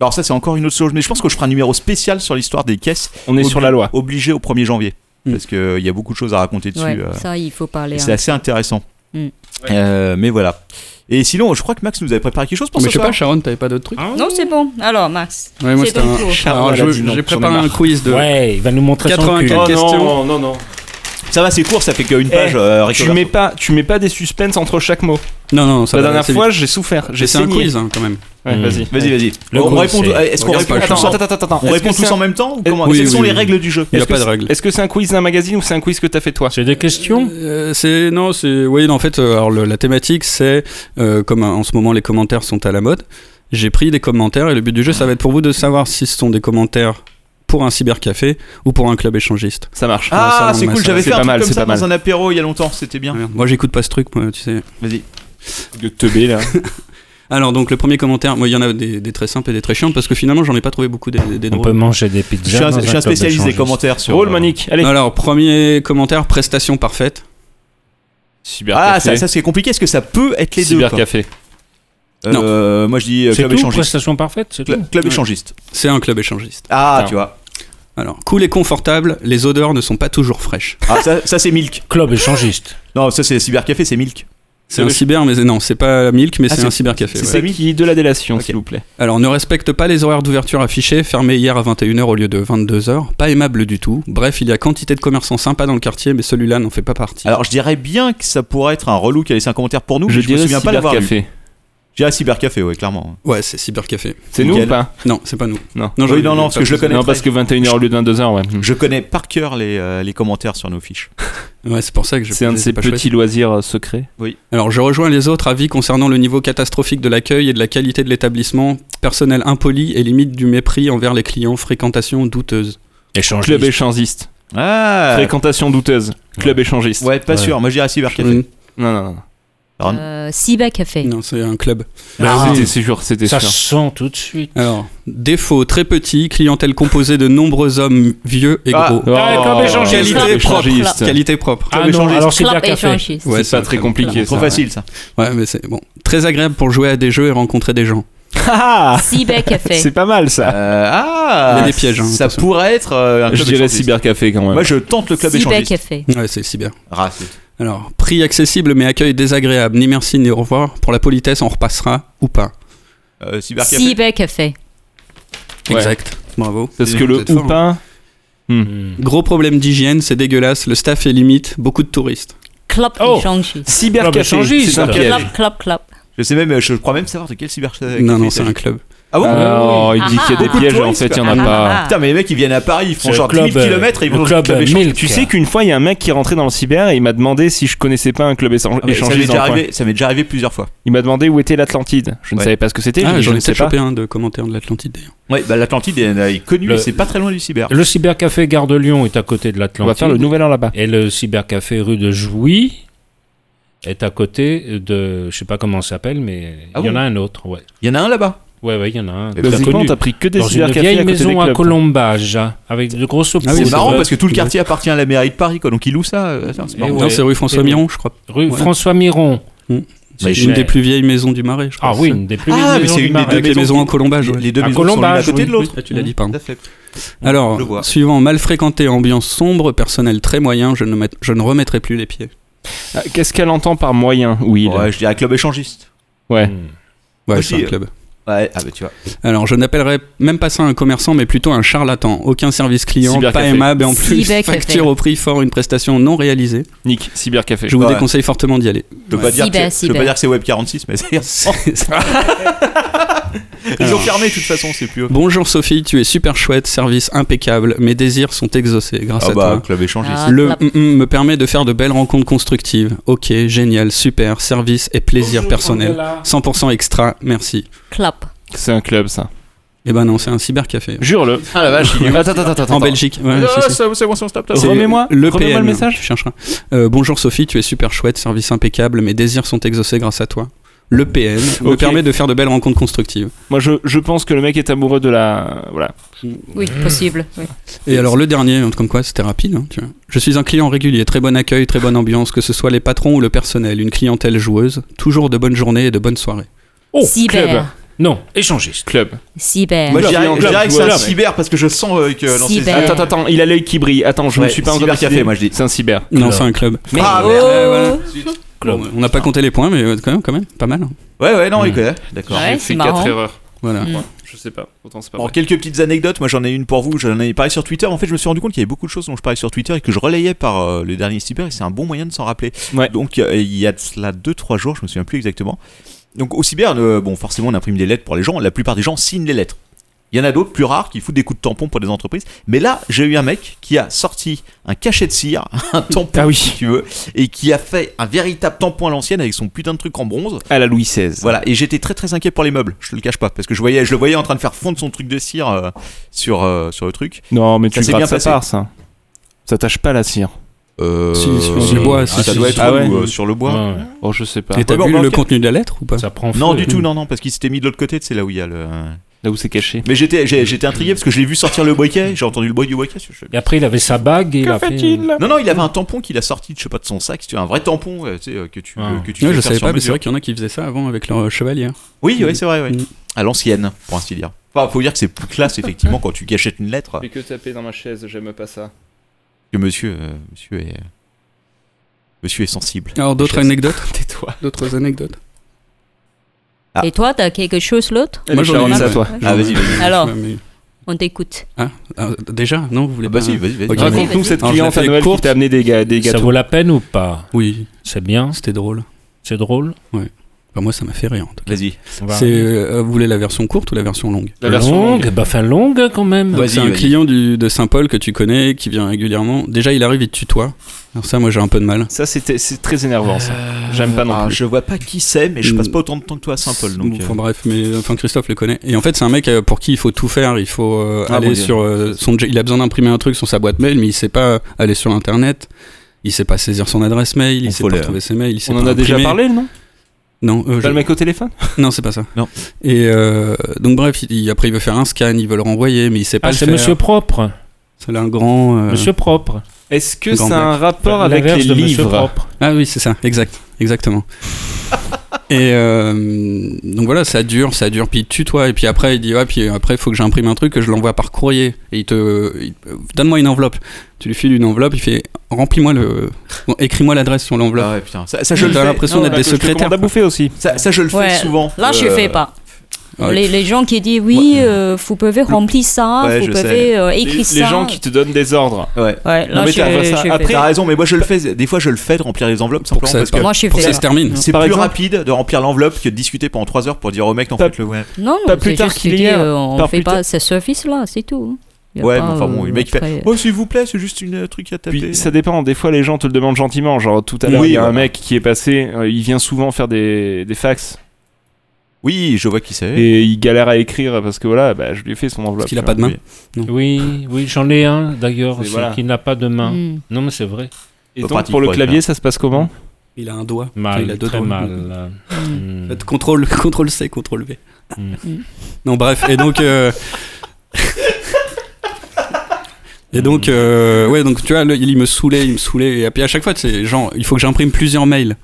Speaker 4: Alors, ça, c'est encore une autre chose, mais je pense que je ferai un numéro spécial sur l'histoire des caisses
Speaker 3: On est sur la loi.
Speaker 4: obligées au 1er janvier.
Speaker 8: Mm.
Speaker 4: Parce qu'il y a beaucoup de choses à raconter dessus.
Speaker 7: Ouais,
Speaker 4: euh,
Speaker 7: ça, il faut
Speaker 4: et
Speaker 7: parler.
Speaker 4: c'est
Speaker 7: hein.
Speaker 4: assez intéressant.
Speaker 7: Mm.
Speaker 4: Euh, mais voilà. Et sinon, je crois que Max nous avait préparé quelque chose pour
Speaker 8: Mais
Speaker 4: ce
Speaker 8: je sais
Speaker 4: soir.
Speaker 8: pas, Sharon, t'avais pas d'autres trucs
Speaker 7: Non, c'est bon. Alors, Max,
Speaker 8: Ouais, moi,
Speaker 7: c'est
Speaker 8: c'était
Speaker 7: ton
Speaker 8: un-
Speaker 7: tour.
Speaker 8: Alors,
Speaker 3: elle a
Speaker 8: je-
Speaker 3: dit non,
Speaker 8: J'ai
Speaker 3: j'en ai
Speaker 8: préparé un
Speaker 3: marre.
Speaker 8: quiz de.
Speaker 9: Ouais, il va nous montrer son cul.
Speaker 8: 84.
Speaker 3: non,
Speaker 8: question.
Speaker 3: non, non, non.
Speaker 4: Ça va, c'est court, ça fait qu'une page. euh,
Speaker 3: Tu
Speaker 4: recover.
Speaker 3: mets, pas, tu mets pas des suspens entre chaque mot.
Speaker 8: Non, non, ça
Speaker 3: la
Speaker 8: va,
Speaker 3: dernière
Speaker 8: c'est
Speaker 3: fois, j'ai souffert.
Speaker 8: vite. Mais
Speaker 3: J'ai
Speaker 8: C'est un
Speaker 3: saigné.
Speaker 8: quiz hein, quand même.
Speaker 3: Ouais,
Speaker 9: Mm.
Speaker 3: Vas-y.
Speaker 4: Vas-y, vas-y.
Speaker 9: Le
Speaker 4: on
Speaker 9: coup,
Speaker 4: répond.
Speaker 9: c'est-
Speaker 4: Est-ce qu'on
Speaker 8: Regarde
Speaker 4: répond
Speaker 8: pas,
Speaker 4: tous
Speaker 8: je
Speaker 4: en-
Speaker 3: attends, attends, attends.
Speaker 4: on
Speaker 3: Est-ce
Speaker 4: répond
Speaker 3: que
Speaker 4: tous
Speaker 3: c'est
Speaker 4: en même temps ou comment
Speaker 8: Oui,
Speaker 4: Quelles
Speaker 8: oui,
Speaker 4: sont les
Speaker 8: oui.
Speaker 4: règles du jeu
Speaker 8: Il n'y a
Speaker 4: Est-ce que
Speaker 8: pas de
Speaker 4: c'est-
Speaker 8: règle.
Speaker 3: Est-ce que c'est un quiz d'un magazine ou c'est un quiz que t'as fait toi
Speaker 9: C'est des questions
Speaker 8: Euh, c'est non, c'est oui, non, en fait, euh, alors le- la thématique c'est euh, comme euh, en ce moment les commentaires sont à la mode. J'ai pris des commentaires et le but du jeu, ça va être pour vous de savoir si ce sont des commentaires pour un cybercafé ou pour un club échangiste.
Speaker 3: Ça marche.
Speaker 4: Ah,
Speaker 8: Non, ça,
Speaker 4: c'est
Speaker 8: on-
Speaker 4: cool,
Speaker 8: ça,
Speaker 4: j'avais
Speaker 3: c'est
Speaker 4: fait un
Speaker 3: pas
Speaker 4: truc
Speaker 3: mal,
Speaker 4: comme
Speaker 3: c'est
Speaker 4: ça
Speaker 3: pas mal.
Speaker 4: dans un apéro il y a longtemps, c'était bien.
Speaker 8: Merde. Moi, j'écoute pas ce truc, moi, tu sais.
Speaker 4: Vas-y.
Speaker 3: De teubé là.
Speaker 8: Alors donc le premier commentaire, moi, il y en a des, des très simples et des très chiants parce que finalement, j'en ai pas trouvé beaucoup des, des- des
Speaker 9: On
Speaker 8: drôles.
Speaker 9: peut manger des
Speaker 4: Je
Speaker 9: pizzas.
Speaker 4: suis un,
Speaker 9: dans
Speaker 4: je suis
Speaker 9: club
Speaker 4: un spécialiste des
Speaker 9: d'échangistes.
Speaker 4: commentaires sur.
Speaker 3: Roll
Speaker 4: euh,
Speaker 3: Manic. Allez.
Speaker 8: Alors premier commentaire, prestation parfaite.
Speaker 3: Cyber
Speaker 4: Ah, ça, ça c'est compliqué, est-ce que ça peut être les deux quoi
Speaker 3: Cybercafé.
Speaker 4: Euh, Moi je dis euh,
Speaker 9: C'est
Speaker 4: club
Speaker 9: tout,
Speaker 4: échangiste.
Speaker 9: prestation parfaite, c'est tout.
Speaker 4: Cl- Club
Speaker 8: Ouais.
Speaker 4: échangiste.
Speaker 8: C'est un club échangiste.
Speaker 4: Mmh. Ah,
Speaker 3: Putain.
Speaker 4: tu vois.
Speaker 8: Alors cool et confortable, les odeurs ne sont pas toujours fraîches.
Speaker 4: Ah, ça, ça, c'est Milk.
Speaker 9: Club échangiste.
Speaker 4: Non, ça c'est Cybercafé, c'est Milk.
Speaker 8: C'est un cyber, mais non, c'est pas Milk, mais
Speaker 4: Ah,
Speaker 8: c'est
Speaker 4: c'est-
Speaker 8: un cybercafé.
Speaker 4: c'est-
Speaker 8: ouais.
Speaker 3: C'est qui de la délation,
Speaker 4: Ok.
Speaker 3: s'il vous plaît.
Speaker 8: Alors, ne respecte pas les horaires d'ouverture affichés, fermé hier à 21h au lieu de 22h, pas aimable du tout. Bref, il y a quantité de commerçants sympas dans le quartier, mais celui-là n'en fait pas partie.
Speaker 4: Alors je dirais bien que ça pourrait être un relou qui a laissé un commentaire pour nous, mais
Speaker 3: Je
Speaker 4: je, me
Speaker 3: dirais
Speaker 4: souviens pas l'avoir lu.
Speaker 3: cybercafé.
Speaker 4: Je dirais Cybercafé, ouais, clairement.
Speaker 8: ouais, c'est Cybercafé.
Speaker 3: C'est nous ou
Speaker 4: Nickel.
Speaker 3: pas
Speaker 8: Non, c'est pas nous.
Speaker 3: Non.
Speaker 8: non,
Speaker 4: Oui,
Speaker 8: je-
Speaker 4: non, non, parce que je le connais.
Speaker 3: Non, parce que 21h au lieu de 22h, ouais.
Speaker 4: Je connais par cœur les, euh, les commentaires sur nos fiches.
Speaker 8: Ouais, c'est pour ça que je.
Speaker 3: C'est un de
Speaker 8: je
Speaker 3: ces
Speaker 8: pas choisi.
Speaker 3: petits loisirs euh, secrets.
Speaker 8: Alors, je rejoins les autres avis concernant le niveau catastrophique de l'accueil et de la qualité de l'établissement, personnel impoli et limite du mépris envers les clients, fréquentation douteuse.
Speaker 3: Club
Speaker 9: Échangiste.
Speaker 3: échangiste.
Speaker 4: Ah
Speaker 3: Fréquentation douteuse. Club échangiste.
Speaker 4: Ouais, pas
Speaker 9: Ouais.
Speaker 4: sûr, moi je dirais Cybercafé.
Speaker 8: Mm.
Speaker 3: Non, non, non.
Speaker 4: Pardon
Speaker 7: Euh, Siba Café.
Speaker 8: Non, c'est un club.
Speaker 9: Ah,
Speaker 3: Bah, C'était c'est sûr, c'était
Speaker 9: Ça
Speaker 3: sûr.
Speaker 9: se sent tout de suite.
Speaker 8: Alors, défaut très petit, clientèle composée de nombreux hommes vieux et
Speaker 4: Ah.
Speaker 8: gros.
Speaker 3: Oh,
Speaker 9: Ah, club échangiste.
Speaker 3: Club
Speaker 8: Qualité propre.
Speaker 3: échangiste.
Speaker 8: Qualité propre.
Speaker 9: Ah
Speaker 4: Club
Speaker 9: non,
Speaker 4: échangiste.
Speaker 9: alors
Speaker 7: Club
Speaker 9: cybercafé.
Speaker 7: échangiste.
Speaker 8: Ouais,
Speaker 3: C'est pas très compliqué.
Speaker 4: Trop
Speaker 3: ça, ouais.
Speaker 4: facile ça.
Speaker 8: Ouais, mais c'est bon. Très agréable pour jouer à des jeux et rencontrer des gens.
Speaker 3: Ah
Speaker 7: Siba Café.
Speaker 3: C'est pas mal ça.
Speaker 4: Euh, ah
Speaker 8: Il y a des pièges, hein,
Speaker 4: Ça
Speaker 8: attention.
Speaker 4: pourrait être euh, un club
Speaker 3: Je dirais
Speaker 4: échangiste.
Speaker 3: cybercafé quand même.
Speaker 4: Moi, je tente le club
Speaker 7: Siba
Speaker 4: échangiste.
Speaker 7: Café.
Speaker 8: Ouais, c'est cyber.
Speaker 4: Ah, c'est-
Speaker 8: Alors, prix accessible mais accueil désagréable. Ni merci ni au revoir. Pour la politesse, on repassera ou pas.
Speaker 4: euh, cybercafé.
Speaker 7: Siba Café.
Speaker 3: Ouais.
Speaker 8: Exact. Bravo.
Speaker 3: Parce que
Speaker 8: Vous
Speaker 3: le
Speaker 8: êtes
Speaker 3: ou
Speaker 8: fort, hein.
Speaker 3: pas.
Speaker 9: Hmm.
Speaker 8: Gros problème d'hygiène, c'est dégueulasse. Le staff est limite. Beaucoup de touristes.
Speaker 7: Club
Speaker 9: Oh.
Speaker 7: échangiste.
Speaker 3: Cybercafé,
Speaker 9: Club échangiste.
Speaker 3: c'est un piège.
Speaker 7: Club, club, club.
Speaker 4: Je sais même, je crois même savoir de quel cybercafé.
Speaker 8: non, non,
Speaker 4: il
Speaker 8: c'est
Speaker 4: s'agit.
Speaker 8: un club.
Speaker 4: Ah bon
Speaker 3: Alors, il dit qu'il y a
Speaker 7: Ah, ah.
Speaker 3: des pièges, en fait, il n'y en a
Speaker 7: Ah,
Speaker 3: pas.
Speaker 7: ah, ah.
Speaker 4: Putain, mais les mecs, ils viennent à Paris, ils font
Speaker 9: C'est
Speaker 4: genre
Speaker 9: le club,
Speaker 4: 10 000 km et ils
Speaker 9: le
Speaker 4: vont
Speaker 9: club,
Speaker 4: dans le
Speaker 9: euh,
Speaker 4: échangiste.
Speaker 9: Milk.
Speaker 3: Tu sais qu'une fois, il y a un mec qui est rentré dans le cyber et il m'a demandé si je connaissais pas un club échan-
Speaker 4: Ah, mais Ça m'est
Speaker 3: échangiste. dans
Speaker 4: déjà
Speaker 3: le coin.
Speaker 4: arrivé- ça m'est déjà arrivé plusieurs fois.
Speaker 3: Il m'a demandé où était l'Atlantide. Je ne
Speaker 4: Ouais.
Speaker 3: savais pas ce que c'était. j'ai
Speaker 8: Ah,
Speaker 3: dit, je
Speaker 8: j'en ai
Speaker 3: ne sais
Speaker 8: peut-être
Speaker 3: pas.
Speaker 8: chopé un de commentaires de l'Atlantide d'ailleurs.
Speaker 4: Ouais, bah l'Atlantide est, est connu,
Speaker 9: Le-
Speaker 4: et c'est pas très loin du cyber.
Speaker 9: Le cybercafé Gare de Lyon est à côté de
Speaker 3: On va faire
Speaker 9: l'Atlantique.
Speaker 3: le nouvel an là-bas.
Speaker 9: Et le cybercafé rue de Jouy est à côté de. Je sais pas comment ça s'appelle, mais
Speaker 4: Ah
Speaker 9: il y en
Speaker 4: bon
Speaker 9: a un autre. Ouais,
Speaker 4: Il y en a un là-bas.
Speaker 9: ouais, ouais, il y en a un. très
Speaker 4: Et
Speaker 3: Basiquement,
Speaker 9: connu.
Speaker 3: t'as pris que des
Speaker 9: Dans une
Speaker 3: cybercafés à
Speaker 9: vieille
Speaker 3: côté des
Speaker 9: maison à
Speaker 3: clubs.
Speaker 9: Colombage, avec de grosses
Speaker 8: Ah oui,
Speaker 4: C'est
Speaker 8: c'est
Speaker 4: marrant
Speaker 8: vrai.
Speaker 4: parce que tout le quartier appartient à la mairie de Paris, quoi. Donc ils louent ça. euh, ça, c'est
Speaker 9: Eh
Speaker 4: marrant.
Speaker 9: ouais.
Speaker 8: Non, c'est rue François
Speaker 9: Et-
Speaker 8: Miron, je crois.
Speaker 9: Rue
Speaker 8: Ouais.
Speaker 9: François Miron.
Speaker 4: Mm.
Speaker 8: Hmm.
Speaker 9: C'est
Speaker 8: une
Speaker 9: cher.
Speaker 8: des plus vieilles maisons du Marais, je crois.
Speaker 9: Ah oui, une des plus
Speaker 4: Ah,
Speaker 9: vieilles
Speaker 4: mais
Speaker 9: maisons
Speaker 4: c'est
Speaker 9: du
Speaker 4: une des
Speaker 9: Marais.
Speaker 4: deux
Speaker 8: Avec les
Speaker 4: maisons.
Speaker 8: maisons en colombage.
Speaker 4: Les-
Speaker 8: ouais.
Speaker 4: Les deux
Speaker 9: À
Speaker 4: maisons sont l'une à
Speaker 9: Colombage,
Speaker 4: côté de
Speaker 9: oui,
Speaker 4: l'autre.
Speaker 8: Ah, tu l'as dit, pardon.
Speaker 4: Tout à fait.
Speaker 8: Alors,
Speaker 4: Je vois.
Speaker 8: suivant, mal fréquenté, ambiance sombre, personnel très moyen, je ne, met- je ne remettrai plus les pieds.
Speaker 3: Ah, Qu'est-ce qu'elle entend par moyen, Will
Speaker 4: Ouais, je dirais club échangiste.
Speaker 3: Ouais.
Speaker 9: Hmm.
Speaker 8: Ouais,
Speaker 4: Aussi,
Speaker 8: c'est un
Speaker 4: euh,
Speaker 8: club.
Speaker 4: Ouais, ah bah tu vois.
Speaker 8: Alors, je n'appellerais même pas ça un commerçant, mais plutôt un charlatan. Aucun service client, pas
Speaker 3: Cybercafé.
Speaker 8: aimable et en plus
Speaker 7: Cybercafé.
Speaker 8: facture au prix fort une prestation non réalisée.
Speaker 3: Nick, cybercafé.
Speaker 8: Je vous
Speaker 4: Ouais.
Speaker 8: déconseille fortement d'y aller.
Speaker 4: Je peux
Speaker 8: Ouais.
Speaker 4: pas dire
Speaker 7: Cyber,
Speaker 4: que c'est- je peux
Speaker 7: cyber.
Speaker 4: pas dire que c'est Web 46, mais c'est. Ils ont
Speaker 8: Alors.
Speaker 4: fermé de toute façon, c'est plus eux.
Speaker 8: Bonjour Sophie, tu es super chouette, service impeccable, mes désirs sont exaucés grâce
Speaker 4: Ah
Speaker 8: à
Speaker 4: bah,
Speaker 8: toi.
Speaker 4: club échangiste.
Speaker 7: Ah,
Speaker 8: Le
Speaker 7: clap.
Speaker 8: mm-mm me permet de faire de belles rencontres constructives. Ok, génial, super, service et plaisir personnel. 100% extra, merci.
Speaker 7: Clap.
Speaker 3: C'est un club, ça.
Speaker 8: Eh ben non, c'est un cybercafé.
Speaker 3: Jure-le. Ah la vache. attends, attends, attends, attends.
Speaker 8: En Belgique.
Speaker 3: Ah,
Speaker 8: ouais, si, si.
Speaker 4: c'est bon, c'est on stop.
Speaker 8: C'est
Speaker 3: Euh, Remets-moi-
Speaker 8: le
Speaker 3: remets-moi
Speaker 8: PM,
Speaker 3: le message.
Speaker 8: Tu chercheras. Euh, bonjour Sophie, tu es super chouette, service impeccable, mes désirs sont exaucés grâce à toi. Le PM me
Speaker 3: Ok.
Speaker 8: permet de faire de belles rencontres constructives.
Speaker 3: Moi, je, je pense que le mec est amoureux de la. Voilà.
Speaker 7: Oui, possible. oui.
Speaker 8: Et alors le dernier, comme quoi c'était rapide. hein, tu vois. Je suis un client régulier, très bon accueil, très bonne ambiance, que ce soit les patrons ou le personnel, une clientèle joueuse, toujours de bonnes journées et de bonnes soirées.
Speaker 9: Oh,
Speaker 7: cyber.
Speaker 3: club.
Speaker 9: non, échangiste.
Speaker 3: Club.
Speaker 7: Cyber.
Speaker 4: Moi je dirais, je dirais que c'est un
Speaker 3: Voilà.
Speaker 4: cyber parce que je sens euh, que dans ces-
Speaker 7: Cyber.
Speaker 4: Attends,
Speaker 3: Attends, attends, il a l'œil qui brille. Attends, je
Speaker 4: Ouais,
Speaker 3: me suis pas encore
Speaker 4: cybercafé,
Speaker 3: décidé.
Speaker 4: moi, je dis.
Speaker 3: C'est un cyber.
Speaker 8: Non,
Speaker 9: Club.
Speaker 8: c'est un club.
Speaker 4: Ah,
Speaker 7: Oh.
Speaker 4: merde.
Speaker 8: Ouais, voilà.
Speaker 9: Club.
Speaker 8: Bon, on n'a pas compté les points, mais euh, quand même, quand même pas mal. hein.
Speaker 4: Ouais, ouais,
Speaker 9: Mm.
Speaker 4: non, il connaît. D'accord.
Speaker 7: oh.
Speaker 3: oh,
Speaker 7: Ouais, c'est marrant.
Speaker 3: erreurs.
Speaker 8: Voilà.
Speaker 7: Mm.
Speaker 3: Je sais pas. Autant c'est pas
Speaker 4: Bon, quelques petites anecdotes. Moi, j'en ai une pour vous. J'en ai parlé sur Twitter. En fait, je me suis rendu compte qu'il y avait beaucoup de choses dont je parlais sur Twitter et que je relayais par euh, le dernier cyber. Et c'est un bon moyen de s'en rappeler.
Speaker 3: Ouais.
Speaker 4: Donc, euh, il y a de cela 2-3 jours, je me souviens plus exactement. Donc, au cyber, euh, bon, forcément, on imprime des lettres pour les gens. La plupart des gens signent les lettres. Il y en a d'autres plus rares qui foutent des coups de tampon pour des entreprises. Mais là, j'ai eu un mec qui a sorti un cachet de cire, un tampon,
Speaker 3: Ah
Speaker 4: si tu veux, et qui a fait un véritable tampon à l'ancienne avec son putain de truc en bronze.
Speaker 3: À la Louis XVI.
Speaker 4: Voilà, et j'étais très très inquiet pour les meubles, je te le cache pas, parce que je, voyais, je le voyais en train de faire fondre son truc de cire euh, sur, euh, sur le truc.
Speaker 3: Non, mais
Speaker 4: Ça
Speaker 3: tu
Speaker 4: s'est
Speaker 3: grattes
Speaker 4: bien
Speaker 3: ça
Speaker 4: passé.
Speaker 3: part, ça. Ça tâche pas la cire.
Speaker 4: Euh,
Speaker 8: Si, sur le bois, si,
Speaker 4: ça
Speaker 8: si,
Speaker 4: doit
Speaker 8: si.
Speaker 4: être
Speaker 3: Ah ouais.
Speaker 4: où, euh, sur le bois.
Speaker 9: Ouais, ouais.
Speaker 3: Oh, je sais pas.
Speaker 8: Et t'as
Speaker 4: Ouais,
Speaker 8: vu
Speaker 4: bon,
Speaker 8: le
Speaker 4: ok.
Speaker 8: contenu de la lettre ou pas
Speaker 9: Ça prend feu.
Speaker 4: Non, du tout, non, non, parce qu'il s'était mis de l'autre côté, c'est là où il y a le.
Speaker 3: Là où c'est caché.
Speaker 4: Mais j'étais j'ai- j'étais intrigué parce que je l'ai vu sortir le briquet, j'ai entendu le bruit du briquet. je- je-
Speaker 8: Ah.
Speaker 9: Et après, il avait sa bague et il a fait.
Speaker 4: Non, non, il avait un tampon qu'il a sorti, de, je sais pas, de son sac, tu un vrai tampon euh, tu sais, euh, que tu,
Speaker 9: Ah.
Speaker 4: euh, que tu
Speaker 8: Ouais,
Speaker 4: fais
Speaker 8: je
Speaker 4: faire
Speaker 8: savais
Speaker 4: sur
Speaker 8: pas, mais c'est
Speaker 4: mesure.
Speaker 8: vrai qu'il y en a qui faisaient ça avant avec leur euh, chevalier.
Speaker 4: Oui, oui, c'est vrai, oui.
Speaker 8: Mm.
Speaker 4: À l'ancienne, pour ainsi dire. Enfin, faut dire que c'est plus classe, effectivement, quand tu gâchettes une lettre,
Speaker 3: que taper dans ma chaise, j'aime pas ça.
Speaker 4: que monsieur, euh, monsieur est. Monsieur est sensible.
Speaker 8: Alors d'autres
Speaker 4: Chaise.
Speaker 8: anecdotes
Speaker 4: Tais-toi.
Speaker 8: D'autres anecdotes
Speaker 4: Ah.
Speaker 7: Et toi, t'as quelque chose l'autre
Speaker 8: Moi, j'en ai une,
Speaker 3: à
Speaker 8: ouais.
Speaker 3: toi.
Speaker 4: Ah, vas-y, vas-y.
Speaker 7: Alors,
Speaker 8: Ouais, mais-
Speaker 7: on t'écoute.
Speaker 8: Ah, ah, déjà Non, vous voulez
Speaker 4: Ah bah
Speaker 8: pas
Speaker 4: si, vas-y, vas-y.
Speaker 8: Ok.
Speaker 4: Raconte.
Speaker 3: Raconte-nous cette
Speaker 8: Alors, je la
Speaker 3: cliente
Speaker 8: fais
Speaker 3: à Noël
Speaker 8: courte.
Speaker 3: qui t'a amené des, ga- des
Speaker 9: Ça
Speaker 3: gâteaux.
Speaker 9: vaut la peine ou pas
Speaker 8: Oui,
Speaker 9: C'est bien,
Speaker 8: c'était drôle.
Speaker 9: c'est drôle.
Speaker 8: Enfin, moi, ça m'a fait rire. en tout
Speaker 4: Vas-y.
Speaker 9: On
Speaker 8: cas.
Speaker 9: va-
Speaker 8: C'est, euh, vous voulez la version courte ou la version longue
Speaker 3: La version
Speaker 9: longue, bah fin longue quand même.
Speaker 8: Donc,
Speaker 4: Vas-y,
Speaker 8: C'est un
Speaker 4: vas-y.
Speaker 8: client du- de Saint-Paul que tu connais, qui vient régulièrement. Déjà, il arrive, il te tutoie. Alors ça, moi, j'ai un peu de mal.
Speaker 3: Ça, c'était- c'est très énervant, ça. J'aime pas non
Speaker 4: Ah,
Speaker 3: plus.
Speaker 4: je vois pas qui c'est, mais je passe pas autant de temps que toi à Saint-Paul. Donc, euh.
Speaker 8: Enfin, bref, mais enfin Christophe le connaît. Et en fait, c'est un mec euh, pour qui il faut tout faire. Il faut euh,
Speaker 4: Ah, mon
Speaker 8: aller
Speaker 4: Dieu.
Speaker 8: sur euh, son, j- il a besoin d'imprimer un truc sur sa boîte mail, mais il sait pas aller sur internet. Il sait pas saisir son adresse mail. Il
Speaker 4: On
Speaker 8: sait
Speaker 4: faut
Speaker 8: pas
Speaker 4: le-
Speaker 8: retrouver ses mails. Il sait
Speaker 3: On
Speaker 8: pas
Speaker 3: en a déjà
Speaker 8: imprimer.
Speaker 3: parlé, non
Speaker 8: Non, euh, je-
Speaker 3: Pas le mec au téléphone
Speaker 8: non, c'est pas ça.
Speaker 4: Non.
Speaker 8: Et euh, donc bref, il- il- après il veut faire un scan, il veut le renvoyer, mais il sait pas
Speaker 9: Ah,
Speaker 8: le
Speaker 9: c'est
Speaker 8: faire.
Speaker 9: monsieur propre.
Speaker 8: C'est là un grand. euh,
Speaker 9: Monsieur propre.
Speaker 3: Est-ce que
Speaker 8: Grand
Speaker 3: ça a un rapport avec les
Speaker 9: L'inverse de Monsieur
Speaker 3: livres
Speaker 9: Propre.
Speaker 8: Ah oui, c'est ça, exact, exactement. et euh, donc voilà, ça dure, ça dure, puis il te tutoie, et puis après il dit, ouais, puis après il faut que j'imprime un truc, que je l'envoie par courrier, et il te, il- euh, donne-moi une enveloppe. Tu lui files une enveloppe, il fait, remplis-moi le, bon, écris-moi l'adresse sur l'enveloppe.
Speaker 4: Ah ouais, putain. Ça, ça, je le
Speaker 8: T'as
Speaker 4: fais.
Speaker 8: l'impression
Speaker 4: Non,
Speaker 8: d'être
Speaker 4: là,
Speaker 8: des
Speaker 4: que je te
Speaker 8: secrétaires.
Speaker 3: On a bouffé aussi.
Speaker 4: commande. Ça, ça, je le fais
Speaker 7: Ouais.
Speaker 4: souvent.
Speaker 7: Là, je
Speaker 4: Euh,
Speaker 7: fais pas.
Speaker 8: Ah,
Speaker 7: Les, les gens qui disent oui, euh, vous pouvez remplir ça,
Speaker 4: Ouais,
Speaker 7: vous
Speaker 4: je
Speaker 7: pouvez
Speaker 4: sais.
Speaker 7: euh,
Speaker 3: Les,
Speaker 7: écrire
Speaker 3: les
Speaker 7: ça.
Speaker 3: gens qui te donnent des ordres.
Speaker 4: Ouais.
Speaker 7: Ouais, là,
Speaker 4: Non, mais
Speaker 7: je,
Speaker 4: t'as
Speaker 7: je
Speaker 4: ça.
Speaker 7: fais
Speaker 4: Après,
Speaker 7: pas.
Speaker 4: t'as raison, mais moi je le fais. Des fois, je le fais de remplir les enveloppes
Speaker 8: Pour que
Speaker 4: simplement parce
Speaker 8: ça-
Speaker 4: que
Speaker 7: Moi, je
Speaker 8: Pour que
Speaker 7: fais.
Speaker 8: ça se termine.
Speaker 4: c'est
Speaker 3: Par
Speaker 4: plus
Speaker 3: exemple-
Speaker 4: rapide de remplir l'enveloppe que de discuter pendant 3 heures pour dire au mec, non,
Speaker 3: Pas-
Speaker 4: faites-le. Ouais.
Speaker 7: Non,
Speaker 3: Pas
Speaker 7: non,
Speaker 3: plus
Speaker 7: c'est
Speaker 3: tard
Speaker 7: juste
Speaker 3: qu'il
Speaker 7: que,
Speaker 3: hier,
Speaker 7: euh, on
Speaker 3: pas
Speaker 7: fait
Speaker 3: plus
Speaker 7: pas
Speaker 3: tard.
Speaker 7: ce service-là, c'est tout. hein. Y a
Speaker 4: Ouais,
Speaker 7: pas,
Speaker 4: mais enfin
Speaker 7: euh,
Speaker 4: bon, le mec il
Speaker 7: après,
Speaker 4: fait Oh, s'il vous plaît, c'est juste une, un truc à taper.
Speaker 3: Puis ça dépend, des fois les gens te le demandent gentiment. Genre tout à l'heure,
Speaker 4: Oui,
Speaker 3: il y a un
Speaker 4: voilà.
Speaker 3: mec qui est passé, euh, il vient souvent faire des, des fax
Speaker 4: Oui, je vois qui c'est.
Speaker 3: et il galère à écrire parce que voilà, bah, je lui ai fait son enveloppe.
Speaker 8: Parce qu'il a
Speaker 3: tu
Speaker 8: pas de main.
Speaker 4: oui.
Speaker 9: Oui, oui, j'en ai un d'ailleurs,
Speaker 3: Mais
Speaker 9: c'est
Speaker 3: voilà.
Speaker 9: qui n'a pas de main.
Speaker 10: Mm.
Speaker 7: hmm.
Speaker 9: Non, mais c'est vrai.
Speaker 3: Et
Speaker 4: Pas
Speaker 3: donc
Speaker 4: pratique
Speaker 3: pour le
Speaker 4: pour
Speaker 3: clavier, ça se passe comment
Speaker 8: Il a un doigt.
Speaker 9: Mal,
Speaker 8: il a deux
Speaker 9: très
Speaker 8: doigts.
Speaker 9: mal. Hmm.
Speaker 8: Faites Contrôle, contrôle C, contrôle V.
Speaker 9: Mm.
Speaker 8: Non, bref, et donc. euh, Et donc, euh, ouais, donc tu vois, le- il me saoulait, il me saoulait. Et puis à chaque fois, c'est genre, il faut que j'imprime plusieurs mails,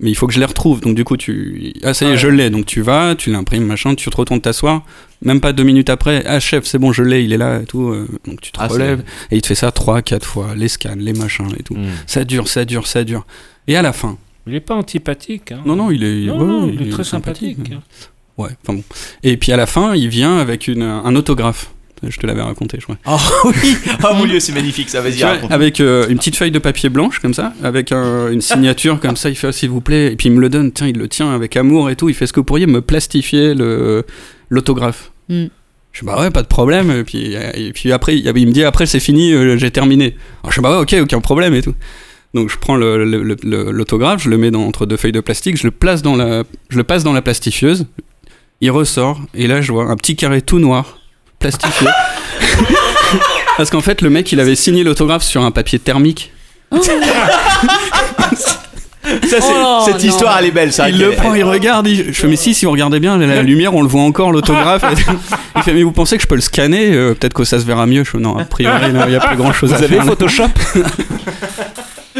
Speaker 8: mais il faut que je les retrouve. Donc du coup, tu. Ah, ça y est, je l'ai. Donc tu vas, tu l'imprimes, machin, tu te retournes t'asseoir. Même pas deux minutes après, ah chef, c'est bon, je l'ai, il est là et tout. euh, Donc tu te
Speaker 4: Ah, c'est-
Speaker 8: relèves. Et il te fait ça trois, quatre fois, les scans, les machins et tout.
Speaker 9: Hmm.
Speaker 8: Ça dure, ça dure, ça dure. Et à la fin.
Speaker 9: Il est pas antipathique. hein.
Speaker 8: Non, non, il est,
Speaker 9: Non,
Speaker 8: ouais,
Speaker 9: non,
Speaker 8: ouais,
Speaker 9: il est très sympathique.
Speaker 8: Ouais, enfin bon. Et puis à la fin, il vient avec une, un autographe. Je te l'avais raconté, je crois.
Speaker 4: Ah oui Ah mon dieu, c'est magnifique ça, vas-y,
Speaker 8: Tu vois,
Speaker 4: raconte.
Speaker 8: avec euh, une petite feuille de papier blanche comme ça, avec un- une signature comme ça, il fait Ah, s'il vous plaît, et puis il me le donne, tiens, il le tient avec amour et tout, il fait ce que vous pourriez me plastifier le- l'autographe.
Speaker 7: Mm.
Speaker 8: Je dis bah ouais, pas de problème, et puis, euh, et puis après, il il me dit après c'est fini, euh, j'ai terminé. Alors je dis bah ouais, ok, aucun problème et tout. Donc je prends le- le- le- le- l'autographe, je le mets dans, entre deux feuilles de plastique, je le, place dans la, je le passe dans la plastifieuse, il ressort, et là je vois un petit carré tout noir, plastifié. Parce qu'en fait, le mec, il avait signé l'autographe sur un papier thermique.
Speaker 4: Ça, c'est-
Speaker 7: Oh,
Speaker 4: cette
Speaker 7: non.
Speaker 4: histoire elle est belle, ça.
Speaker 8: il le prend, il regarde. il- Je fais, mais si, si vous regardez bien, la, la lumière, on le voit encore, l'autographe. il fait, mais vous pensez que je peux le scanner Euh, Peut-être que ça se verra mieux. Je fais, non, a priori, là, il n'y a plus grand chose à
Speaker 3: Vous avez
Speaker 8: faire. là.
Speaker 3: Photoshop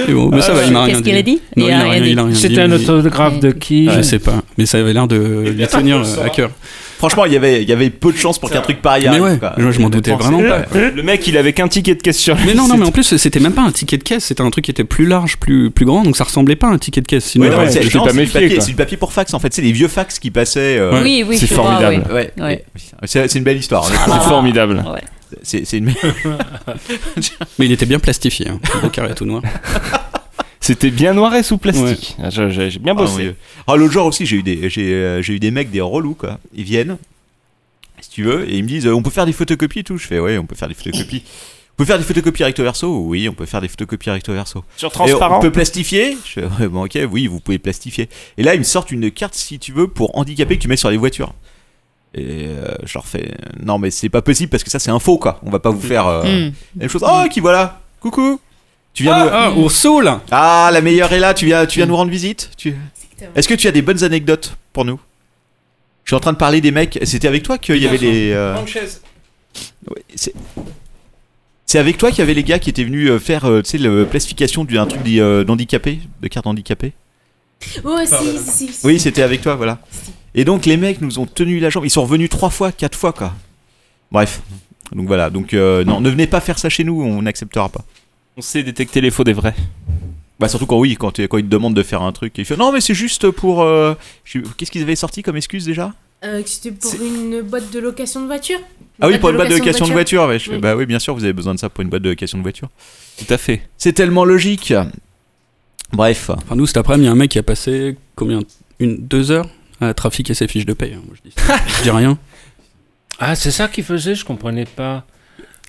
Speaker 8: Et bon, mais ça va, bah, il m'a rien
Speaker 7: Ah, Qu'est-ce qu'il a dit
Speaker 8: Non, il a rien- il a rien dit,
Speaker 9: C'était un
Speaker 8: mais-
Speaker 9: autographe de qui
Speaker 8: Je sais pas, mais ça avait l'air de lui tenir euh, à cœur.
Speaker 4: Franchement, il y avait, il y avait peu de chance pour qu'un truc pareil
Speaker 8: Mais
Speaker 4: arrive.
Speaker 8: ouais,
Speaker 4: quoi.
Speaker 8: je- je m'en doutais
Speaker 4: Honnêtement,
Speaker 8: vraiment
Speaker 4: c'est-
Speaker 8: pas.
Speaker 3: Le mec, il avait qu'un ticket de question.
Speaker 8: Mais non, non, mais en plus, c'était même pas un ticket de caisse, c'était un truc qui était plus large, plus, plus grand, donc ça ressemblait pas à un ticket de caisse. Sinon,
Speaker 4: Ouais,
Speaker 3: Ouais,
Speaker 4: non,
Speaker 3: ouais,
Speaker 4: mais
Speaker 3: je
Speaker 4: c'est
Speaker 3: suis
Speaker 4: non,
Speaker 3: pas
Speaker 4: c'est du
Speaker 3: méfié,
Speaker 4: papier,
Speaker 3: quoi.
Speaker 4: c'est du papier pour fax en fait, c'est les vieux fax qui passaient. euh,
Speaker 8: Ouais.
Speaker 7: Oui, oui,
Speaker 3: C'est
Speaker 7: je vois,
Speaker 3: formidable.
Speaker 7: oui.
Speaker 4: Ouais,
Speaker 7: Ouais.
Speaker 4: oui. c'est c'est une belle histoire. honnêtement.
Speaker 3: C'est
Speaker 8: Ah.
Speaker 3: formidable.
Speaker 7: Ouais.
Speaker 4: C'est c'est une.
Speaker 8: Mais il était bien plastifié, hein, le carré tout noir.
Speaker 3: C'était bien noir et sous plastique. Ah, je- je- J'ai bien
Speaker 4: Ah,
Speaker 3: bossé.
Speaker 4: mon Dieu. Ah, l'autre jour aussi, j'ai eu des, j'ai, euh, j'ai eu des mecs des relous quoi. Ils viennent, si tu veux, et ils me disent, euh, on peut faire des photocopies et tout. Je fais, ouais, on peut faire des photocopies. On peut faire des photocopies recto verso Oui, on peut faire des photocopies recto verso.
Speaker 3: Sur
Speaker 4: Et on
Speaker 3: transparent.
Speaker 4: peut plastifier Je fais, ouais, bon, ok, oui, vous pouvez plastifier. Et là, ils me sortent une carte, si tu veux, pour handicapés que tu mets sur les voitures. Et euh, je leur fais, non, mais c'est pas possible parce que ça, c'est un faux, quoi. On va pas vous faire euh,
Speaker 7: Mm.
Speaker 4: la même chose. Oh, qui voilà Coucou Tu viens nous.
Speaker 8: Ah, ah, Ursule
Speaker 4: Ah, la meilleure est là, tu viens, tu viens nous rendre visite tu... Est-ce que tu as des bonnes anecdotes pour nous Je suis en train de parler des mecs. C'était avec toi qu'il y avait les. euh, Ouais, c'est... c'est avec toi qu'il y avait les gars qui étaient venus euh, faire euh, tu sais, la plastification d'un truc des, euh, d'handicapés, de carte handicapée
Speaker 10: Oh, si, si, si.
Speaker 4: Oui, c'était avec toi, voilà. Et donc les mecs nous ont tenu la jambe. Ils sont revenus trois fois, quatre fois, quoi. Bref. Donc voilà, donc euh, non, ne venez pas faire ça chez nous, on n'acceptera pas.
Speaker 3: On sait détecter les faux des vrais.
Speaker 4: Bah surtout quand oui, quand, t'es- quand ils te demandent de faire un truc, ils font non mais c'est juste pour. euh, je sais- Qu'est-ce qu'ils avaient sorti comme excuse déjà
Speaker 10: Euh, que c'était pour
Speaker 4: C'est-
Speaker 10: une boîte de location de voiture
Speaker 4: Ah oui, pour une boîte de location de voiture. ouais. Je fais,
Speaker 10: Oui.
Speaker 4: Bah oui, bien sûr, vous avez besoin de ça pour une boîte de location de voiture.
Speaker 3: Tout à fait.
Speaker 4: C'est tellement logique. Bref.
Speaker 8: Enfin, nous, cet après-midi, il y a un mec qui a passé combien une, Deux heures à trafiquer ses fiches de paye. hein. Moi, je, dis, je dis rien.
Speaker 9: Ah, c'est ça qu'il faisait, je comprenais pas.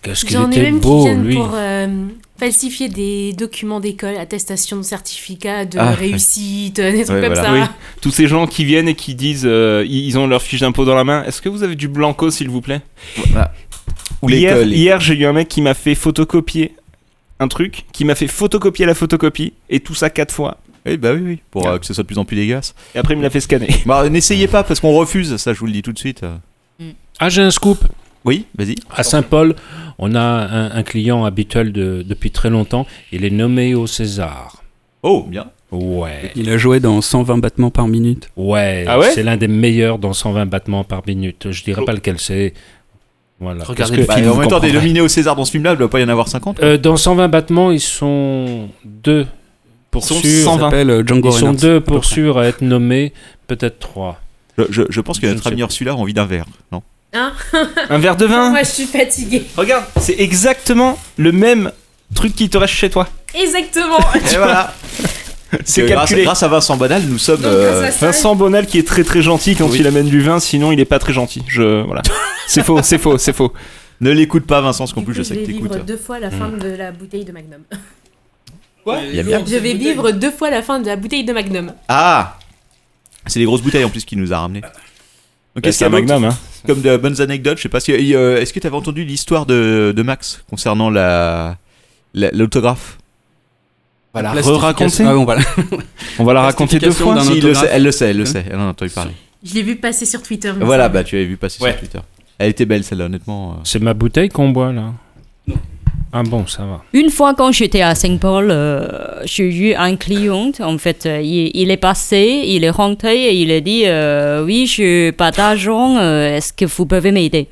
Speaker 9: Qu'est-ce qu'il
Speaker 10: J'en ai
Speaker 9: était
Speaker 10: même qui
Speaker 9: beau,
Speaker 10: viennent
Speaker 9: lui.
Speaker 10: pour euh, falsifier des documents d'école, attestations, certificats de
Speaker 4: Ah.
Speaker 10: réussite, euh, des trucs
Speaker 4: Ouais,
Speaker 10: comme
Speaker 4: voilà.
Speaker 10: ça.
Speaker 3: Oui. Tous ces gens qui viennent et qui disent, euh, ils ils ont leur fiche d'impôt dans la main. Est-ce que vous avez du blanco, s'il vous plaît
Speaker 4: Ou
Speaker 3: Hier,
Speaker 4: l'école.
Speaker 3: hier j'ai eu un mec qui m'a fait photocopier un truc, qui m'a fait photocopier la photocopie, et tout ça quatre fois.
Speaker 4: Oui, bah oui, oui. Pour euh, que ce soit de plus en plus dégueulasse.
Speaker 3: Et après, il me l'a fait scanner.
Speaker 4: Bah n'essayez pas parce qu'on refuse, ça je vous le dis tout de suite. euh.
Speaker 9: Ah, j'ai un scoop.
Speaker 4: Oui, vas-y.
Speaker 9: À Saint-Paul, on a un, un client habituel de- depuis très longtemps. Il est nommé au César.
Speaker 4: Oh, bien.
Speaker 9: Ouais,
Speaker 8: Il a joué dans 120 battements par minute.
Speaker 9: ouais.
Speaker 3: Ah ouais Oh.
Speaker 9: c'est l'un des meilleurs dans 120 battements par minute. Je dirais pas lequel c'est. Voilà.
Speaker 3: Regardez
Speaker 9: Parce
Speaker 3: le
Speaker 9: que-
Speaker 4: Bah,
Speaker 3: film,
Speaker 4: en même temps, des
Speaker 3: comprendrez.
Speaker 4: nominés au César dans ce film-là, il doit pas y en avoir 50.
Speaker 9: Euh, dans 120 battements, ils sont deux pour
Speaker 3: Ils sont
Speaker 9: sûr.
Speaker 3: 120.
Speaker 8: Il s'appelle euh, Django
Speaker 9: Ils sont
Speaker 8: Reinhardt.
Speaker 9: deux pour
Speaker 8: près.
Speaker 9: sûr à être nommés, peut-être trois.
Speaker 4: Je, je- je pense que
Speaker 9: Je ne
Speaker 4: notre
Speaker 9: sais
Speaker 4: ami
Speaker 9: pas.
Speaker 4: Ursula a envie d'un verre, non
Speaker 10: Hein
Speaker 3: un verre de vin
Speaker 10: Moi, je suis fatiguée.
Speaker 3: Regarde, c'est exactement le même truc qui te reste chez toi.
Speaker 10: Exactement.
Speaker 4: Et voilà C'est grâce,
Speaker 3: calculé.
Speaker 4: grâce à Vincent Banal, nous sommes.
Speaker 10: Donc,
Speaker 4: euh,
Speaker 10: grâce à ça,
Speaker 3: Vincent Bonal qui est très très gentil quand
Speaker 4: Oui.
Speaker 3: il amène du vin, sinon il est pas très gentil. Je voilà. C'est faux, c'est faux, c'est faux.
Speaker 4: ne l'écoute pas, Vincent, parce qu'en
Speaker 10: du
Speaker 4: plus,
Speaker 10: coup,
Speaker 4: je sais
Speaker 10: vais
Speaker 4: que t'écoutes. hein. Mm.
Speaker 10: vivre deux fois la fin de la bouteille de Magnum.
Speaker 5: Il y a bien.
Speaker 10: Je vais vivre deux fois la fin de la bouteille de Magnum.
Speaker 4: Ah C'est les grosses bouteilles en plus qu'il nous a ramenées. Donc,
Speaker 3: Bah,
Speaker 4: qu'est-ce
Speaker 3: c'est
Speaker 4: qu'il y
Speaker 3: un
Speaker 4: a d'autre
Speaker 3: magnum, hein.
Speaker 4: comme de bonnes anecdotes Je sais pas si. et, euh, Est-ce que t'avais entendu l'histoire de, de Max concernant la la- l'autographe
Speaker 3: Voilà,
Speaker 8: Plastification.
Speaker 3: re-raconter.
Speaker 8: Ah bon, voilà.
Speaker 3: On va la raconter deux
Speaker 8: Plastification
Speaker 3: fois.
Speaker 8: d'un
Speaker 4: Si, il le
Speaker 8: autographe.
Speaker 4: sait, Elle le sait, elle le sait. Elle en a entendu parler.
Speaker 10: Je l'ai vu passer sur Twitter.
Speaker 3: Mmh.
Speaker 10: mais
Speaker 4: Voilà,
Speaker 10: ça-
Speaker 4: bah tu avais vu passer
Speaker 3: Ouais.
Speaker 4: sur Twitter. Elle était belle celle-là, honnêtement. euh.
Speaker 9: C'est ma bouteille qu'on boit là. Ah bon, ça va.
Speaker 7: Une fois quand j'étais à Saint-Paul, euh, j'ai eu un client, en fait, euh, il, il est passé, il est rentré et il a dit euh, Oui, je n'ai pas d'argent, euh, est-ce que vous pouvez m'aider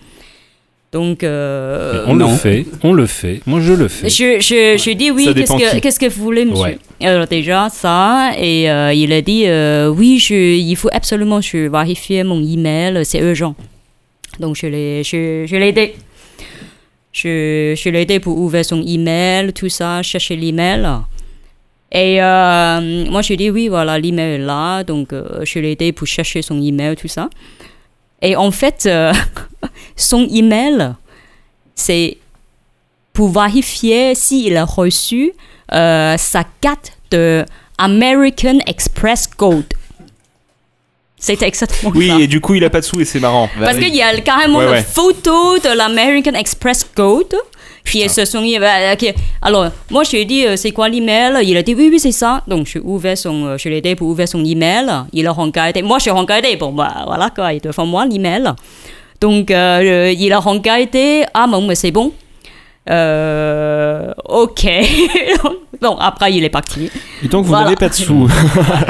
Speaker 7: Donc, euh,
Speaker 9: on le fait, on le fait. Moi, je le fais.
Speaker 7: Je, je, je dis oui,
Speaker 9: Ça
Speaker 7: qu'est-ce
Speaker 9: dépend
Speaker 7: que,
Speaker 9: qui.
Speaker 7: qu'est-ce que vous voulez, monsieur
Speaker 9: Ouais.
Speaker 7: Alors déjà, ça, et euh, il a dit, euh, oui, je, il faut absolument je vérifier mon email, c'est urgent. Donc je l'ai, je, je l'ai aidé. Je, je l'ai aidé pour ouvrir son email, tout ça, chercher l'email. Et euh, moi, je dis, oui, voilà, l'email est là, donc euh, je l'ai aidé pour chercher son email, tout ça. Et en fait, euh, son email, c'est pour vérifier s'il a reçu euh, sa carte de American Express Gold. C'est exactement
Speaker 3: Oui,
Speaker 7: ça.
Speaker 3: et du coup, il a pas de sous et c'est marrant.
Speaker 7: Bah, Parce qu'il y a
Speaker 3: Bah
Speaker 7: carrément
Speaker 3: Ouais,
Speaker 7: la
Speaker 3: ouais.
Speaker 7: photo de l'American Express Gold. Puis ils se sont dit, bah, ok. Alors, moi, je lui ai dit, euh, c'est quoi l'email Il a dit, oui, oui, c'est ça. Donc, je, ouvert son, euh, je l'ai aidé pour ouvrir son email. Il a regardé. Moi, je regardais. Bon, bah, voilà quoi, il devant moi l'email. Donc, euh, euh, il a regardé. Ah, bon, mais c'est bon. Euh, ok. bon, après, il est parti.
Speaker 9: Et donc, vous
Speaker 7: Voilà.
Speaker 9: n'avez pas de sous.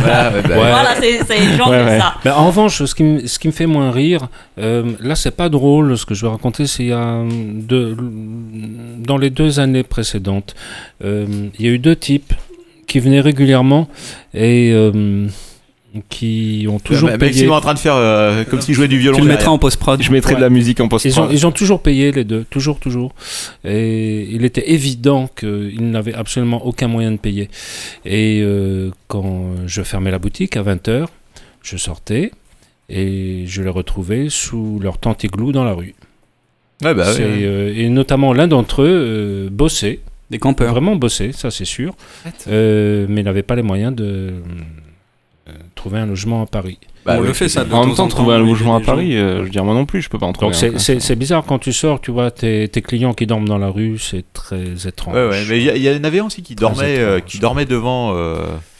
Speaker 3: bah,
Speaker 7: Voilà, c'est c'est genre
Speaker 9: Ouais,
Speaker 7: comme
Speaker 9: ouais.
Speaker 7: ça.
Speaker 9: Bah, en revanche, ce qui, me- ce qui me fait moins rire, euh, là, c'est pas drôle. Ce que je vais raconter, c'est il y a hum, deux- hum, dans les deux années précédentes, euh, il y a eu deux types qui venaient régulièrement et euh, qui ont toujours
Speaker 4: Toujours
Speaker 9: payé.
Speaker 4: Maxime est en train de faire euh, comme s'il jouait du violon. derrière.
Speaker 3: Je mettrai de la
Speaker 9: Ouais.
Speaker 3: musique
Speaker 9: Ils
Speaker 3: en
Speaker 9: ont,
Speaker 3: post-prod.
Speaker 9: ils ont toujours payé les deux, toujours, toujours. Et il était évident qu'ils n'avaient absolument aucun moyen de payer. Et euh, quand je fermais la boutique à 20h, je sortais et je les retrouvais sous leur tente igloo dans la rue.
Speaker 4: Ouais, bah,
Speaker 9: C'est,
Speaker 4: ouais.
Speaker 9: euh, et notamment l'un d'entre eux euh, bossait.
Speaker 8: Des campeurs.
Speaker 9: Vraiment bossait, ça c'est sûr. Euh, mais n'avait pas les moyens de euh, trouver un logement à Paris.
Speaker 3: Bah On oui. le fait, ça, de En même temps, temps en temps, trouver un mais logement à les gens- Paris, euh, je veux dire, moi non plus, je peux pas en trouver
Speaker 9: Donc
Speaker 3: un,
Speaker 9: c'est-
Speaker 4: hein.
Speaker 3: quoi.
Speaker 9: c'est c'est bizarre quand tu sors, tu vois tes, tes clients qui dorment dans la rue, c'est très étrange.
Speaker 4: Ouais, ouais, mais il y a- il y, en avait un aussi qui
Speaker 9: Très
Speaker 4: dormait,
Speaker 9: étrange.
Speaker 4: euh, qui dormait devant. euh,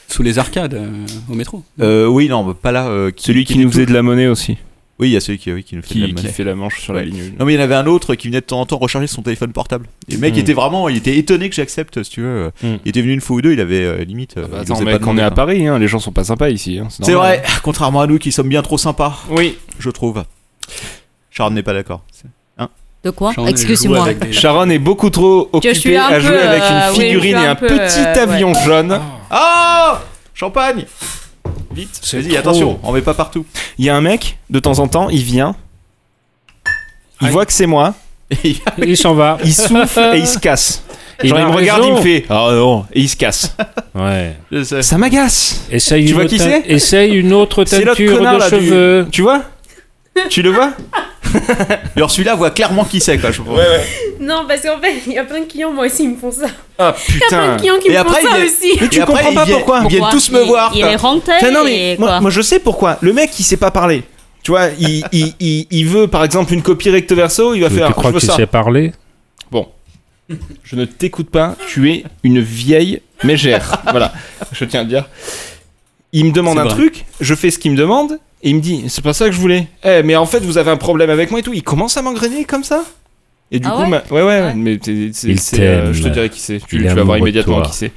Speaker 8: Sous les arcades, euh, au métro.
Speaker 4: euh, oui, non, bah, pas là. euh,
Speaker 3: Mmh. Celui qui nous faisait de la monnaie aussi.
Speaker 4: Oui, il y a celui qui, oui, qui nous fait
Speaker 3: Qui-
Speaker 4: de la
Speaker 3: qui
Speaker 4: monnaie.
Speaker 3: fait la manche sur la
Speaker 4: Ouais.
Speaker 3: ligne.
Speaker 4: Non, mais il y en avait un autre qui venait de temps en temps recharger son téléphone portable. Et le mec
Speaker 3: Mm.
Speaker 4: était vraiment, il était étonné que j'accepte, si tu veux.
Speaker 3: Mm.
Speaker 4: Il était venu une fois ou deux, il avait euh, limite. euh, il
Speaker 3: Ah bah, Attends,
Speaker 4: osait pas
Speaker 3: mec, on
Speaker 4: demander,
Speaker 3: est à
Speaker 4: hein.
Speaker 3: Paris, hein, les gens sont pas sympas ici. hein,
Speaker 4: C'est
Speaker 3: normal.
Speaker 4: vrai, contrairement à nous qui sommes bien trop sympas.
Speaker 3: Oui.
Speaker 4: Je trouve. Charles n'est pas d'accord. C'est- Hein
Speaker 7: De
Speaker 10: Ah,
Speaker 7: quoi Excusez-moi.
Speaker 3: Sharon est beaucoup trop
Speaker 7: Je suis
Speaker 3: occupée
Speaker 7: un
Speaker 3: à
Speaker 7: peu,
Speaker 3: jouer avec
Speaker 7: euh, oui,
Speaker 3: une
Speaker 7: je suis
Speaker 3: figurine et
Speaker 7: un
Speaker 3: un
Speaker 7: peu,
Speaker 3: petit
Speaker 7: euh,
Speaker 3: avion
Speaker 7: ouais.
Speaker 3: jaune.
Speaker 4: Oh Champagne
Speaker 3: Vite,
Speaker 4: Vas-y, attention, on met pas partout.
Speaker 3: Il y a un mec, de temps en temps, il vient, Ah, il voit que c'est moi,
Speaker 9: Il s'en va.
Speaker 3: il souffle et il se casse.
Speaker 9: Il
Speaker 3: Genre,
Speaker 9: a
Speaker 3: il me regarde, il
Speaker 9: raison.
Speaker 3: me fait Ah non, et il se casse.
Speaker 9: Ouais.
Speaker 3: Ça m'agace.
Speaker 9: Essaye
Speaker 3: Tu
Speaker 9: une
Speaker 3: vois
Speaker 9: autre
Speaker 3: qui
Speaker 9: teint-
Speaker 3: c'est
Speaker 9: Essaye une autre
Speaker 3: C'est l'autre
Speaker 9: teinture
Speaker 3: connard
Speaker 9: de
Speaker 3: là. du-
Speaker 9: cheveux.
Speaker 3: Tu vois Tu le vois
Speaker 4: Alors celui-là voit clairement qui c'est, quoi. Je comprends.
Speaker 10: Non, parce qu'en fait, il y a plein de clients, moi aussi, ils me font ça.
Speaker 3: Ah
Speaker 10: Il y a plein
Speaker 3: putain.
Speaker 10: de clients qui
Speaker 4: Et
Speaker 10: me font
Speaker 4: après,
Speaker 10: ça
Speaker 4: il est-
Speaker 10: aussi.
Speaker 3: Mais tu
Speaker 4: Et après,
Speaker 3: comprends pas
Speaker 4: ils viennent-
Speaker 3: pourquoi
Speaker 4: Ils viennent
Speaker 7: Pourquoi
Speaker 4: tous me
Speaker 7: Il-
Speaker 4: voir.
Speaker 7: Il
Speaker 4: quoi.
Speaker 7: est rentré.
Speaker 3: Enfin, non, mais
Speaker 7: et
Speaker 3: moi,
Speaker 7: quoi.
Speaker 3: moi, je sais pourquoi. Le mec il sait pas parler. Tu vois, il, il, il, il veut par exemple une copie recto verso, il va
Speaker 9: Tu,
Speaker 3: faire
Speaker 9: tu crois
Speaker 3: je veux
Speaker 9: qu'il
Speaker 3: ça.
Speaker 9: sait parler
Speaker 3: Je ne t'écoute pas, tu es une vieille mégère. voilà, je tiens à le dire. Il me demande
Speaker 8: C'est
Speaker 3: un
Speaker 8: vrai.
Speaker 3: truc, je fais ce qu'il me demande, et il me dit c'est pas ça que je voulais. Eh, mais en fait vous avez un problème avec moi et tout. Il commence à m'engrainer comme ça. Et du
Speaker 7: Ah
Speaker 3: coup,
Speaker 7: ouais
Speaker 3: ma- ouais, ouais,
Speaker 7: Ouais.
Speaker 3: mais c'est- c'est-
Speaker 9: Il
Speaker 3: c'est, euh,
Speaker 9: t'aime.
Speaker 3: je te dirai qui c'est. Tu,
Speaker 9: Il
Speaker 3: tu
Speaker 9: est
Speaker 3: vas voir
Speaker 9: amoureux de
Speaker 3: immédiatement
Speaker 9: toi.
Speaker 3: qui c'est.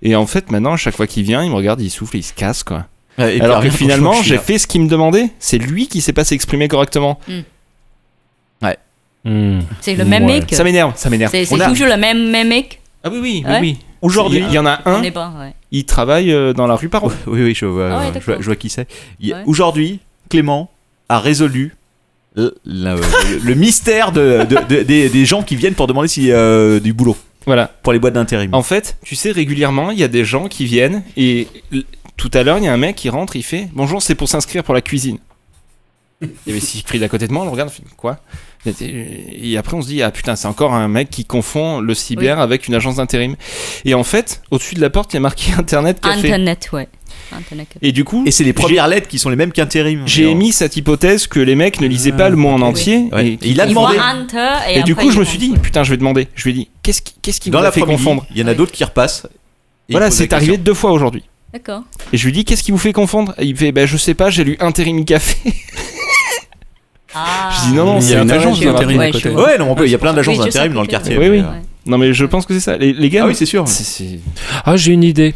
Speaker 3: Et en fait, maintenant, à chaque fois qu'il vient, il me regarde, il souffle, il se casse quoi.
Speaker 4: Ouais, et puis,
Speaker 3: Alors que
Speaker 4: rien, franchement,
Speaker 3: finalement,
Speaker 4: je suis
Speaker 3: j'ai
Speaker 4: là.
Speaker 3: fait ce qu'il me demandait. C'est lui qui sait pas s'exprimer correctement.
Speaker 9: Hmm.
Speaker 7: C'est le même
Speaker 9: Ouais.
Speaker 7: mec.
Speaker 3: Ça m'énerve, ça m'énerve.
Speaker 7: C'est c'est
Speaker 3: On a-
Speaker 7: toujours le même, même mec.
Speaker 3: Ah oui, oui, oui,
Speaker 7: Ouais.
Speaker 3: oui. Aujourd'hui, il y en a
Speaker 7: On
Speaker 3: un,
Speaker 7: n'est pas. ouais.
Speaker 3: il travaille euh, dans la rue Parot.
Speaker 4: Oui, oui, je vois,
Speaker 7: Ah ouais,
Speaker 4: je, vois,
Speaker 7: d'accord.
Speaker 4: je vois qui c'est. Il-
Speaker 7: Ouais.
Speaker 4: Aujourd'hui, Clément a résolu le, la- le- le mystère de, de- de- des, des gens qui viennent pour demander si, euh, du boulot
Speaker 3: Voilà.
Speaker 4: pour les boîtes d'intérim.
Speaker 6: Oh.
Speaker 3: En fait, tu sais, régulièrement, il y a des gens qui viennent et l- tout à l'heure, il y a un mec qui rentre, il fait Bonjour, c'est pour s'inscrire pour la cuisine. Il y avait Siegfried à côté de moi, on le regarde, on fait Quoi Et après, on se dit Ah putain, c'est encore un mec qui confond le cyber avec une agence d'intérim. Et en fait, au-dessus de la porte, il y a marqué Internet Café.
Speaker 7: Internet, ouais. Internet.
Speaker 3: Et du coup,
Speaker 4: Et c'est les premières lettres qui sont les mêmes qu'intérim.
Speaker 3: j'ai émis cette hypothèse que les mecs ne lisaient pas le mot en entier.
Speaker 4: Ouais.
Speaker 3: et
Speaker 4: Et il a
Speaker 7: Ils
Speaker 4: demandé.
Speaker 7: voient Hunter et,
Speaker 3: Ah, Et, du
Speaker 7: après,
Speaker 3: coup,
Speaker 7: ils
Speaker 3: je me suis
Speaker 7: font-
Speaker 3: dit, putain, je vais demander. Je lui ai dit, qu'est-ce qui, qu'est-ce qui
Speaker 4: Dans
Speaker 3: vous a fait
Speaker 4: l'après-midi,
Speaker 3: confondre
Speaker 4: il y en a d'autres qui repassent. et
Speaker 3: Voilà,
Speaker 4: ils posent la
Speaker 3: c'est arrivé deux fois aujourd'hui.
Speaker 7: D'accord.
Speaker 3: Et je lui dis, qu'est-ce qui vous fait confondre Et il me fait, bah, je sais pas, j'ai lu Intérim Café.
Speaker 7: Ah.
Speaker 3: je dis, non, non,
Speaker 8: Il y
Speaker 3: c'est
Speaker 8: a une
Speaker 3: Intérim
Speaker 8: agence
Speaker 3: Café.
Speaker 8: d'intérim à
Speaker 7: Ouais, je
Speaker 8: côté.
Speaker 4: question. Ouais, non, on peut- il y a plein d'agences
Speaker 7: Oui, je sais
Speaker 4: d'intérim
Speaker 7: que
Speaker 4: dans le
Speaker 7: c'est-
Speaker 4: quartier.
Speaker 3: Oui,
Speaker 4: mais,
Speaker 3: oui.
Speaker 4: euh,
Speaker 7: Ouais.
Speaker 3: Non, mais je pense que c'est ça. Les, les gars,
Speaker 4: Ah oui, c'est sûr.
Speaker 3: c'est- c'est-
Speaker 9: Ah, j'ai une idée.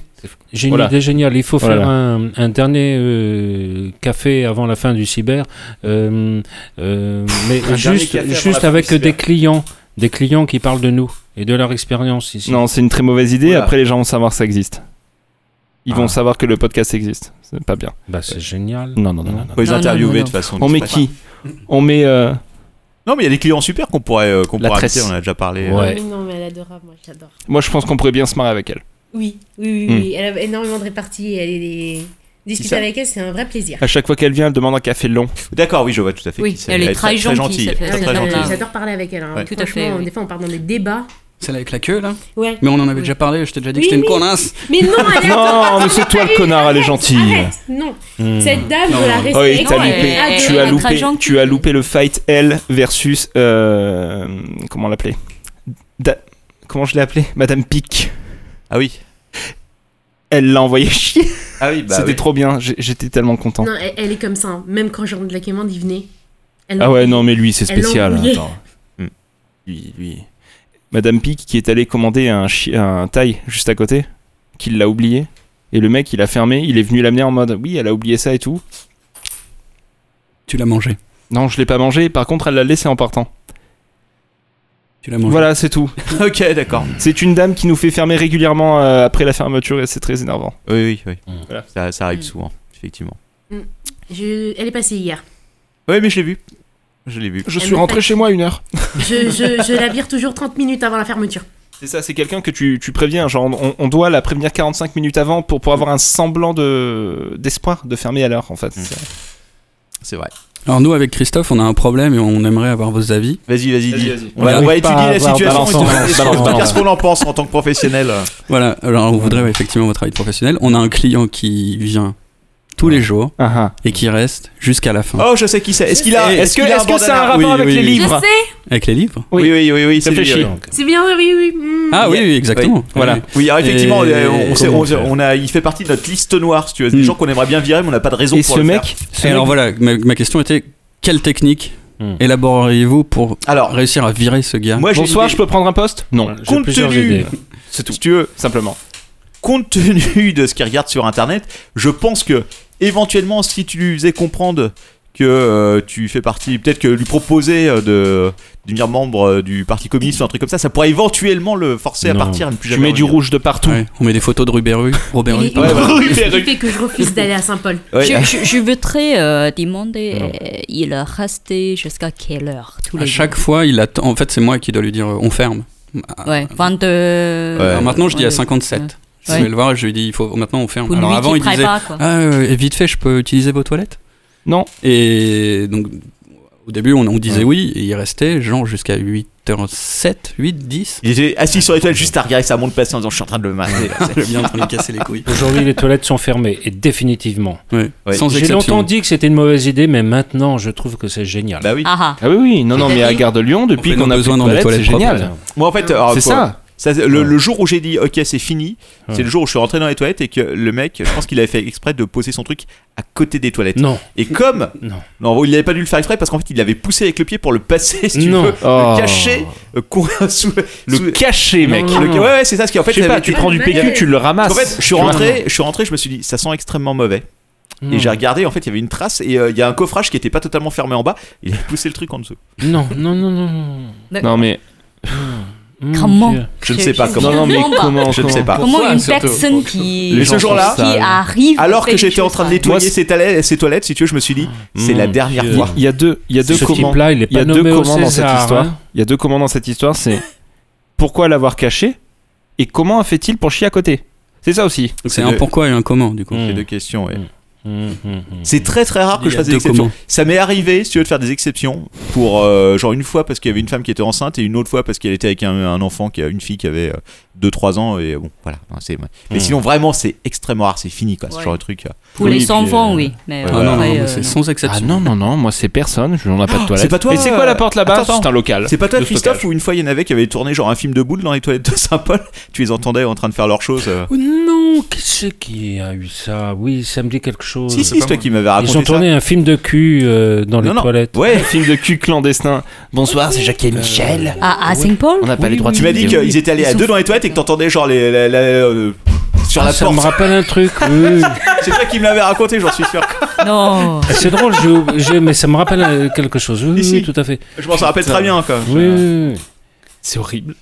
Speaker 9: J'ai une
Speaker 3: Voilà.
Speaker 9: idée géniale. Il faut
Speaker 3: Voilà.
Speaker 9: faire un, un dernier euh, café avant la fin du cyber, euh, euh, mais
Speaker 3: un dernier café
Speaker 9: juste,
Speaker 3: avant la fin
Speaker 9: juste
Speaker 3: du
Speaker 9: avec
Speaker 3: cyber.
Speaker 9: des clients, des clients qui parlent de nous et de leur expérience ici.
Speaker 3: Non, c'est une très mauvaise idée.
Speaker 9: Voilà.
Speaker 3: Après, les gens vont savoir que ça existe. Ils vont
Speaker 9: Ah.
Speaker 3: savoir que le podcast existe. C'est pas bien.
Speaker 9: Bah, c'est génial.
Speaker 3: Non, non, non. non,
Speaker 4: Faut les Non, interviewer, non, non, de toute non. façon,
Speaker 3: On
Speaker 4: c'est
Speaker 3: met
Speaker 4: pas
Speaker 3: qui
Speaker 4: grave.
Speaker 3: On met. euh,
Speaker 4: Non, mais il y a des clients super qu'on pourrait, euh, qu'on
Speaker 3: La
Speaker 4: pourrait
Speaker 3: tresse.
Speaker 4: inviter, on en a déjà parlé.
Speaker 3: Ouais.
Speaker 10: Oui, non, mais elle est adorable, moi j'adore.
Speaker 3: Moi, je pense qu'on pourrait bien se marrer avec elle.
Speaker 10: Oui, oui, oui,
Speaker 3: Hmm.
Speaker 10: oui, elle a énormément de réparties. Elle est... Discuter
Speaker 3: ça- Ah,
Speaker 10: avec elle, c'est un vrai plaisir.
Speaker 3: À chaque fois qu'elle vient, elle demande un café long.
Speaker 4: D'accord, oui, je vois tout à fait.
Speaker 10: Oui, qui c'est. elle est très
Speaker 4: gentille,
Speaker 10: Ah,
Speaker 4: très, très
Speaker 10: j'adore-
Speaker 4: gentille.
Speaker 10: J'adore parler avec elle. hein.
Speaker 8: Ouais.
Speaker 10: Franchement,
Speaker 8: Tout à fait, oui.
Speaker 10: Des fois, on part dans des débats.
Speaker 8: Celle avec la queue là
Speaker 10: Ouais.
Speaker 8: Mais on en avait déjà parlé, je t'ai déjà dit
Speaker 10: Oui,
Speaker 8: que j'étais une
Speaker 10: oui.
Speaker 8: connasse
Speaker 10: Mais non, elle est
Speaker 3: Non, mais c'est toi le connard, elle est gentille.
Speaker 10: Arrête, non.
Speaker 3: Hmm.
Speaker 10: Cette dame, je la respecte.
Speaker 3: Oui, t'as
Speaker 10: Non, elle
Speaker 3: loupé.
Speaker 10: est adorable.
Speaker 3: tu, as
Speaker 10: Elle est très
Speaker 3: loupé
Speaker 10: gentille.
Speaker 3: tu as loupé le fight elle versus. euh, comment l'appeler Da- Comment je l'ai appelé Madame Pic.
Speaker 4: Ah oui.
Speaker 3: Elle l'a envoyé chier.
Speaker 4: Ah oui, bah
Speaker 3: C'était
Speaker 4: oui.
Speaker 3: trop bien, j'ai- j'étais tellement content.
Speaker 10: Non, elle, elle est comme ça. hein. Même quand Jean de la Quémande, il venait. Elle
Speaker 3: Ah ouais, non, mais
Speaker 10: l'embrouillait.
Speaker 3: lui, c'est
Speaker 10: Elle
Speaker 3: spécial.
Speaker 10: l'embrouillait.
Speaker 3: Attends. Lui, lui. Madame Pic qui est allée commander un, chi- un taille juste à côté, qu'il l'a oublié. Et le mec, il a fermé, il est venu l'amener en mode Oui, elle a oublié ça et tout.
Speaker 8: Tu l'as mangé.
Speaker 3: Non, je l'ai pas mangé, par contre, elle l'a laissé en partant.
Speaker 8: Tu l'as mangé.
Speaker 3: Voilà, c'est tout.
Speaker 4: ok, d'accord.
Speaker 3: C'est une dame qui nous fait fermer régulièrement euh, après la fermeture et c'est très énervant.
Speaker 4: Oui, oui, oui. Ça, ça arrive souvent, effectivement.
Speaker 10: Hmm. Je- Elle est passée hier.
Speaker 4: Oui, mais je l'ai vu. Je l'ai vu.
Speaker 10: Je Elle suis me rentré fait- chez
Speaker 3: moi à une heure.
Speaker 10: Je, je, je la vire toujours 30 minutes avant la fermeture.
Speaker 3: C'est ça, c'est quelqu'un que tu, tu préviens. Genre, on, on doit la prévenir 45 minutes avant pour, pour avoir un semblant de d'espoir de fermer à l'heure, en fait.
Speaker 4: C'est vrai.
Speaker 8: Alors nous avec Christophe, on a un problème et on aimerait avoir vos avis.
Speaker 4: Vas-y, vas-y, dis. On
Speaker 8: On
Speaker 4: va, on va
Speaker 8: arrive pas
Speaker 4: étudier
Speaker 8: à
Speaker 4: la
Speaker 8: avoir-
Speaker 4: situation.
Speaker 8: balance, balance,
Speaker 4: et on va
Speaker 8: balance,
Speaker 4: dire
Speaker 8: balance.
Speaker 4: ce qu'on en pense en tant que professionnel.
Speaker 8: Voilà, alors on voudrait effectivement votre avis de professionnel. On a un client qui vient tous les jours
Speaker 3: Uh-huh.
Speaker 8: et qui reste jusqu'à la fin.
Speaker 4: Oh, je sais qui c'est. Est-ce qu'il a.
Speaker 3: Eh,
Speaker 8: Et-
Speaker 4: Est-ce que, est-ce que ça a un
Speaker 8: Oui,
Speaker 4: rapport avec
Speaker 8: oui,
Speaker 4: les
Speaker 8: oui.
Speaker 4: livres
Speaker 10: Je sais.
Speaker 8: Avec les livres
Speaker 4: Oui, oui, oui, oui, c'est
Speaker 3: Réfléchis.
Speaker 4: lui, oui.
Speaker 10: C'est bien, oui, oui. hmm.
Speaker 8: Ah oui, oui, exactement.
Speaker 3: Voilà.
Speaker 4: Oui, alors effectivement,
Speaker 8: Et-
Speaker 4: euh, on, sait-
Speaker 8: comment
Speaker 4: on-
Speaker 8: faire
Speaker 4: on a, il fait partie de notre liste noire, si tu veux. Des gens qu'on aimerait bien virer, mais on n'a pas de raison
Speaker 8: Et
Speaker 4: pour
Speaker 8: ce
Speaker 4: le
Speaker 8: mec-
Speaker 4: faire.
Speaker 8: Et
Speaker 3: eh,
Speaker 8: alors voilà, ma, ma question était quelle technique
Speaker 9: Hmm.
Speaker 8: élaboreriez-vous pour réussir à virer ce gars
Speaker 4: Moi, j'ai
Speaker 3: Bonsoir,
Speaker 4: une
Speaker 3: je
Speaker 4: idée.
Speaker 3: peux prendre un poste Non.
Speaker 9: j'ai
Speaker 4: Compte
Speaker 9: plusieurs
Speaker 4: tenu,
Speaker 9: idées.
Speaker 3: C'est tout.
Speaker 4: si tu veux,
Speaker 3: Simplement.
Speaker 4: compte tenu de ce qu'ils regardent sur internet, je pense que éventuellement, si tu lui faisais comprendre que euh, tu fais partie, peut-être que lui proposer euh, de devenir membre euh, du Parti communiste ou un truc comme ça, ça pourrait éventuellement le forcer à partir. à Ne plus
Speaker 3: Tu
Speaker 4: jamais
Speaker 3: mets du
Speaker 4: revenir.
Speaker 3: rouge de partout.
Speaker 8: Ouais, on met des photos de Ruberu, Robert
Speaker 10: Il est
Speaker 8: Ruberu.
Speaker 10: ultra
Speaker 4: voilà.
Speaker 10: triste
Speaker 4: Oui,
Speaker 10: du fait que je refuse d'aller à Saint-Paul.
Speaker 8: Ouais.
Speaker 7: Je, je, je voudrais euh, demander, euh, il a resté jusqu'à quelle heure tous les
Speaker 8: À chaque fois, il attend. En fait, c'est moi qui dois lui dire euh, on ferme.
Speaker 7: jours Ouais, euh, 22.
Speaker 8: Alors Ah, maintenant, je dis à 57. Je vais
Speaker 7: Ouais.
Speaker 8: le voir, je lui dis il faut maintenant on ferme.
Speaker 7: Pour
Speaker 8: Alors
Speaker 7: lui
Speaker 8: avant,
Speaker 7: qui
Speaker 8: il disait
Speaker 7: prépare, quoi.
Speaker 8: ah euh, et vite fait, je peux utiliser vos toilettes
Speaker 3: Non.
Speaker 8: Et donc au début, on, on disait oui, et il restait genre jusqu'à euh, 8h07, 8 10.
Speaker 4: Il était assis sur les toilettes juste à regarder sa montre passer en disant je suis en train de le mater. là.
Speaker 8: Je viens Ah, en train de lui casser les couilles.
Speaker 9: Aujourd'hui, les toilettes sont fermées et définitivement.
Speaker 8: Ouais.
Speaker 4: Ouais.
Speaker 8: Sans
Speaker 9: J'ai
Speaker 8: exception.
Speaker 9: longtemps dit que c'était une mauvaise idée, mais maintenant, je trouve que c'est génial.
Speaker 4: Bah oui.
Speaker 7: Ah,
Speaker 3: Ah oui, oui, non, non, mais à
Speaker 7: Depuis-
Speaker 3: Gare de Lyon, depuis
Speaker 8: fait
Speaker 3: qu'on
Speaker 8: nos
Speaker 3: a
Speaker 8: besoins
Speaker 3: besoin
Speaker 8: dans les
Speaker 3: c'est
Speaker 8: toilettes
Speaker 3: génial.
Speaker 8: propres.
Speaker 4: Moi en fait, alors,
Speaker 3: C'est
Speaker 4: quoi,
Speaker 3: ça.
Speaker 4: c'est- le, le jour où j'ai dit ok c'est fini, c'est le jour où je suis rentré dans les toilettes et que le mec, je pense qu'il avait fait exprès de poser son truc à côté des toilettes.
Speaker 9: Non.
Speaker 4: Et comme
Speaker 9: Non.
Speaker 4: non, il n'avait pas dû le faire exprès parce qu'en fait il l'avait poussé avec le pied pour le passer, si tu
Speaker 9: Non.
Speaker 4: veux,
Speaker 3: Oh.
Speaker 4: le cacher, euh, cou- sous,
Speaker 3: Le
Speaker 4: sous-
Speaker 3: caché, mec.
Speaker 9: non,
Speaker 4: le-
Speaker 9: non.
Speaker 4: ouais, ouais c'est ça ce qui en fait.
Speaker 3: Je sais
Speaker 4: j'avais-
Speaker 3: pas, tu prends du PQ, tu le ramasses.
Speaker 4: En fait, je suis
Speaker 3: Tu vois.
Speaker 4: rentré, je suis rentré, je me suis dit ça sent extrêmement mauvais.
Speaker 3: Hmm.
Speaker 4: Et j'ai regardé, en fait, il y avait une trace et euh, il y a un coffrage qui était pas totalement fermé en bas. Il avait poussé le truc en dessous.
Speaker 9: Non, non, non, non, non.
Speaker 7: Mais-
Speaker 3: Non, mais.
Speaker 9: Mon
Speaker 7: Comment
Speaker 9: Dieu.
Speaker 4: Je ne sais pas comment.
Speaker 3: Non, non, mais
Speaker 7: Comment
Speaker 3: comment
Speaker 4: Je ne sais pas.
Speaker 7: Comment
Speaker 8: Pourquoi,
Speaker 7: une
Speaker 8: surtout
Speaker 7: personne qui,
Speaker 3: Les
Speaker 4: gens
Speaker 7: qui
Speaker 4: sont
Speaker 8: euh,
Speaker 4: sales.
Speaker 7: arrive
Speaker 4: Alors
Speaker 7: fait
Speaker 4: que
Speaker 7: des
Speaker 4: j'étais en
Speaker 7: choses
Speaker 4: train de
Speaker 7: pareilles
Speaker 4: nettoyer
Speaker 3: c'est-
Speaker 4: ses, toilettes, ses toilettes, si tu veux, je me suis dit, c'est la dernière
Speaker 9: Dieu.
Speaker 4: fois.
Speaker 3: Il y a deux, il y a deux
Speaker 9: Ce
Speaker 3: comment.
Speaker 9: type-là, il est
Speaker 3: Il y a
Speaker 9: pas
Speaker 3: deux
Speaker 9: nommé au
Speaker 3: comment dans cette
Speaker 9: César,
Speaker 3: histoire.
Speaker 9: hein.
Speaker 3: Il y a deux comment dans cette histoire, c'est pourquoi l'avoir caché et comment a fait-il pour chier à côté. C'est ça aussi.
Speaker 8: C'est un
Speaker 4: le-
Speaker 8: pourquoi et un comment du coup.
Speaker 4: Les
Speaker 9: Mm.
Speaker 4: deux questions, ouais.
Speaker 9: Mm, mm, mm.
Speaker 4: Mmh. C'est très très rare
Speaker 8: Il
Speaker 4: Ah, que
Speaker 8: y
Speaker 4: je
Speaker 8: a
Speaker 4: fasse des
Speaker 8: deux
Speaker 4: exceptions.
Speaker 8: comment.
Speaker 4: Ça m'est arrivé, si tu veux, de faire des exceptions pour euh, genre une fois parce qu'il y avait une femme qui était enceinte et une autre fois parce qu'elle était avec un, un enfant, qui a une fille qui avait 2-3 ans et bon, voilà. Non, c'est- Mais sinon, vraiment, c'est extrêmement rare, c'est fini quoi, ce
Speaker 7: Ouais.
Speaker 4: genre de truc.
Speaker 7: Pour
Speaker 3: Oui,
Speaker 7: les
Speaker 3: puis,
Speaker 7: enfants,
Speaker 3: euh,
Speaker 7: oui. Mais
Speaker 8: Ah non, non,
Speaker 7: après,
Speaker 8: mais
Speaker 7: euh,
Speaker 8: c'est
Speaker 7: non.
Speaker 8: sans
Speaker 3: Ah
Speaker 8: exception.
Speaker 3: non non non, moi c'est personne, je n'en ai pas de toilette.
Speaker 4: c'est pas toi,
Speaker 3: Et c'est quoi
Speaker 4: euh,
Speaker 3: la porte là-bas
Speaker 4: attends, attends.
Speaker 3: C'est un local.
Speaker 4: C'est pas toi,
Speaker 3: de
Speaker 4: Christophe,
Speaker 3: stockage.
Speaker 4: ou une fois il y en avait qui avaient tourné genre un film de boules dans les toilettes de Saint-Paul Tu les entendais en train de faire leurs choses euh.
Speaker 9: Oh non, qu'est-ce qui a eu ça Oui, ça me dit quelque chose.
Speaker 4: Si, si, c'est toi qui m'avais raconté.
Speaker 9: Ils ont tourné un film de cul euh, dans
Speaker 4: ça.
Speaker 9: les
Speaker 4: non, non.
Speaker 9: toilettes.
Speaker 4: Ouais,
Speaker 3: Film de cul clandestin. Bonsoir, c'est Jacques et Michel.
Speaker 4: Euh,
Speaker 7: À, à Saint-Paul
Speaker 3: On n'a pas les droits de
Speaker 4: Tu m'as dit
Speaker 3: vidéo.
Speaker 4: qu'ils étaient allés
Speaker 7: Ils
Speaker 4: à
Speaker 7: sont
Speaker 4: deux dans les toilettes et que t'entendais genre les, la- la- euh, sur
Speaker 9: Ah,
Speaker 4: la
Speaker 9: ça
Speaker 4: porte.
Speaker 9: me rappelle un truc. oui. Ah,
Speaker 4: C'est toi qui me l'avais raconté, j'en suis sûr.
Speaker 7: Non.
Speaker 9: C'est drôle, je- je- mais ça me rappelle euh, quelque chose. Oui, oui, tout à fait.
Speaker 4: Je m'en rappelle
Speaker 9: Putain.
Speaker 4: très bien, quoi.
Speaker 9: Oui, oui, oui.
Speaker 3: C'est horrible.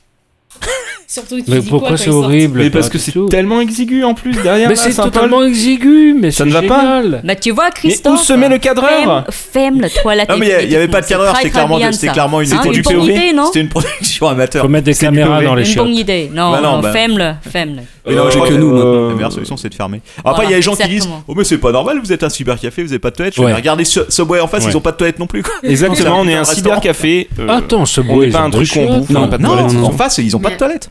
Speaker 10: Surtout qu'il
Speaker 9: Mais
Speaker 10: dit
Speaker 9: pourquoi
Speaker 10: quoi,
Speaker 9: c'est horrible
Speaker 3: Mais parce
Speaker 9: pas
Speaker 3: que
Speaker 9: du
Speaker 3: c'est
Speaker 9: tout.
Speaker 3: tellement exigu en plus derrière.
Speaker 9: Mais
Speaker 3: là,
Speaker 9: c'est
Speaker 3: Saint-Paul.
Speaker 9: totalement exigu, mais
Speaker 3: Ça
Speaker 9: c'est
Speaker 3: ne va pas.
Speaker 9: génial.
Speaker 7: Mais Bah, tu vois,
Speaker 3: Mais où
Speaker 7: Christophe.
Speaker 3: se met le cadreur
Speaker 7: Ferme, ferme le toilette.
Speaker 4: Non, mais il n'y avait pas de cadreur, c'était clairement, de- c'était
Speaker 7: c'est
Speaker 4: clairement une,
Speaker 7: C'était
Speaker 4: une
Speaker 7: Hein, une bonne
Speaker 4: production.
Speaker 7: idée, non
Speaker 4: C'était une production
Speaker 9: Il
Speaker 4: amateur.
Speaker 9: faut mettre des
Speaker 3: C'est du
Speaker 9: caméras
Speaker 3: PV.
Speaker 9: dans les
Speaker 7: Une
Speaker 9: shots.
Speaker 7: bonne idée. Non,
Speaker 4: Bah non,
Speaker 7: non,
Speaker 4: bah-
Speaker 7: ferme-le, ferme-le.
Speaker 4: Mais non, je
Speaker 8: Euh,
Speaker 4: crois que
Speaker 8: nous,
Speaker 4: nous,
Speaker 8: maintenant.
Speaker 4: la meilleure solution, c'est de fermer. Après,
Speaker 7: Voilà,
Speaker 4: il y a les gens qui disent
Speaker 7: exactement.
Speaker 4: Oh, mais c'est pas normal, vous êtes un cybercafé, vous n'avez pas de toilette. Je vais
Speaker 9: Ouais.
Speaker 4: regarder ce- Subway en face,
Speaker 3: Ouais.
Speaker 4: ils ont pas de toilette non plus. quoi.
Speaker 3: Exactement, on est un
Speaker 4: Restaurant. Ah,
Speaker 3: cybercafé. euh,
Speaker 9: Attends, ce
Speaker 3: on
Speaker 9: bruit.
Speaker 3: n'est pas
Speaker 9: ils
Speaker 3: un
Speaker 9: ont
Speaker 3: truc
Speaker 9: des
Speaker 3: qu'on
Speaker 9: chiottes.
Speaker 3: bouffe, on n'a pas de
Speaker 4: Non,
Speaker 3: toilette.
Speaker 4: en face, ils ont pas de
Speaker 10: Mais-
Speaker 4: toilette.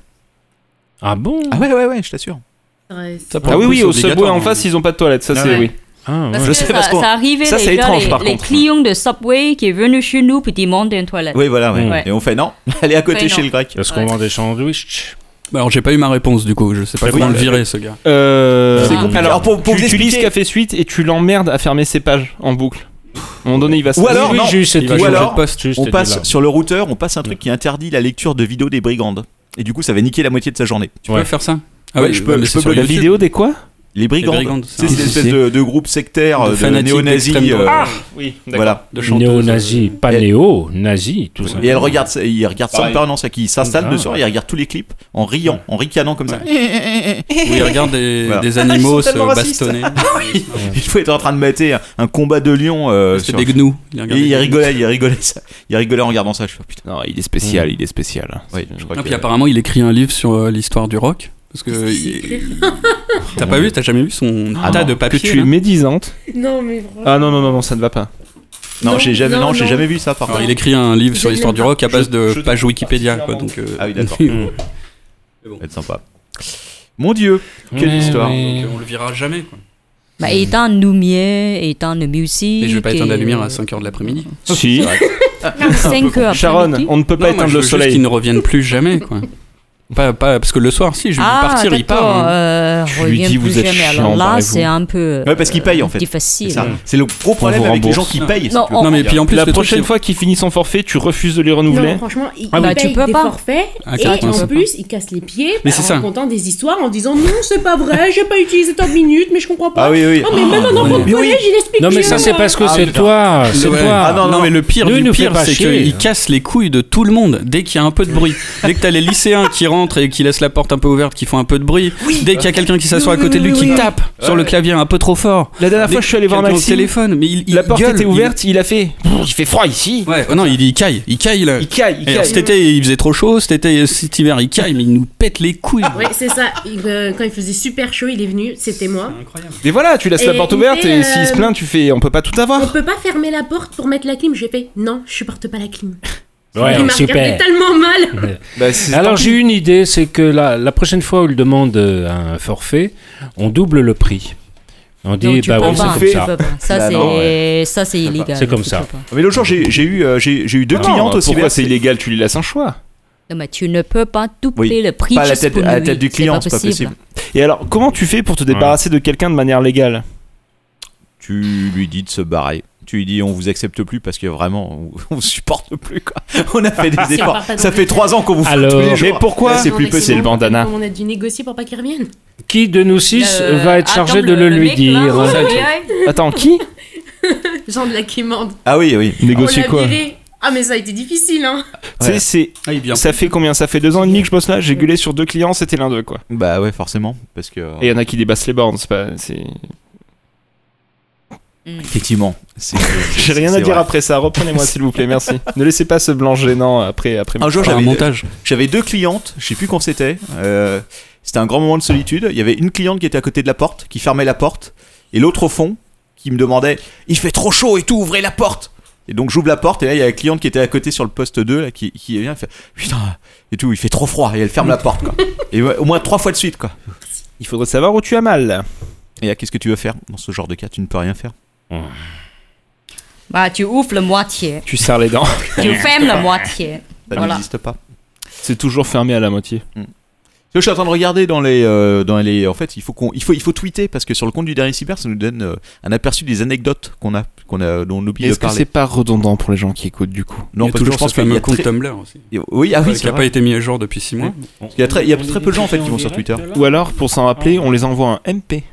Speaker 9: Ah bon
Speaker 4: Ah ouais, ouais, ouais, je t'assure.
Speaker 10: Ouais, c'est-
Speaker 8: Ça, pour
Speaker 3: Ah
Speaker 8: le
Speaker 3: oui,
Speaker 8: coup,
Speaker 3: oui,
Speaker 8: c'est
Speaker 3: au Subway
Speaker 8: obligatoire,
Speaker 3: en
Speaker 8: hein.
Speaker 3: face, ils ont pas de toilette. Ça,
Speaker 4: Ah
Speaker 3: c'est
Speaker 4: ouais.
Speaker 3: oui.
Speaker 9: Ah, ouais.
Speaker 7: Parce
Speaker 4: Je
Speaker 7: que
Speaker 4: sais
Speaker 7: ça,
Speaker 4: parce qu'on-
Speaker 7: ça arrivait
Speaker 4: ça, c'est
Speaker 7: déjà,
Speaker 3: étrange,
Speaker 7: les,
Speaker 3: par
Speaker 7: les
Speaker 3: contre.
Speaker 7: clients de Subway qui est venu chez nous puis demandent une toilette.
Speaker 4: Oui, voilà, ouais.
Speaker 7: Ouais.
Speaker 4: Et on fait non, allez à côté
Speaker 7: Fait
Speaker 4: chez
Speaker 7: non.
Speaker 4: le grec.
Speaker 9: Est-ce qu'on
Speaker 7: Ouais.
Speaker 9: vend des sandwichs
Speaker 8: Bah, alors j'ai pas eu ma réponse du coup, je sais pas
Speaker 3: Bah,
Speaker 8: comment
Speaker 3: oui,
Speaker 8: le virer ce gars.
Speaker 3: Euh,
Speaker 4: C'est compliqué.
Speaker 3: Alors,
Speaker 4: Alors, pour- pour
Speaker 3: tu,
Speaker 4: vous
Speaker 3: tu lis ce
Speaker 4: expliquer-
Speaker 3: qu'a fait suite et tu l'emmerdes à fermer ses pages en boucle. À un moment donné, il va se
Speaker 4: Ou alors,
Speaker 9: Oui,
Speaker 4: non.
Speaker 9: j'ai eu cette
Speaker 4: Oh. Ou
Speaker 9: idée.
Speaker 4: alors,
Speaker 9: Je poste juste
Speaker 4: On
Speaker 9: cette
Speaker 4: passe
Speaker 9: idée-là.
Speaker 4: sur le routeur, on passe un truc qui interdit la lecture de vidéos des brigandes. Et du coup, ça va niquer la moitié de sa journée.
Speaker 8: Tu
Speaker 9: Ouais.
Speaker 8: peux faire ça Ah
Speaker 4: Ouais, je peux-
Speaker 8: mais
Speaker 4: je
Speaker 8: c'est
Speaker 4: peux
Speaker 8: sur
Speaker 3: la
Speaker 8: YouTube.
Speaker 3: vidéo des quoi
Speaker 4: Les brigandes,
Speaker 8: brigandes,
Speaker 4: c'est
Speaker 8: c'est
Speaker 4: une
Speaker 8: un-
Speaker 4: espèce de, de groupe sectaire euh,
Speaker 8: De
Speaker 4: de,
Speaker 8: fanatiques
Speaker 4: néo-nazis.
Speaker 8: d'extrême droite.
Speaker 4: euh,
Speaker 3: Oui,
Speaker 4: voilà.
Speaker 8: De chanteuse.
Speaker 9: Néo-nazi, pas
Speaker 4: Elle-
Speaker 9: néo, nazi, tout ça.
Speaker 4: Et elle regarde, ça- il regarde ça en
Speaker 3: Pareil.
Speaker 4: permanence, c'est-à-dire qu'il s'installe
Speaker 9: Ah,
Speaker 4: le soir, il regarde tous les clips en riant, en ricanant comme ça. Eh,
Speaker 8: Où il regarde des,
Speaker 4: Voilà.
Speaker 7: Ah,
Speaker 8: des animaux
Speaker 4: Ils sont
Speaker 8: se
Speaker 4: tellement racistes.
Speaker 8: bastonner.
Speaker 4: eh. Il faut être en train de mater un, un combat de lions. euh,
Speaker 8: C'est
Speaker 4: sur-
Speaker 8: des gnous. Il
Speaker 4: Et
Speaker 8: regarde des
Speaker 4: il
Speaker 8: gnous.
Speaker 4: rigolait, il rigolait, ça. il rigolait en regardant ça. Je fais, oh, putain.
Speaker 3: Non, il est spécial, il est spécial.
Speaker 4: Oui, je crois
Speaker 8: Ah,
Speaker 4: que-
Speaker 8: puis apparemment, il écrit un livre sur euh, l'histoire du rock. Parce que. il- T'as pas vu, t'as jamais vu son
Speaker 3: Ah
Speaker 8: tas
Speaker 3: non,
Speaker 8: de papiers.
Speaker 3: que tu es
Speaker 8: là
Speaker 3: médisante.
Speaker 10: Non, mais vraiment.
Speaker 3: Ah non, non, non, non, ça ne va pas.
Speaker 4: Non, j'ai jamais,
Speaker 10: non,
Speaker 4: non, j'ai
Speaker 10: non.
Speaker 4: jamais vu ça par
Speaker 8: Alors,
Speaker 4: contre.
Speaker 8: il écrit un livre sur
Speaker 10: Je
Speaker 8: l'histoire du rock à base de
Speaker 3: je-
Speaker 8: pages Wikipédia, quoi. Donc, euh,
Speaker 4: Ah oui, d'accord.
Speaker 7: Mm.
Speaker 8: donc,
Speaker 4: Ça va être sympa. Mon dieu, quelle
Speaker 9: Ouais,
Speaker 4: histoire.
Speaker 9: ouais.
Speaker 8: euh, on le verra jamais, quoi.
Speaker 7: Bah, étant lumière, étant de musique.
Speaker 8: Mais je vais pas éteindre la
Speaker 7: et-
Speaker 8: lumière hein, à 5h de l'après-midi.
Speaker 3: Si,
Speaker 7: Cinq heures
Speaker 3: Sharon,
Speaker 7: après-midi.
Speaker 3: on ne peut pas
Speaker 8: Non, moi,
Speaker 3: éteindre
Speaker 8: je
Speaker 3: le
Speaker 8: veux juste
Speaker 3: soleil.
Speaker 8: qu'ils ne reviennent plus jamais, quoi. Pas, pas, parce que le soir, si, je lui dis
Speaker 7: Ah,
Speaker 8: partir, il
Speaker 7: d'accord,
Speaker 8: part. hein.
Speaker 7: euh,
Speaker 3: Je lui
Speaker 7: reviens
Speaker 3: dis,
Speaker 7: plus
Speaker 3: vous êtes
Speaker 7: jamais.
Speaker 3: chiant,
Speaker 7: Alors là,
Speaker 3: barrez-vous.
Speaker 7: c'est un peu.
Speaker 4: Ouais, parce qu'il paye, Bah en
Speaker 7: euh,
Speaker 4: fait. C'est
Speaker 7: Difficile.
Speaker 4: ça. C'est le gros problème
Speaker 3: vous
Speaker 4: avec les gens
Speaker 3: rembourse.
Speaker 4: qui payent.
Speaker 7: Non,
Speaker 4: si tu veux.
Speaker 7: on-
Speaker 8: Non, mais puis en plus,
Speaker 3: La
Speaker 8: le truc,
Speaker 3: prochaine
Speaker 8: c'est-
Speaker 3: fois qu'il finit son forfait, tu refuses de les renouveler.
Speaker 11: Non, franchement, il,
Speaker 7: Ah
Speaker 11: il
Speaker 7: oui, tu
Speaker 11: paye
Speaker 7: peux
Speaker 11: des
Speaker 7: pas.
Speaker 11: forfaits
Speaker 8: Ah,
Speaker 11: et
Speaker 8: exactement,
Speaker 11: en
Speaker 8: ça.
Speaker 11: plus, il casse les pieds
Speaker 8: Mais c'est
Speaker 11: en
Speaker 8: ça.
Speaker 11: racontant des histoires en disant non, c'est pas vrai, j'ai pas utilisé tant de minutes, mais je comprends pas.
Speaker 4: Ah oui, oui.
Speaker 11: Oh, mais même un enfant de
Speaker 4: Mais oui.
Speaker 11: collège, il explique
Speaker 9: Non, mais
Speaker 11: que
Speaker 9: ça,
Speaker 11: j'ai
Speaker 9: c'est
Speaker 11: un-
Speaker 9: parce que
Speaker 4: Ah,
Speaker 9: c'est
Speaker 4: putain.
Speaker 9: toi. C'est
Speaker 8: Ouais.
Speaker 9: toi.
Speaker 4: Ah, non, non.
Speaker 8: mais le pire
Speaker 9: Nous,
Speaker 8: du
Speaker 9: nous
Speaker 8: pire,
Speaker 9: fais pas
Speaker 8: c'est
Speaker 9: chier.
Speaker 8: qu'il casse les couilles de tout le monde dès qu'il y a un peu de bruit. dès que t'as les lycéens qui rentrent et qui laissent la porte un peu ouverte, qui font un peu de bruit. Dès qu'il y a quelqu'un qui s'assoit à côté de lui, qui tape sur le clavier un peu trop fort.
Speaker 3: La dernière
Speaker 8: Dès
Speaker 3: fois, je suis allé
Speaker 8: qu'il y a
Speaker 3: voir
Speaker 8: quelqu'un au
Speaker 3: Maxime.
Speaker 8: téléphone, mais il, il
Speaker 3: La porte
Speaker 8: gueule,
Speaker 3: était
Speaker 8: il-
Speaker 3: ouverte, il a fait. Il fait froid ici.
Speaker 8: Ouais, oh non, il, il caille, il caille là.
Speaker 3: Il caille, il
Speaker 8: Et alors, cet
Speaker 3: caille.
Speaker 8: été, il faisait trop chaud. Cet été, cet hiver, il caille, mais il nous pète les couilles.
Speaker 3: Ah
Speaker 11: Ouais, c'est ça. Il, euh, quand il faisait super chaud, il est venu, c'était moi.
Speaker 3: Et voilà, tu laisses la
Speaker 11: Et
Speaker 3: porte
Speaker 11: il
Speaker 3: ouverte
Speaker 11: fait,
Speaker 3: et
Speaker 11: euh,
Speaker 3: s'il se plaint, tu fais. On peut pas tout
Speaker 11: On
Speaker 3: avoir.
Speaker 11: peut pas fermer la porte pour mettre la clim. J'ai fait non, je supporte pas la clim. il
Speaker 9: Ouais,
Speaker 11: m'a regardé
Speaker 9: super.
Speaker 11: tellement mal.
Speaker 4: Bah, c'est-
Speaker 9: Alors j'ai une idée, c'est que la, la prochaine fois où il demande euh, un forfait, on double le prix. On dit,
Speaker 7: Non, tu
Speaker 9: bah
Speaker 7: peux
Speaker 9: oui, c'est
Speaker 7: pas,
Speaker 9: comme
Speaker 7: tu
Speaker 9: ça.
Speaker 7: peux pas. Ça,
Speaker 4: Bah non,
Speaker 7: c'est ça, c'est illégal.
Speaker 9: C'est comme
Speaker 7: Tu
Speaker 9: ça.
Speaker 7: peux pas.
Speaker 4: Mais l'autre jour, j'ai j'ai eu, euh, j'ai j'ai eu
Speaker 8: Ah,
Speaker 4: deux
Speaker 3: Non,
Speaker 4: clientes aussi.
Speaker 3: Pourquoi c'est illégal Tu lui laisses un choix.
Speaker 7: Non, mais tu ne peux pas doubler
Speaker 4: Oui,
Speaker 7: le prix.
Speaker 4: Pas à la
Speaker 7: juste
Speaker 4: tête,
Speaker 7: pour
Speaker 4: à la
Speaker 7: lui.
Speaker 4: tête du client, c'est pas possible.
Speaker 3: Et alors, comment tu fais pour te débarrasser de quelqu'un de manière légale
Speaker 4: Tu lui dis de se barrer. Tu lui dis on vous accepte plus parce que vraiment on- on vous supporte plus quoi. On a fait des
Speaker 11: Ah, Si on
Speaker 4: efforts.
Speaker 11: part pas dans
Speaker 4: Ça
Speaker 11: le
Speaker 4: fait
Speaker 11: mur.
Speaker 4: trois ans qu'on vous
Speaker 3: Ah.
Speaker 4: fait
Speaker 9: Alors,
Speaker 4: tous les
Speaker 3: Mais
Speaker 4: jours.
Speaker 3: pourquoi
Speaker 4: Là, c'est
Speaker 11: Non,
Speaker 4: plus
Speaker 11: mais
Speaker 4: possible.
Speaker 11: c'est
Speaker 3: le
Speaker 11: bon,
Speaker 3: bandana.
Speaker 11: comme On a dû négocier pour pas qu'il revienne.
Speaker 9: Qui de nous six euh, va être chargé de le lui dire
Speaker 3: Attends, qui
Speaker 11: Jean de la Quémande.
Speaker 4: Ah oui, oui.
Speaker 11: on l'a viré. Ah mais ça a été difficile hein.
Speaker 3: Tu sais, c'est-
Speaker 8: Ah, il vient.
Speaker 3: Ça fait combien Ça fait deux ans et demi que je bosse là. J'ai gueulé sur deux clients, c'était l'un d'eux quoi.
Speaker 4: Bah ouais, forcément, parce que
Speaker 3: Et il y en a qui dépassent les bornes, c'est pas. c'est-
Speaker 4: effectivement. c'est-
Speaker 3: J'ai
Speaker 4: c'est-
Speaker 3: rien à
Speaker 4: c'est
Speaker 3: dire
Speaker 4: vrai.
Speaker 3: après ça. Reprenez-moi s'il vous plaît, merci. ne laissez pas ce blanc gênant après après.
Speaker 4: Un jour
Speaker 8: un
Speaker 4: j'avais
Speaker 8: montage.
Speaker 4: J'avais deux clientes, je sais plus quand c'était. euh, c'était un grand moment de solitude. Il y avait une cliente qui était à côté de la porte, qui fermait la porte, et l'autre au fond, qui me demandait Il fait trop chaud et tout, ouvrez la porte Et donc j'ouvre la porte, et là il y a la cliente qui était à côté sur le poste 2, là, qui, qui vient, elle fait Putain, et tout, il fait trop froid, et elle ferme la porte, quoi. Et ouais, au moins trois fois de suite, quoi.
Speaker 3: Il faudrait savoir où tu as mal.
Speaker 4: Et là, qu'est-ce que tu veux faire Dans ce genre de cas, tu ne peux rien faire.
Speaker 7: Bah, tu ouvres la moitié.
Speaker 3: Tu serres les dents.
Speaker 7: Tu fermes la moitié.
Speaker 4: Ça
Speaker 7: Voilà.
Speaker 4: n'existe pas.
Speaker 3: C'est toujours fermé à la moitié.
Speaker 4: Tu Là, je suis en train de regarder dans les, euh, dans les. En fait, il faut qu'on, il faut, il faut tweeter parce que sur le compte du dernier cyber, ça nous donne euh, un aperçu des anecdotes qu'on a, qu'on a, dont on oublie de
Speaker 3: Est-ce que
Speaker 4: parler.
Speaker 3: c'est pas redondant pour les gens qui écoutent du coup
Speaker 4: Non,
Speaker 8: Il y a
Speaker 4: parce que
Speaker 8: toujours
Speaker 4: je pense
Speaker 8: ce
Speaker 4: qu'il y a
Speaker 8: fameux compte
Speaker 4: très-
Speaker 8: Tumblr aussi.
Speaker 4: Oui, ah oui,
Speaker 8: Euh,
Speaker 4: c'est
Speaker 8: qui n'a
Speaker 4: vrai.
Speaker 8: pas été mis à jour depuis 6 mois.
Speaker 4: Il y a très, il y a très peu de gens en fait qui vont sur Twitter.
Speaker 3: Ou alors, pour s'en
Speaker 7: Ah.
Speaker 3: rappeler, on les envoie un MP.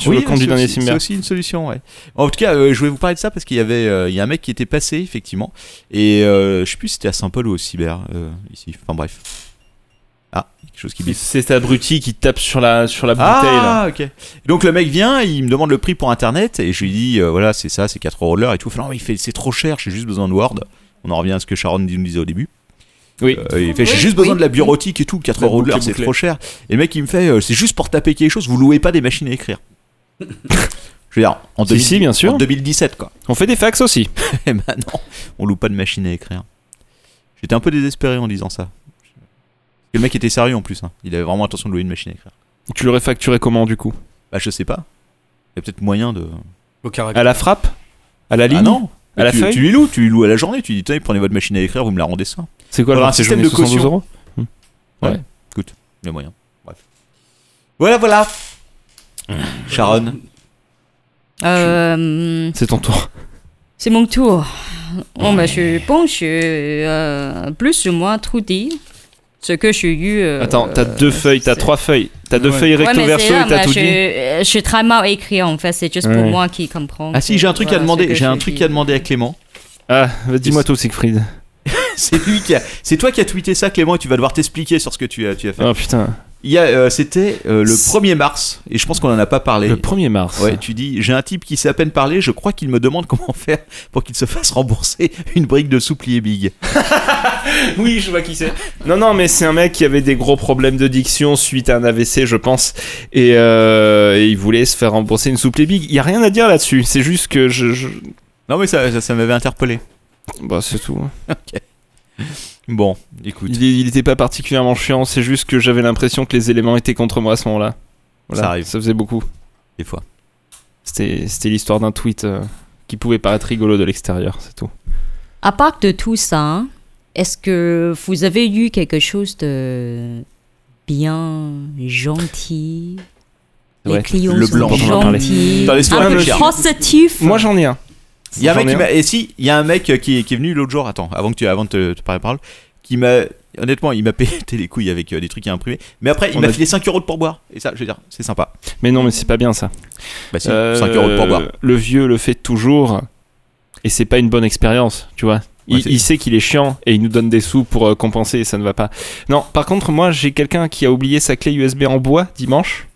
Speaker 3: Sur le compte
Speaker 4: c'est
Speaker 3: du dernier
Speaker 4: aussi-
Speaker 3: Simber.
Speaker 4: C'est aussi une solution, ouais. En tout cas, euh, je voulais vous parler de ça parce qu'il y avait euh, il y a un mec qui était passé, effectivement. Et euh, je sais plus si c'était à Saint-Paul ou au Cyber, euh, ici. Enfin bref. Ah, quelque chose qui bip.
Speaker 3: C'est cet abruti qui tape sur la, sur la bouteille
Speaker 4: Ah,
Speaker 3: là.
Speaker 4: ok. Donc le mec vient, il me demande le prix pour internet et je lui dis euh, voilà, c'est ça, c'est 4 euros l'heure et tout. Il fait non, mais il fait c'est trop cher, j'ai juste besoin de Word. On en revient à ce que Sharon nous disait au début. Euh,
Speaker 3: Oui.
Speaker 4: il fait j'ai
Speaker 3: Oui,
Speaker 4: juste besoin
Speaker 3: oui,
Speaker 4: de la bureautique et tout, 4
Speaker 3: La
Speaker 4: euros de
Speaker 3: boucle
Speaker 4: l'heure, c'est
Speaker 3: bouclée.
Speaker 4: trop cher. Et le mec il me fait euh, c'est juste pour taper quelque chose, vous louez pas des machines à écrire. Je veux dire, en,
Speaker 3: Si,
Speaker 4: 2000
Speaker 3: si, bien sûr.
Speaker 4: en 2017 quoi.
Speaker 3: On fait des fax aussi.
Speaker 4: Eh ben non, on loue pas de machine à écrire. J'étais un peu désespéré en disant ça. Parce que le mec était sérieux en plus, hein. il avait vraiment intention de louer une machine à écrire.
Speaker 3: Tu l'aurais facturé comment du coup
Speaker 4: Bah je sais pas. Il y a peut-être moyen de.
Speaker 8: Au caractère.
Speaker 3: À la frappe À la ligne
Speaker 4: Ah non
Speaker 3: À la
Speaker 4: tu,
Speaker 3: feuille
Speaker 4: tu lui loues, tu lui loues à la journée, tu lui dis Tenez, prenez votre machine à écrire, vous me la rendez ça.
Speaker 3: C'est quoi le
Speaker 4: Voilà,
Speaker 3: prix, c'est journée 72 euros Hmm.
Speaker 4: Ouais.
Speaker 3: Ouais.
Speaker 4: Écoute, il y a moyen. Bref. Voilà, voilà. Sharon,
Speaker 7: Euh,
Speaker 3: C'est ton tour.
Speaker 7: C'est mon tour. Bon, bah, je pense euh, plus ou moins tout dit. Ce que j'ai eu. euh,
Speaker 3: Attends, t'as deux feuilles, t'as trois feuilles. T'as deux
Speaker 4: Ouais.
Speaker 3: feuilles
Speaker 7: Ouais,
Speaker 3: recto
Speaker 7: mais
Speaker 3: verso
Speaker 7: c'est là,
Speaker 3: et t'as
Speaker 7: moi,
Speaker 3: tout
Speaker 7: je,
Speaker 3: dit.
Speaker 7: euh, Je suis très mal écrit en fait, c'est juste pour
Speaker 3: Ouais.
Speaker 7: moi qui comprend.
Speaker 4: Ah si, j'ai un truc à
Speaker 7: Voilà, ce
Speaker 4: demander.
Speaker 7: que
Speaker 4: J'ai un
Speaker 7: j'ai
Speaker 4: truc
Speaker 7: dit.
Speaker 4: à demander à Clément.
Speaker 3: Ah, bah, dis-moi tout, Siegfried.
Speaker 4: C'est lui qui a- C'est toi qui as tweeté ça, Clément, et tu vas devoir t'expliquer sur ce que tu as, tu as fait.
Speaker 3: Oh putain.
Speaker 4: Il y a, euh, c'était euh, le 1er mars, et je pense qu'on en a pas parlé.
Speaker 3: Le 1er mars.
Speaker 4: Ouais, tu dis, j'ai un type qui sait à peine parler, je crois qu'il me demande comment faire pour qu'il se fasse rembourser une brique de souplier big.
Speaker 3: Oui, je vois qui c'est. Non, non, mais c'est un mec qui avait des gros problèmes de diction suite à un AVC, je pense. Et, euh, et il voulait se faire rembourser une soupe big. Il y a rien à dire là-dessus. C'est juste que je. je-
Speaker 4: Non mais ça, ça, ça m'avait interpellé.
Speaker 3: Bah, c'est tout.
Speaker 4: Ok. Bon, écoute,
Speaker 3: Il, il était pas particulièrement chiant. C'est juste que j'avais l'impression que les éléments étaient contre moi à ce moment-là. Voilà.
Speaker 4: Ça arrive.
Speaker 3: Ça faisait beaucoup.
Speaker 4: des fois.
Speaker 3: C'était c'était l'histoire d'un tweet euh, qui pouvait paraître rigolo de l'extérieur, c'est tout.
Speaker 7: À part de tout ça, est-ce que vous avez eu quelque chose de bien gentil Les
Speaker 3: Ouais.
Speaker 7: clients
Speaker 4: Le
Speaker 7: sont
Speaker 4: blanc, on en a parlé.
Speaker 7: gentils, Ah,
Speaker 4: Attends, laisse-moi
Speaker 7: un peu
Speaker 4: réfléchir.
Speaker 7: positifs.
Speaker 3: Moi, j'en ai un.
Speaker 4: Il y a un
Speaker 3: J'en
Speaker 4: mec
Speaker 3: ai
Speaker 4: qui
Speaker 3: un.
Speaker 4: m'a- Et si, il y a un mec euh, qui, qui est venu l'autre jour, attends, avant que tu avant de te, te parler, parle, qui m'a. Honnêtement, il m'a pété les couilles avec euh, des trucs à imprimer. Mais après, il
Speaker 3: On
Speaker 4: m'a
Speaker 3: a-
Speaker 4: filé 5 euros de pourboire. Et ça, je veux dire, c'est sympa.
Speaker 3: Mais non, mais c'est pas bien ça.
Speaker 4: Bah si,
Speaker 3: Euh,
Speaker 4: 5 euros de pourboire.
Speaker 3: Le vieux le fait toujours et c'est pas une bonne expérience, tu vois. Il,
Speaker 4: Ouais, c'est-
Speaker 3: il sait qu'il est chiant et il nous donne des sous pour euh, compenser et ça ne va pas. Non, par contre, moi j'ai quelqu'un qui a oublié sa clé USB en bois dimanche.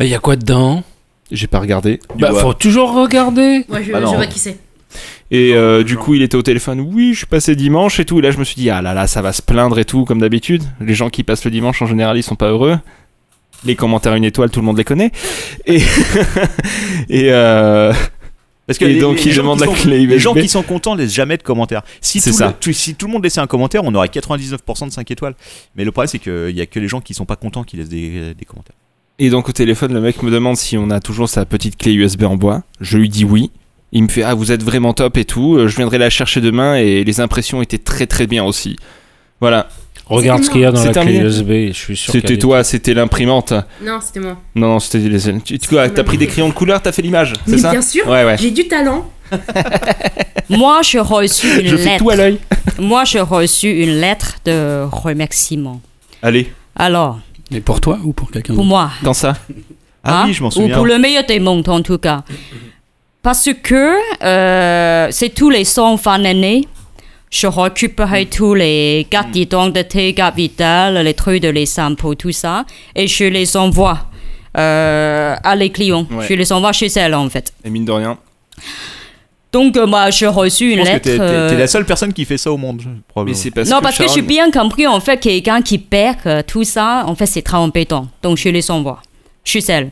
Speaker 9: Il y a quoi dedans
Speaker 3: J'ai pas regardé.
Speaker 9: Bah,
Speaker 4: bois.
Speaker 9: faut toujours regarder.
Speaker 11: Moi, je,
Speaker 4: Bah
Speaker 11: je
Speaker 4: non.
Speaker 11: vois qui c'est.
Speaker 3: Et euh, du coup, il était au téléphone. Oui, je suis passé dimanche et tout. Et là, je me suis dit, ah là là, ça va se plaindre et tout, comme d'habitude. Les gens qui passent le dimanche, en général, ils sont pas heureux. Les commentaires une étoile, tout le monde les connaît. Et. et euh,
Speaker 4: Parce
Speaker 3: et donc, il
Speaker 4: gens
Speaker 3: demande
Speaker 4: qui
Speaker 3: la
Speaker 4: sont-
Speaker 3: clé
Speaker 4: Les
Speaker 3: USB.
Speaker 4: gens qui sont contents laissent jamais de commentaires. Si
Speaker 3: C'est
Speaker 4: tout,
Speaker 3: ça.
Speaker 4: Le, tout- si tout le monde laissait un commentaire, on aurait 99% de 5 étoiles. Mais le problème, c'est qu'il y a que les gens qui sont pas contents qui laissent des, des commentaires.
Speaker 3: Et donc au téléphone, le mec me demande si on a toujours sa petite clé USB en bois. Je lui dis oui. Il me fait ah vous êtes vraiment top et tout. Euh, Je viendrai la chercher demain et les impressions étaient très très bien aussi. Voilà.
Speaker 9: Regarde ce qu'il y a dans
Speaker 3: C'est
Speaker 9: la clé
Speaker 3: terminé.
Speaker 9: USB, je suis sûr.
Speaker 3: C'était
Speaker 9: qu'elle est-
Speaker 3: toi, c'était l'imprimante.
Speaker 11: Non, c'était moi.
Speaker 3: Non non c'était les. Tu, tu quoi, t'as pris des crayons de couleur, t'as fait l'image, c'est
Speaker 11: Mais
Speaker 3: ça
Speaker 11: bien sûr,
Speaker 3: Ouais ouais.
Speaker 11: j'ai du talent.
Speaker 7: Moi, j'ai reçu une
Speaker 3: Je fais
Speaker 7: lettre.
Speaker 3: tout à l'œil.
Speaker 7: Moi, j'ai reçu une lettre de remerciement.
Speaker 3: Allez.
Speaker 7: Alors,
Speaker 8: Mais pour toi ou pour quelqu'un
Speaker 7: pour
Speaker 8: d'autre
Speaker 7: moi,
Speaker 3: Quand ça
Speaker 4: Ah
Speaker 7: hein,
Speaker 4: oui, je m'en
Speaker 7: Ou
Speaker 4: souviens.
Speaker 7: pour le meilleur des mondes, en tout cas. Parce que euh, c'est tous les 100 fin d'année. Je récupérais
Speaker 4: Mm.
Speaker 7: tous les cartes d'identité, cartes vitales, les trucs de les impôts, tout ça. Et je les envoie euh, à les clients.
Speaker 3: Ouais.
Speaker 7: Je les envoie chez elles, en fait.
Speaker 3: Et mine de rien.
Speaker 7: Donc, euh, moi, j'ai reçu
Speaker 4: Je
Speaker 7: une
Speaker 4: pense que
Speaker 7: lettre.
Speaker 4: t'es, t'es- t'es
Speaker 7: euh,
Speaker 4: la seule personne qui fait ça au monde,
Speaker 3: Mais
Speaker 4: probablement.
Speaker 3: c'est parce
Speaker 7: non,
Speaker 3: que
Speaker 7: parce que j'ai
Speaker 3: Sharon-
Speaker 7: bien compris, en fait, quelqu'un qui perd euh, tout ça, en fait, c'est très embêtant. Donc, je les envoie. Je suis celle.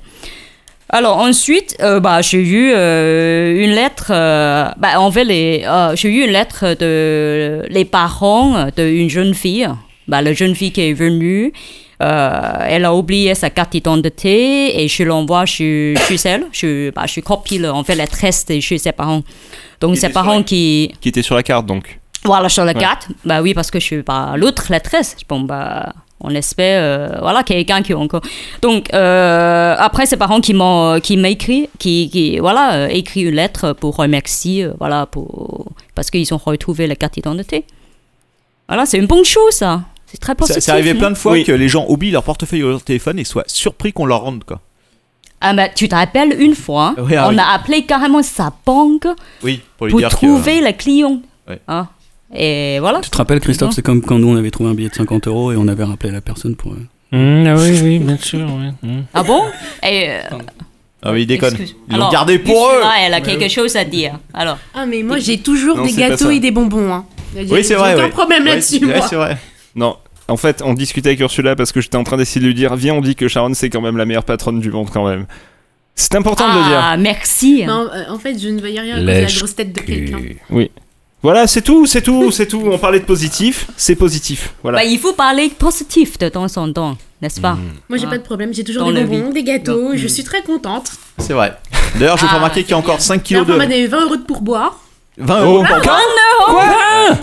Speaker 7: Alors, ensuite, euh, bah, j'ai eu euh, une lettre. euh, bah, en fait, les, euh, j'ai eu une lettre de les parents d'une jeune fille. Bah, la jeune fille qui est venue, euh, elle a oublié sa carte d'identité et je l'envoie chez, chez elle. Je, bah, je copie, le- en fait, la trace de chez ses parents. Donc,
Speaker 3: Qui
Speaker 7: ses
Speaker 3: était sur
Speaker 7: parents
Speaker 3: la-
Speaker 7: qui.
Speaker 3: Qui était sur la carte donc.
Speaker 7: Voilà, sur la
Speaker 3: Ouais.
Speaker 7: carte. Bah oui, parce que je suis pas l'autre, la tresse. Bon, bah, on espère euh, voilà quelqu'un qui encore donc euh, après ses parents qui m'ont euh, qui m'a écrit qui, qui voilà euh, écrit une lettre pour remercier euh, voilà pour parce qu'ils ont retrouvé la carte d'identité voilà c'est une bonne chose ça c'est très
Speaker 4: Ça-
Speaker 7: positif
Speaker 4: C'est arrivé
Speaker 7: non
Speaker 4: plein de fois que les gens oublient leur portefeuille ou leur téléphone et soient surpris qu'on leur rende quoi.
Speaker 7: ah bah, tu te rappelles une fois hein,
Speaker 4: Oui, ah
Speaker 7: on
Speaker 4: oui.
Speaker 7: a appelé carrément sa banque
Speaker 4: Oui, pour lui
Speaker 7: pour
Speaker 4: dire que- euh,
Speaker 7: trouver la client
Speaker 4: Ouais.
Speaker 7: Hein. et voilà
Speaker 8: Tu te rappelles, Christophe, c'est comme quand nous on avait trouvé un billet de 50 euros et on avait rappelé la personne pour. euh,
Speaker 9: Mmh, ah oui, oui, bien sûr. ouais. Mmh.
Speaker 7: ah bon et euh,
Speaker 4: Ah mais ils déconnent.
Speaker 7: excuse-
Speaker 4: Ils l'ont
Speaker 7: Alors,
Speaker 4: gardé pour eux.
Speaker 7: Ursula, elle a
Speaker 4: Ouais,
Speaker 7: quelque
Speaker 4: ouais.
Speaker 7: chose à dire alors
Speaker 11: Ah, mais moi, j'ai toujours
Speaker 4: Non,
Speaker 11: des
Speaker 4: c'est pas
Speaker 11: gâteaux
Speaker 4: ça.
Speaker 11: et des bonbons. Hein.
Speaker 4: Oui, c'est vrai.
Speaker 11: J'ai aucun
Speaker 4: oui.
Speaker 11: problème
Speaker 4: Ouais,
Speaker 11: là-dessus,
Speaker 4: c'est- ouais,
Speaker 11: moi.
Speaker 4: c'est vrai.
Speaker 3: Non. En fait, on discutait avec Ursula parce que j'étais en train d'essayer de lui dire Viens, on dit que Sharon, c'est quand même la meilleure patronne du monde, quand même. C'est important de le dire.
Speaker 7: ah merci
Speaker 11: Mais en, euh, en fait, je ne voyais rien à cause de la
Speaker 3: Lèche
Speaker 11: grosse tête de quelqu'un.
Speaker 3: Oui. Voilà, c'est tout, c'est tout, c'est tout. On parlait de positif, c'est positif. Voilà.
Speaker 7: Bah, il faut parler positif de temps en temps, n'est-ce pas
Speaker 4: Hmm.
Speaker 11: Moi, j'ai
Speaker 7: Ah.
Speaker 11: pas de problème. J'ai toujours
Speaker 7: Dans
Speaker 11: des
Speaker 7: la
Speaker 11: bonbons,
Speaker 7: vie.
Speaker 11: des gâteaux.
Speaker 7: Non.
Speaker 11: Je
Speaker 7: Mm.
Speaker 11: suis très contente.
Speaker 4: C'est vrai. D'ailleurs, je vous fais remarquer qu'il y a encore 5
Speaker 11: La
Speaker 4: kilos
Speaker 11: fois, on m'a
Speaker 4: de.
Speaker 11: donné 20 euros de pourboire.
Speaker 4: 20 euros
Speaker 11: Ah,
Speaker 4: par
Speaker 11: 20 euros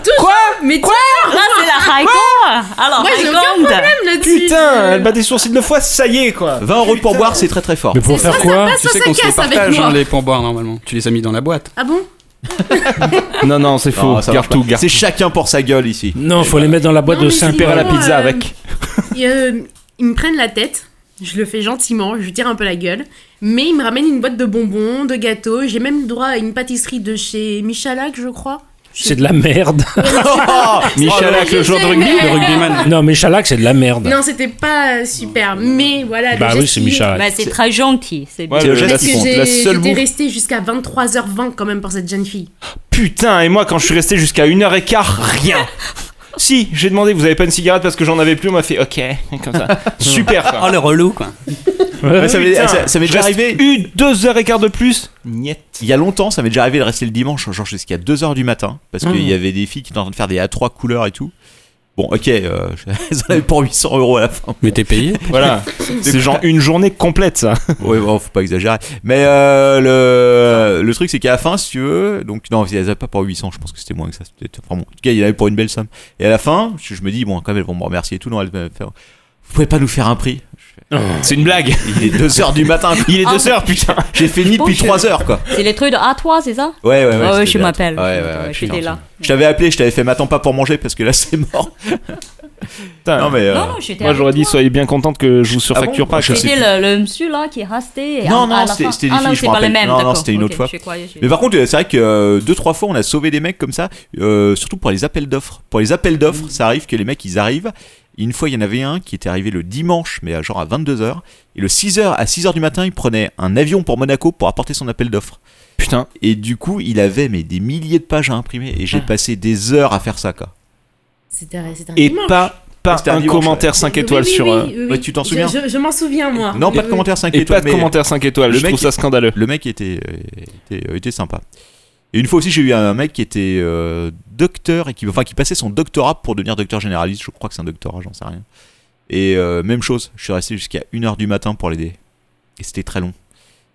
Speaker 11: Toujours, Mais Quoi
Speaker 7: Là, c'est la raconte Alors,
Speaker 11: Moi, j'ai aucun
Speaker 7: raconte
Speaker 11: problème là-dessus
Speaker 3: Putain, Ah, elle bat des sourcils de fois, ça y est quoi.
Speaker 4: 20 euros de pourboire, c'est très très fort.
Speaker 3: Mais pour
Speaker 11: faire quoi
Speaker 8: Tu
Speaker 11: ça
Speaker 8: sais
Speaker 11: ça
Speaker 8: qu'on se les
Speaker 11: casse avec
Speaker 8: partage,
Speaker 11: moi.
Speaker 8: hein, les pourboires normalement. Tu les as mis dans la boîte.
Speaker 11: Ah bon
Speaker 3: Non, non, c'est
Speaker 4: faux. garde tout, C'est chacun pour sa gueule ici.
Speaker 9: Non, faut les mettre dans la boîte
Speaker 11: Non,
Speaker 9: de
Speaker 11: mais
Speaker 9: 5
Speaker 11: sinon,
Speaker 9: euros.
Speaker 11: euh, Et, euh, ils me prennent la tête, je le fais gentiment, je tire un peu la gueule, mais ils me ramènent une boîte de bonbons, de gâteaux, j'ai même droit à une pâtisserie de chez Michalak, je crois.
Speaker 9: C'est de la merde.
Speaker 7: Ah,
Speaker 3: Michalak,
Speaker 11: le joueur de rugby
Speaker 9: Le rugbyman. Non, Michalak, c'est de la merde.
Speaker 11: Non, c'était pas super, mais voilà. le
Speaker 9: Bah oui,
Speaker 11: geste,
Speaker 9: c'est
Speaker 11: il est-
Speaker 9: Michalak.
Speaker 7: Bah, c'est très gentil. C'est
Speaker 3: Ouais,
Speaker 7: bien.
Speaker 3: le geste
Speaker 11: Parce
Speaker 3: qui
Speaker 11: que
Speaker 3: compte.
Speaker 11: j'ai-
Speaker 3: La seule
Speaker 11: j'étais
Speaker 3: bouffe.
Speaker 11: restée jusqu'à 23h20 quand même pour cette jeune fille.
Speaker 3: Putain, et moi quand je suis resté jusqu'à 1h15, rien. Si, j'ai demandé, vous avez pas une cigarette parce que j'en avais plus, on m'a fait ok, comme ça. Super quoi.
Speaker 8: Oh le relou quoi.
Speaker 4: Ouais, ça m'est
Speaker 3: Putain,
Speaker 4: ça- ça m'est
Speaker 3: je
Speaker 4: déjà
Speaker 3: reste
Speaker 4: arrivé.
Speaker 3: Une, deux heures et quart de plus. Niette.
Speaker 4: Il y a longtemps, ça m'est déjà arrivé de rester le dimanche, genre jusqu'à 2h du matin, parce
Speaker 3: Mmh.
Speaker 4: qu'il y avait des filles qui étaient en train de faire des A3 couleurs et tout. Bon, ok, euh, elles en avaient pour 800 euros à la fin.
Speaker 8: Mais t'es payé.
Speaker 3: Voilà. C'est genre une journée complète ça.
Speaker 4: Oui, bon, faut pas exagérer. Mais euh, le, le truc, c'est qu'à la fin, si tu veux, donc non, elles avaient pas pour 800, je pense que c'était moins que ça. c'était peut-être- Enfin bon, en tout cas, il y en avait pour une belle somme. Et à la fin, je, je me dis, bon, quand même, elles vont me remercier et tout. Non, elles vont faire, vous pouvez pas nous faire un prix Oh.
Speaker 3: C'est une blague.
Speaker 4: Il est 2h du matin.
Speaker 3: Il est
Speaker 7: Ah.
Speaker 3: deux heures, putain.
Speaker 4: J'ai fait ni depuis 3h, quoi.
Speaker 7: C'est les trucs de à toi, c'est ça
Speaker 4: Ouais, ouais, ouais.
Speaker 7: Ah ouais,
Speaker 4: c'était
Speaker 7: je
Speaker 4: bien.
Speaker 7: m'appelle.
Speaker 4: Ouais, ouais,
Speaker 7: Je
Speaker 4: ouais,
Speaker 7: m'appelle,
Speaker 4: putain,
Speaker 7: j'étais là.
Speaker 4: Je t'avais appelé, je t'avais fait, m'attends pas pour manger parce que là, c'est mort.
Speaker 3: Putain.
Speaker 4: Non, mais. euh,
Speaker 7: Ah. Non, non, j'étais
Speaker 3: Moi
Speaker 7: avec
Speaker 3: j'aurais dit
Speaker 7: toi.
Speaker 3: soyez bien contente que je vous surfacture
Speaker 4: Ah bon
Speaker 3: pas.
Speaker 4: Je
Speaker 3: quoi.
Speaker 4: sais
Speaker 7: C'était le, le monsieur là qui est resté. et
Speaker 4: Non,
Speaker 7: à-
Speaker 4: non,
Speaker 7: à la
Speaker 4: c'était-
Speaker 7: fin-
Speaker 4: c'était des
Speaker 7: ah, non,
Speaker 4: filles, je
Speaker 7: c'est
Speaker 4: me
Speaker 7: pas le
Speaker 4: rappelle.
Speaker 7: même.
Speaker 4: Non, non,
Speaker 7: d'accord.
Speaker 4: c'était une autre
Speaker 7: Ok,
Speaker 4: fois.
Speaker 7: je croyais- je-
Speaker 4: Mais par contre, euh, c'est vrai que euh, deux trois fois on a sauvé des mecs comme ça, euh, surtout pour les appels d'offres. Pour les appels d'offres, ça arrive que les mecs ils arrivent. Et Une fois, il y en avait un qui était arrivé le dimanche, mais à genre à 22h. Et le 6h, à 6h du matin, il prenait un avion pour Monaco pour apporter son appel d'offres.
Speaker 3: Putain.
Speaker 4: Et du coup, il avait mais des milliers de pages à imprimer. Et j'ai
Speaker 3: Ah.
Speaker 4: passé des heures à faire ça, quoi.
Speaker 11: C'était c'était un
Speaker 3: Et
Speaker 11: dimanche.
Speaker 3: pas pas
Speaker 4: C'était un
Speaker 3: un
Speaker 4: dimanche,
Speaker 3: commentaire 5
Speaker 11: Oui,
Speaker 3: étoiles
Speaker 11: oui,
Speaker 3: sur.
Speaker 11: oui,
Speaker 3: euh,
Speaker 11: oui, oui.
Speaker 4: ouais, tu t'en
Speaker 11: Je-
Speaker 4: souviens
Speaker 11: Je, je m'en souviens, moi. Euh,
Speaker 4: Non, pas
Speaker 11: Oui,
Speaker 4: de
Speaker 11: oui.
Speaker 4: commentaire 5
Speaker 3: Ah. Et
Speaker 4: étoiles.
Speaker 3: pas de
Speaker 4: mais-
Speaker 3: commentaire 5 étoiles.
Speaker 4: le
Speaker 3: Je
Speaker 4: mec
Speaker 3: trouve ça
Speaker 4: est-
Speaker 3: scandaleux.
Speaker 4: Le mec était, euh, était, euh, était sympa. Et une fois aussi, j'ai eu un mec qui était euh, docteur et qui, enfin, qui passait son doctorat pour devenir docteur généraliste. Je crois que c'est un doctorat, j'en sais rien. Et euh, même chose, je suis resté jusqu'à 1h du matin pour l'aider. Et c'était très long.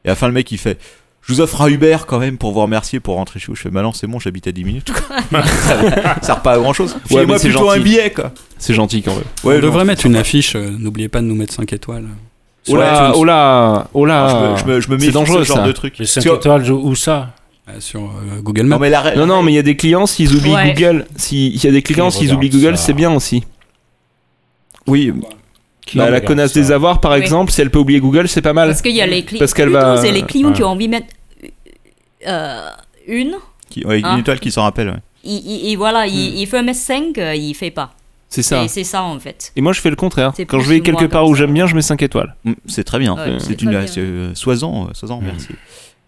Speaker 4: Et à la fin, le mec, il fait Je vous offre un Uber quand même pour vous remercier pour rentrer chez vous. Je fais Bah non, c'est bon, j'habite à 10 minutes. ça sert pas à grand chose.
Speaker 3: Ouais, mais
Speaker 4: Filez-moi
Speaker 3: c'est
Speaker 4: plutôt
Speaker 3: gentil.
Speaker 4: un billet, quoi.
Speaker 3: C'est gentil quand même.
Speaker 8: On
Speaker 4: Ouais, non,
Speaker 8: devrait mettre une affiche. euh, N'oubliez pas de nous mettre 5 étoiles.
Speaker 3: Oh là, oh là, oh là.
Speaker 4: Ah, je me, je me, je me méfie
Speaker 3: C'est
Speaker 4: de
Speaker 3: dangereux
Speaker 4: ce genre
Speaker 3: ça.
Speaker 4: de truc.
Speaker 9: Les 5
Speaker 4: Parce que-
Speaker 9: étoiles, où ça
Speaker 8: Euh, Sur euh, Google Maps.
Speaker 4: Non, mais la-
Speaker 3: Non, non, mais il y a des clients, s'ils oublient
Speaker 7: Ouais.
Speaker 3: Google, s'il il y a des clients,
Speaker 9: Qui
Speaker 3: s'ils oublient
Speaker 9: regarde
Speaker 3: Google,
Speaker 9: ça
Speaker 3: c'est bien aussi. Oui,
Speaker 9: Qui
Speaker 3: bah, la
Speaker 9: regarde
Speaker 3: connasse
Speaker 9: ça
Speaker 3: des avoirs, par
Speaker 7: Oui.
Speaker 3: exemple, si elle peut oublier Google, c'est pas mal.
Speaker 7: Parce qu'il y a les clients.
Speaker 3: Parce qu'elle va-
Speaker 7: C'est les clients
Speaker 9: ouais.
Speaker 7: qui ont envie de mettre euh, une.
Speaker 4: qui- ouais,
Speaker 7: Ah.
Speaker 4: Une étoile qui s'en rappelle, ouais.
Speaker 7: Il, il- il- voilà,
Speaker 4: Hmm.
Speaker 7: il, il veut mettre 5, euh, il fait pas.
Speaker 3: C'est ça.
Speaker 7: C'est c'est ça en fait.
Speaker 3: Et moi, je fais le contraire.
Speaker 7: C'est
Speaker 3: Quand
Speaker 7: plus
Speaker 3: je vais
Speaker 7: ou moins
Speaker 3: quelque part
Speaker 7: comme
Speaker 3: où
Speaker 7: ça.
Speaker 3: j'aime bien, je mets 5 étoiles.
Speaker 4: Mm, C'est très bien.
Speaker 7: Ah Ouais, c'est
Speaker 4: c'est
Speaker 7: très
Speaker 4: une.
Speaker 7: bien.
Speaker 4: c'est, euh, Sois-en, euh, sois-en, merci.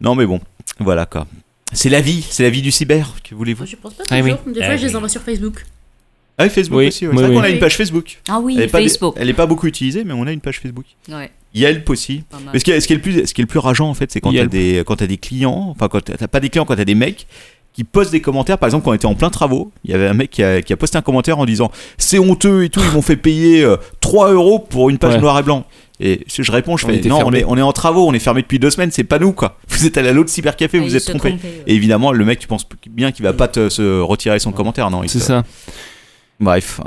Speaker 4: Non, mais bon, voilà quoi. C'est la vie, c'est la vie du cyber, que voulez-vous
Speaker 11: Je pense pas
Speaker 3: Ah oui.
Speaker 11: toujours. Des fois,
Speaker 9: Ah
Speaker 11: je les
Speaker 9: oui.
Speaker 11: envoie sur Facebook.
Speaker 4: Ah, oui, Facebook
Speaker 3: Oui,
Speaker 4: aussi, ouais.
Speaker 3: oui,
Speaker 4: c'est vrai
Speaker 3: oui.
Speaker 4: qu'on a une page Facebook.
Speaker 7: Ah oui,
Speaker 4: elle est pas,
Speaker 7: Facebook.
Speaker 4: Elle est pas beaucoup utilisée, mais on a une page Facebook.
Speaker 7: Ouais,
Speaker 4: Yelp aussi.
Speaker 7: pas mal.
Speaker 4: Mais ce qui est, ce qui est le, plus, ce qui est le plus rageant, en fait, c'est quand t'as
Speaker 3: Yelp.
Speaker 4: des, quand t'as des clients, enfin, quand t'as t'as pas des clients, quand t'as des mecs qui postent des commentaires. Par exemple, quand on était en plein travaux, il y avait un mec qui a, qui a posté un commentaire en disant C'est honteux et tout, ils m'ont fait payer euh, 3 euros pour une page
Speaker 3: Ouais.
Speaker 4: noir et blanc. Et si je réponds, je
Speaker 3: On
Speaker 4: fais
Speaker 3: était
Speaker 4: Non, on
Speaker 3: fermés.
Speaker 4: est, on est en travaux, on est fermé depuis deux semaines, c'est pas nous, quoi. Vous êtes allé à l'autre cybercafé,
Speaker 7: Ah,
Speaker 4: vous
Speaker 7: il
Speaker 4: êtes
Speaker 7: se
Speaker 4: trompé.
Speaker 7: trompait, ouais.
Speaker 4: Et évidemment, le mec, tu penses bien qu'il va pas te se retirer son commentaire, non il
Speaker 3: C'est
Speaker 4: te-
Speaker 3: ça.
Speaker 4: Bref.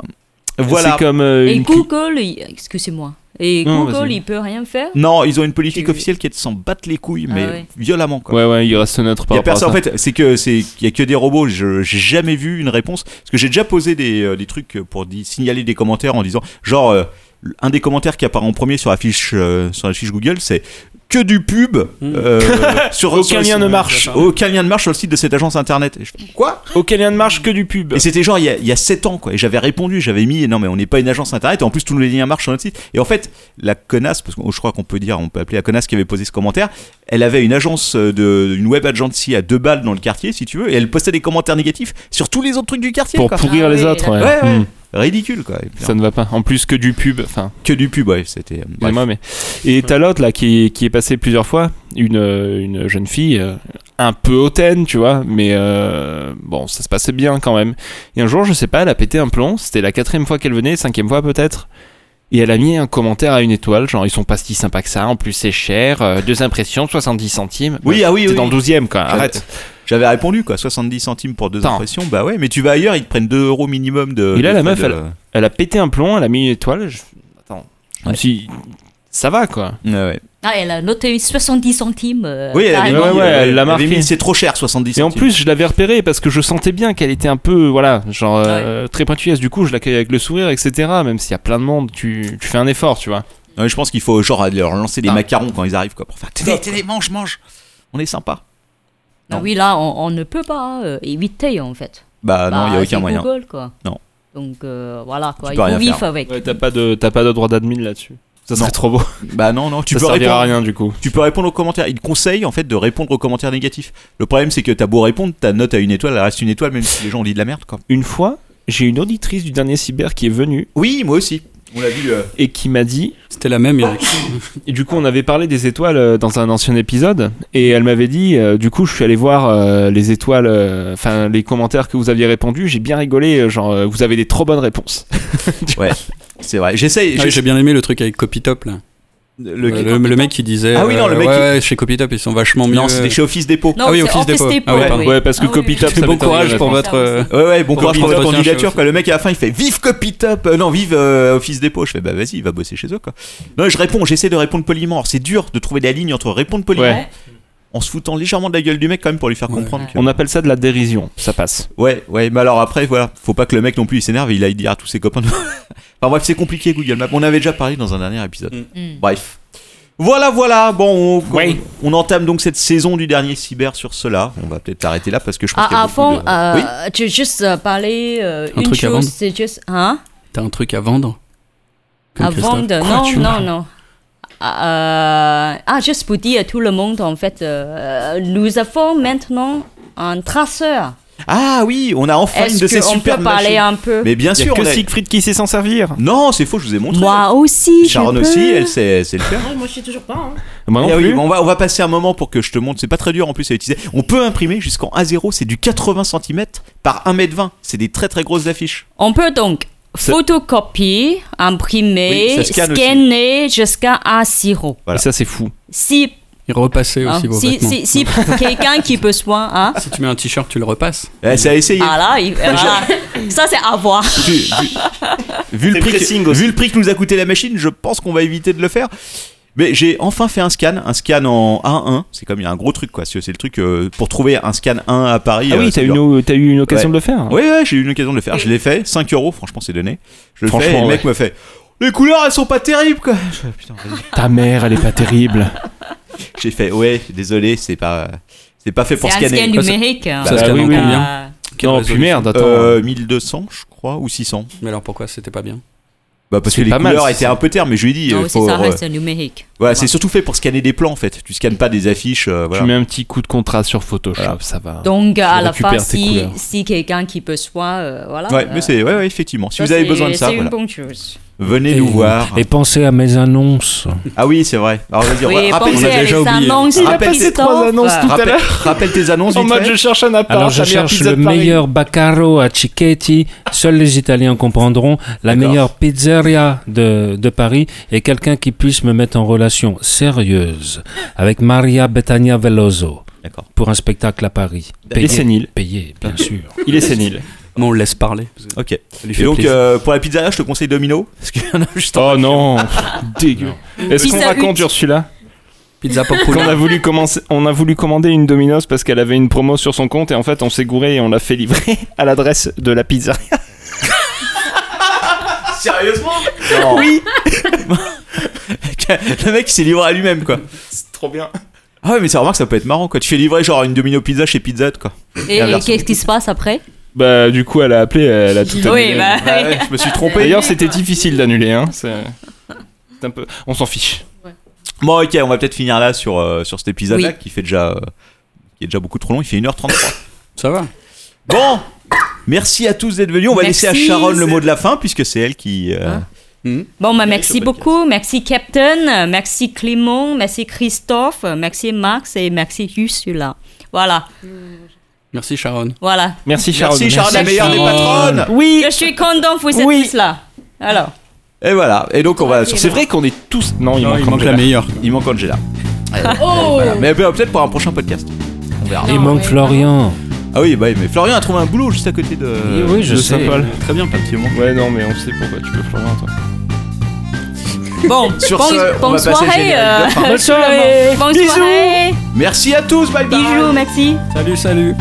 Speaker 4: Voilà.
Speaker 3: C'est comme euh,
Speaker 7: Et
Speaker 3: une cu-
Speaker 7: Google, il- excusez-moi. Et
Speaker 3: Non,
Speaker 7: Google,
Speaker 3: vas-y.
Speaker 7: il peut rien faire.
Speaker 4: Non, ils ont une politique officielle qui est de s'en battre les couilles,
Speaker 7: Ah
Speaker 4: mais
Speaker 7: ouais.
Speaker 4: violemment quoi.
Speaker 3: Ouais, ouais, il reste neutre
Speaker 4: Il
Speaker 3: par
Speaker 4: y a
Speaker 3: rapport à
Speaker 4: personne, en
Speaker 3: ça.
Speaker 4: fait, c'est que c'est il y a que des robots. Je j'ai jamais vu une réponse parce que j'ai déjà posé des, euh, des trucs pour di- signaler des commentaires en disant genre euh, un des commentaires qui apparaît en premier sur la fiche euh, sur la fiche Google, c'est que du pub euh, sur
Speaker 3: Hmm. Aucun
Speaker 4: sur le
Speaker 3: lien
Speaker 4: site-
Speaker 3: ne marche.
Speaker 4: Aucun lien ne marche sur le site de cette agence internet. Et je fais, Quoi
Speaker 3: Aucun lien ne marche que du pub.
Speaker 4: Et c'était genre il y a, il y a 7 ans quoi. Et j'avais répondu, j'avais mis non mais on n'est pas une agence internet et en plus tous les liens marchent sur notre site. Et en fait, la connasse, parce que je crois qu'on peut dire, on peut appeler la connasse qui avait posé ce commentaire, elle avait une agence euh, de, une web agency à deux balles dans le quartier si tu veux, et elle postait des commentaires négatifs sur tous les autres trucs du quartier.
Speaker 3: Pour
Speaker 4: quoi.
Speaker 3: pourrir les autres, ouais.
Speaker 4: Ouais, ouais.
Speaker 3: Hmm.
Speaker 4: Ridicule quoi. Et puis,
Speaker 3: Ça ne va pas. En plus que du pub, enfin.
Speaker 4: Que du pub, ouais, c'était. euh, bref.
Speaker 3: Excusez-moi, mais. Et t'as l'autre, là, qui, qui est passé plusieurs fois, une, euh, une jeune fille, euh, un peu hautaine, tu vois, mais euh, bon, ça se passait bien quand même. Et un jour, je sais pas, elle a pété un plomb, c'était la quatrième fois qu'elle venait, cinquième fois peut-être. Et elle a mis un commentaire à une étoile, genre ils sont pas si sympas que ça, en plus c'est cher, euh, deux impressions, 70 centimes.
Speaker 4: Oui,
Speaker 3: Bah,
Speaker 4: ah oui,
Speaker 3: T'es
Speaker 4: oui.
Speaker 3: dans le 12ème, quoi,
Speaker 4: J'avais-
Speaker 3: arrête.
Speaker 4: J'avais répondu quoi, 70 centimes pour deux
Speaker 3: Attends.
Speaker 4: impressions, bah ouais, mais tu vas ailleurs, ils te prennent 2 euros minimum de.
Speaker 3: Et là,
Speaker 4: de-
Speaker 3: la meuf,
Speaker 4: de-
Speaker 3: elle, elle a pété un plomb, elle a mis une étoile. je- Attends, je me
Speaker 4: Ouais.
Speaker 3: suis dit, ça va quoi.
Speaker 4: Ouais, ouais.
Speaker 7: Ah, elle a noté 70 centimes. euh,
Speaker 4: Oui, elle avait
Speaker 7: carrément.
Speaker 4: mis,
Speaker 3: ouais, ouais,
Speaker 4: euh,
Speaker 3: elle l'a
Speaker 4: avait
Speaker 3: marqué.
Speaker 4: mis, C'est trop cher, 70
Speaker 3: Et en
Speaker 4: centimes.
Speaker 3: plus, je l'avais repérée parce que je sentais bien qu'elle était un peu, voilà, genre euh, très pointueuse. Du coup, je l'accueille avec le sourire, etc. Même s'il y a plein de monde, tu, tu fais un effort, tu vois.
Speaker 4: Non, mais je pense qu'il faut genre leur lancer des macarons quand ils arrivent quoi pour faire tenez, tenez, mange, mange. On est sympa.
Speaker 7: Ah oui, là, on, on ne peut pas euh, éviter, en fait.
Speaker 4: Bah, non, il y a
Speaker 7: c'est
Speaker 4: aucun moyen.
Speaker 7: Google, quoi.
Speaker 4: Non.
Speaker 7: Donc, euh, voilà, quoi.
Speaker 4: Tu
Speaker 7: Il
Speaker 4: peux rien
Speaker 7: faut vivre
Speaker 4: faire.
Speaker 7: avec.
Speaker 3: Ouais, t'as pas de t'as pas de droit d'admin là-dessus. Ça serait
Speaker 4: Non.
Speaker 3: trop beau.
Speaker 4: Bah non non, tu
Speaker 3: ça
Speaker 4: peux
Speaker 3: servira à
Speaker 4: répondre.
Speaker 3: rien du coup.
Speaker 4: Tu peux répondre aux commentaires. Ils te conseillent en fait de répondre aux commentaires négatifs. Le problème c'est que t'as beau répondre, ta note à une étoile, elle reste une étoile même si les gens ont dit de la merde quoi.
Speaker 3: Une fois, j'ai une auditrice du dernier cyber qui est venue
Speaker 4: Oui, moi aussi. On l'a vu. euh,
Speaker 3: et qui m'a dit
Speaker 8: C'était la même,
Speaker 4: Ah,
Speaker 8: Eric.
Speaker 3: Et du coup, on avait parlé des étoiles euh, dans un ancien épisode, et elle m'avait dit, euh, du coup, je suis allé voir euh, les étoiles, euh, enfin les commentaires que vous aviez répondu, j'ai bien rigolé, euh, genre euh, vous avez des trop bonnes réponses.
Speaker 4: Ouais. C'est vrai. J'essaye.
Speaker 8: Ah oui,
Speaker 4: j'essaye-
Speaker 8: j'ai bien aimé le truc avec Copytop là.
Speaker 4: le,
Speaker 8: Euh, Le, le mec qui disait.
Speaker 4: Ah oui, non, le
Speaker 8: euh,
Speaker 4: mec
Speaker 8: ouais,
Speaker 4: qui-
Speaker 8: ouais, chez Copytop ils sont vachement mieux.
Speaker 4: Non, c'était chez Office Dépôt.
Speaker 7: Non,
Speaker 8: Ah oui,
Speaker 7: c'est
Speaker 8: Office Depot. Ah ouais,
Speaker 7: oui.
Speaker 8: pardon.
Speaker 3: Ouais, parce que
Speaker 7: Ah oui, oui.
Speaker 3: Copytop, ça
Speaker 8: Bon
Speaker 3: m'étonnerait,
Speaker 8: courage
Speaker 3: je
Speaker 8: pour
Speaker 3: pense.
Speaker 8: votre. euh,
Speaker 4: Ouais ouais, bon
Speaker 8: Pour
Speaker 4: courage pour
Speaker 8: Office
Speaker 4: votre
Speaker 8: Depôt, chien,
Speaker 4: candidature
Speaker 8: chez
Speaker 4: quoi. Le mec à la fin, il fait vive Copytop. Euh, non, vive euh, Office Dépôt. Je fais bah vas-y, va bosser chez eux quoi. Non, je réponds, j'essaie de répondre poliment. Alors, C'est dur de trouver la ligne entre répondre poliment
Speaker 3: Ouais.
Speaker 4: en se foutant légèrement de la gueule du mec quand même pour lui faire comprendre que
Speaker 3: On appelle ça de la dérision, ça passe.
Speaker 4: ouais ouais mais alors après voilà faut pas que le mec non plus il s'énerve il aille dire à tous ses copains de- enfin bref c'est compliqué Google Maps on avait déjà parlé dans un dernier épisode
Speaker 3: Hmm.
Speaker 7: Mm.
Speaker 4: bref voilà voilà bon on,
Speaker 3: Ouais.
Speaker 4: on entame donc cette saison du dernier cyber sur cela on va peut-être arrêter là parce que je pense qu'il y
Speaker 7: Ah,
Speaker 4: a
Speaker 7: avant,
Speaker 4: beaucoup de-
Speaker 7: euh,
Speaker 4: oui
Speaker 7: tu veux juste euh, parler euh,
Speaker 8: Un
Speaker 7: une
Speaker 8: truc à
Speaker 7: chose,
Speaker 8: vendre
Speaker 7: c'est juste. Hein
Speaker 8: euh. T'as un truc à vendre Comme
Speaker 7: À
Speaker 8: Christophe.
Speaker 7: vendre
Speaker 8: Quoi,
Speaker 7: Non,
Speaker 8: tu
Speaker 7: non,
Speaker 8: vois
Speaker 7: non. Euh, ah, juste pour dire à tout le monde, en fait, euh, nous avons maintenant un traceur.
Speaker 4: ah oui on a enfin une
Speaker 7: Est-ce
Speaker 4: de ces
Speaker 7: qu'on
Speaker 4: super
Speaker 7: peut parler
Speaker 4: machines.
Speaker 7: un peu
Speaker 4: mais bien
Speaker 3: Il y a
Speaker 4: sûr
Speaker 3: que
Speaker 4: on a-
Speaker 3: Siegfried qui sait s'en servir.
Speaker 4: non c'est faux je vous ai montré
Speaker 7: Moi aussi, je
Speaker 4: Sharon
Speaker 7: peux.
Speaker 4: aussi elle sait, elle sait le faire
Speaker 11: Ouais, moi je sais toujours pas. hein.
Speaker 3: Moi non
Speaker 4: Eh oui,
Speaker 3: plus.
Speaker 4: mais on, va, on va passer un moment pour que je te montre. C'est pas très dur en plus à utiliser. On peut imprimer jusqu'en A0, c'est du 80 cm par 1m20. C'est des très très grosses affiches.
Speaker 7: On peut donc photocopier, imprimer,
Speaker 4: Oui, ça scanne aussi.
Speaker 7: scanner jusqu'à A0.
Speaker 4: voilà.
Speaker 3: Et ça c'est fou.
Speaker 7: Si,
Speaker 8: Et repasser
Speaker 7: hein,
Speaker 8: aussi vos
Speaker 7: si,
Speaker 8: vêtements.
Speaker 7: si, si quelqu'un qui peut soin, hein,
Speaker 8: Si tu mets un t-shirt, tu le repasses.
Speaker 4: Eh, c'est à essayer.
Speaker 7: ah là, il- ah, ça c'est à voir.
Speaker 4: vu, vu- vu le prix que, vu le prix que nous a coûté la machine, je pense qu'on va éviter de le faire. Mais j'ai enfin fait un scan, un scan en A1. C'est comme il y a un gros truc quoi. C'est c'est le truc euh, pour trouver un scan 1 à Paris.
Speaker 3: Ah
Speaker 4: euh,
Speaker 3: oui,
Speaker 4: c'est
Speaker 3: t'as
Speaker 4: dur.
Speaker 3: eu, t'as eu une occasion de le faire.
Speaker 4: Ouais, ouais, j'ai eu l'occasion de le faire. Je l'ai fait, 5 euros, franchement, c'est donné. Je le fais,
Speaker 3: Franchement,
Speaker 4: et le mec me fait Les couleurs, elles sont pas terribles quoi. Je fais, Putain, vas-y.
Speaker 3: Ta mère, elle est pas terrible.
Speaker 4: J'ai fait Ouais, désolé, c'est pas. C'est pas fait
Speaker 7: C'est
Speaker 4: pour
Speaker 7: un
Speaker 4: scanner.
Speaker 7: scan numérique.
Speaker 4: Bah
Speaker 7: hein.
Speaker 8: Ça se scanne
Speaker 3: oui,
Speaker 8: en
Speaker 3: oui.
Speaker 8: combien
Speaker 7: Ah.
Speaker 8: Quelle
Speaker 3: non,
Speaker 8: résolution
Speaker 3: puis merde, attends.
Speaker 4: Euh, 1200, je crois, ou 600.
Speaker 8: Mais alors pourquoi c'était pas bien
Speaker 4: Bah parce
Speaker 3: C'est
Speaker 4: que les
Speaker 3: pas mal,
Speaker 4: couleurs
Speaker 3: c'est
Speaker 4: étaient un peu ternes, mais je lui ai dit.
Speaker 7: Non,
Speaker 4: euh,
Speaker 7: c'est
Speaker 4: faut,
Speaker 7: ça
Speaker 4: euh,
Speaker 7: reste numérique.
Speaker 4: voilà, c'est surtout fait pour scanner des plans en fait. Tu scannes pas des affiches. euh,
Speaker 3: Tu
Speaker 4: voilà.
Speaker 3: mets un petit coup de contraste sur Photoshop,
Speaker 4: Voilà.
Speaker 3: ça va.
Speaker 7: Donc à la
Speaker 3: récupères
Speaker 7: fin,
Speaker 3: tes
Speaker 7: si,
Speaker 3: couleurs.
Speaker 7: si quelqu'un qui peut soin, euh, voilà.
Speaker 4: Ouais,
Speaker 7: euh,
Speaker 4: mais c'est ouais, ouais, effectivement. Si
Speaker 7: ça,
Speaker 4: vous avez
Speaker 7: c'est-
Speaker 4: besoin de ça,
Speaker 7: c'est une
Speaker 4: voilà.
Speaker 7: bonne chose.
Speaker 4: venez nous voir.
Speaker 9: Et pensez à mes annonces.
Speaker 4: Ah oui, c'est vrai. Alors vas-y,
Speaker 7: Oui,
Speaker 4: ra- rappelle,
Speaker 7: pensez à
Speaker 8: déjà
Speaker 7: les
Speaker 8: oublié.
Speaker 7: annonces
Speaker 4: Il a
Speaker 7: de
Speaker 4: passé
Speaker 7: Christophe.
Speaker 4: trois
Speaker 3: tout à
Speaker 4: rappelle,
Speaker 3: l'heure.
Speaker 4: rappelle tes annonces.
Speaker 3: En
Speaker 4: vite
Speaker 3: mode
Speaker 4: fait.
Speaker 3: je cherche un appart,
Speaker 9: Alors je
Speaker 3: la meilleure
Speaker 9: cherche
Speaker 3: pizza
Speaker 9: le
Speaker 3: de Paris.
Speaker 9: meilleur baccaro à Cicchetti, seuls les Italiens comprendront, la
Speaker 4: D'accord.
Speaker 9: meilleure pizzeria de, de Paris et quelqu'un qui puisse me mettre en relation sérieuse avec Maria Betania Veloso
Speaker 4: D'accord.
Speaker 9: pour un spectacle à Paris.
Speaker 3: Il est
Speaker 9: Payé,
Speaker 3: sénile.
Speaker 9: payé bien sûr.
Speaker 3: Il est sénile.
Speaker 8: Non, on le laisse parler.
Speaker 4: Ok.
Speaker 8: lui
Speaker 4: Et
Speaker 8: fait
Speaker 4: donc,
Speaker 8: plaisir.
Speaker 4: euh, pour la pizzeria, je te conseille Domino. Parce qu'il y en a juste Oh
Speaker 3: non Dégueu. Est-ce qu'on
Speaker 4: Pizza
Speaker 3: raconte
Speaker 4: Hut.
Speaker 3: Ursula
Speaker 8: Pizza
Speaker 3: Qu'on a voulu commencer, on a voulu commander une Domino's parce qu'elle avait une promo sur son compte et en fait on s'est gouré et on l'a fait livrer à l'adresse de la pizzeria. Ah,
Speaker 4: Sérieusement Oui Le mec, il s'est livré à lui-même, quoi.
Speaker 3: C'est trop bien.
Speaker 4: Ah ouais, mais ça remarque, ça peut être marrant, quoi. Tu fais livrer genre une domino pizza chez Pizza Hut, quoi.
Speaker 7: Et, et
Speaker 4: La version-
Speaker 7: qu'est-ce qui se passe après
Speaker 3: Bah du coup elle a appelé, elle a tout
Speaker 7: Oui,
Speaker 3: annulé.
Speaker 7: bah, Ouais, oui.
Speaker 4: je me suis trompé.
Speaker 3: D'ailleurs c'était difficile d'annuler hein. c'est- c'est un peu, on s'en fiche.
Speaker 4: Bon, ok, on va peut-être finir là sur, euh, sur cet épisode-là
Speaker 3: Oui.
Speaker 4: qui fait déjà euh, qui est déjà beaucoup trop long. Il fait 1h33.
Speaker 8: Ça va.
Speaker 4: Bon, merci à tous d'être venus. On va
Speaker 7: Merci. Ah.
Speaker 4: laisser à Sharon le mot de la fin puisque c'est elle qui. euh,
Speaker 7: Bon, bah, merci beaucoup. Merci Captain, merci Clément, merci Christophe, merci Max et merci Ursula. Voilà,
Speaker 8: Merci Sharon.
Speaker 7: voilà.
Speaker 3: Merci
Speaker 8: Sharon.
Speaker 4: Merci, Sharon, la meilleure des patronnes.
Speaker 7: Oui, je suis content pour cette
Speaker 3: Oui.
Speaker 7: là Alors.
Speaker 4: Et voilà. Et donc on
Speaker 7: Ah,
Speaker 4: va.
Speaker 3: C'est vrai qu'on est tous. Non, il,
Speaker 4: Non,
Speaker 3: manque,
Speaker 4: il manque
Speaker 3: Angela.
Speaker 4: la meilleure. Il manque Angela.
Speaker 7: Euh. Oh
Speaker 4: Voilà. Mais bah, peut-être pour un prochain podcast. On
Speaker 3: Ah
Speaker 4: verra.
Speaker 9: Il manque Florian.
Speaker 4: Ah oui, bah oui, mais Florian a trouvé un boulot juste à côté de.
Speaker 9: Oui, oui, je
Speaker 4: de
Speaker 9: sais.
Speaker 4: Saint-Paul.
Speaker 9: Très
Speaker 4: bien, Patrion.
Speaker 3: Ouais, non, mais on sait pourquoi tu peux Florian, toi.
Speaker 7: Bon,
Speaker 4: Sur
Speaker 7: bon-
Speaker 4: ce, on
Speaker 7: bonne
Speaker 4: va passer au
Speaker 7: soirée.
Speaker 4: générique
Speaker 7: euh,
Speaker 4: de fin.
Speaker 7: bonne soirée. Bonne soirée.
Speaker 4: Merci à tous, bye bye.
Speaker 7: Bisous, merci.
Speaker 8: Salut, salut.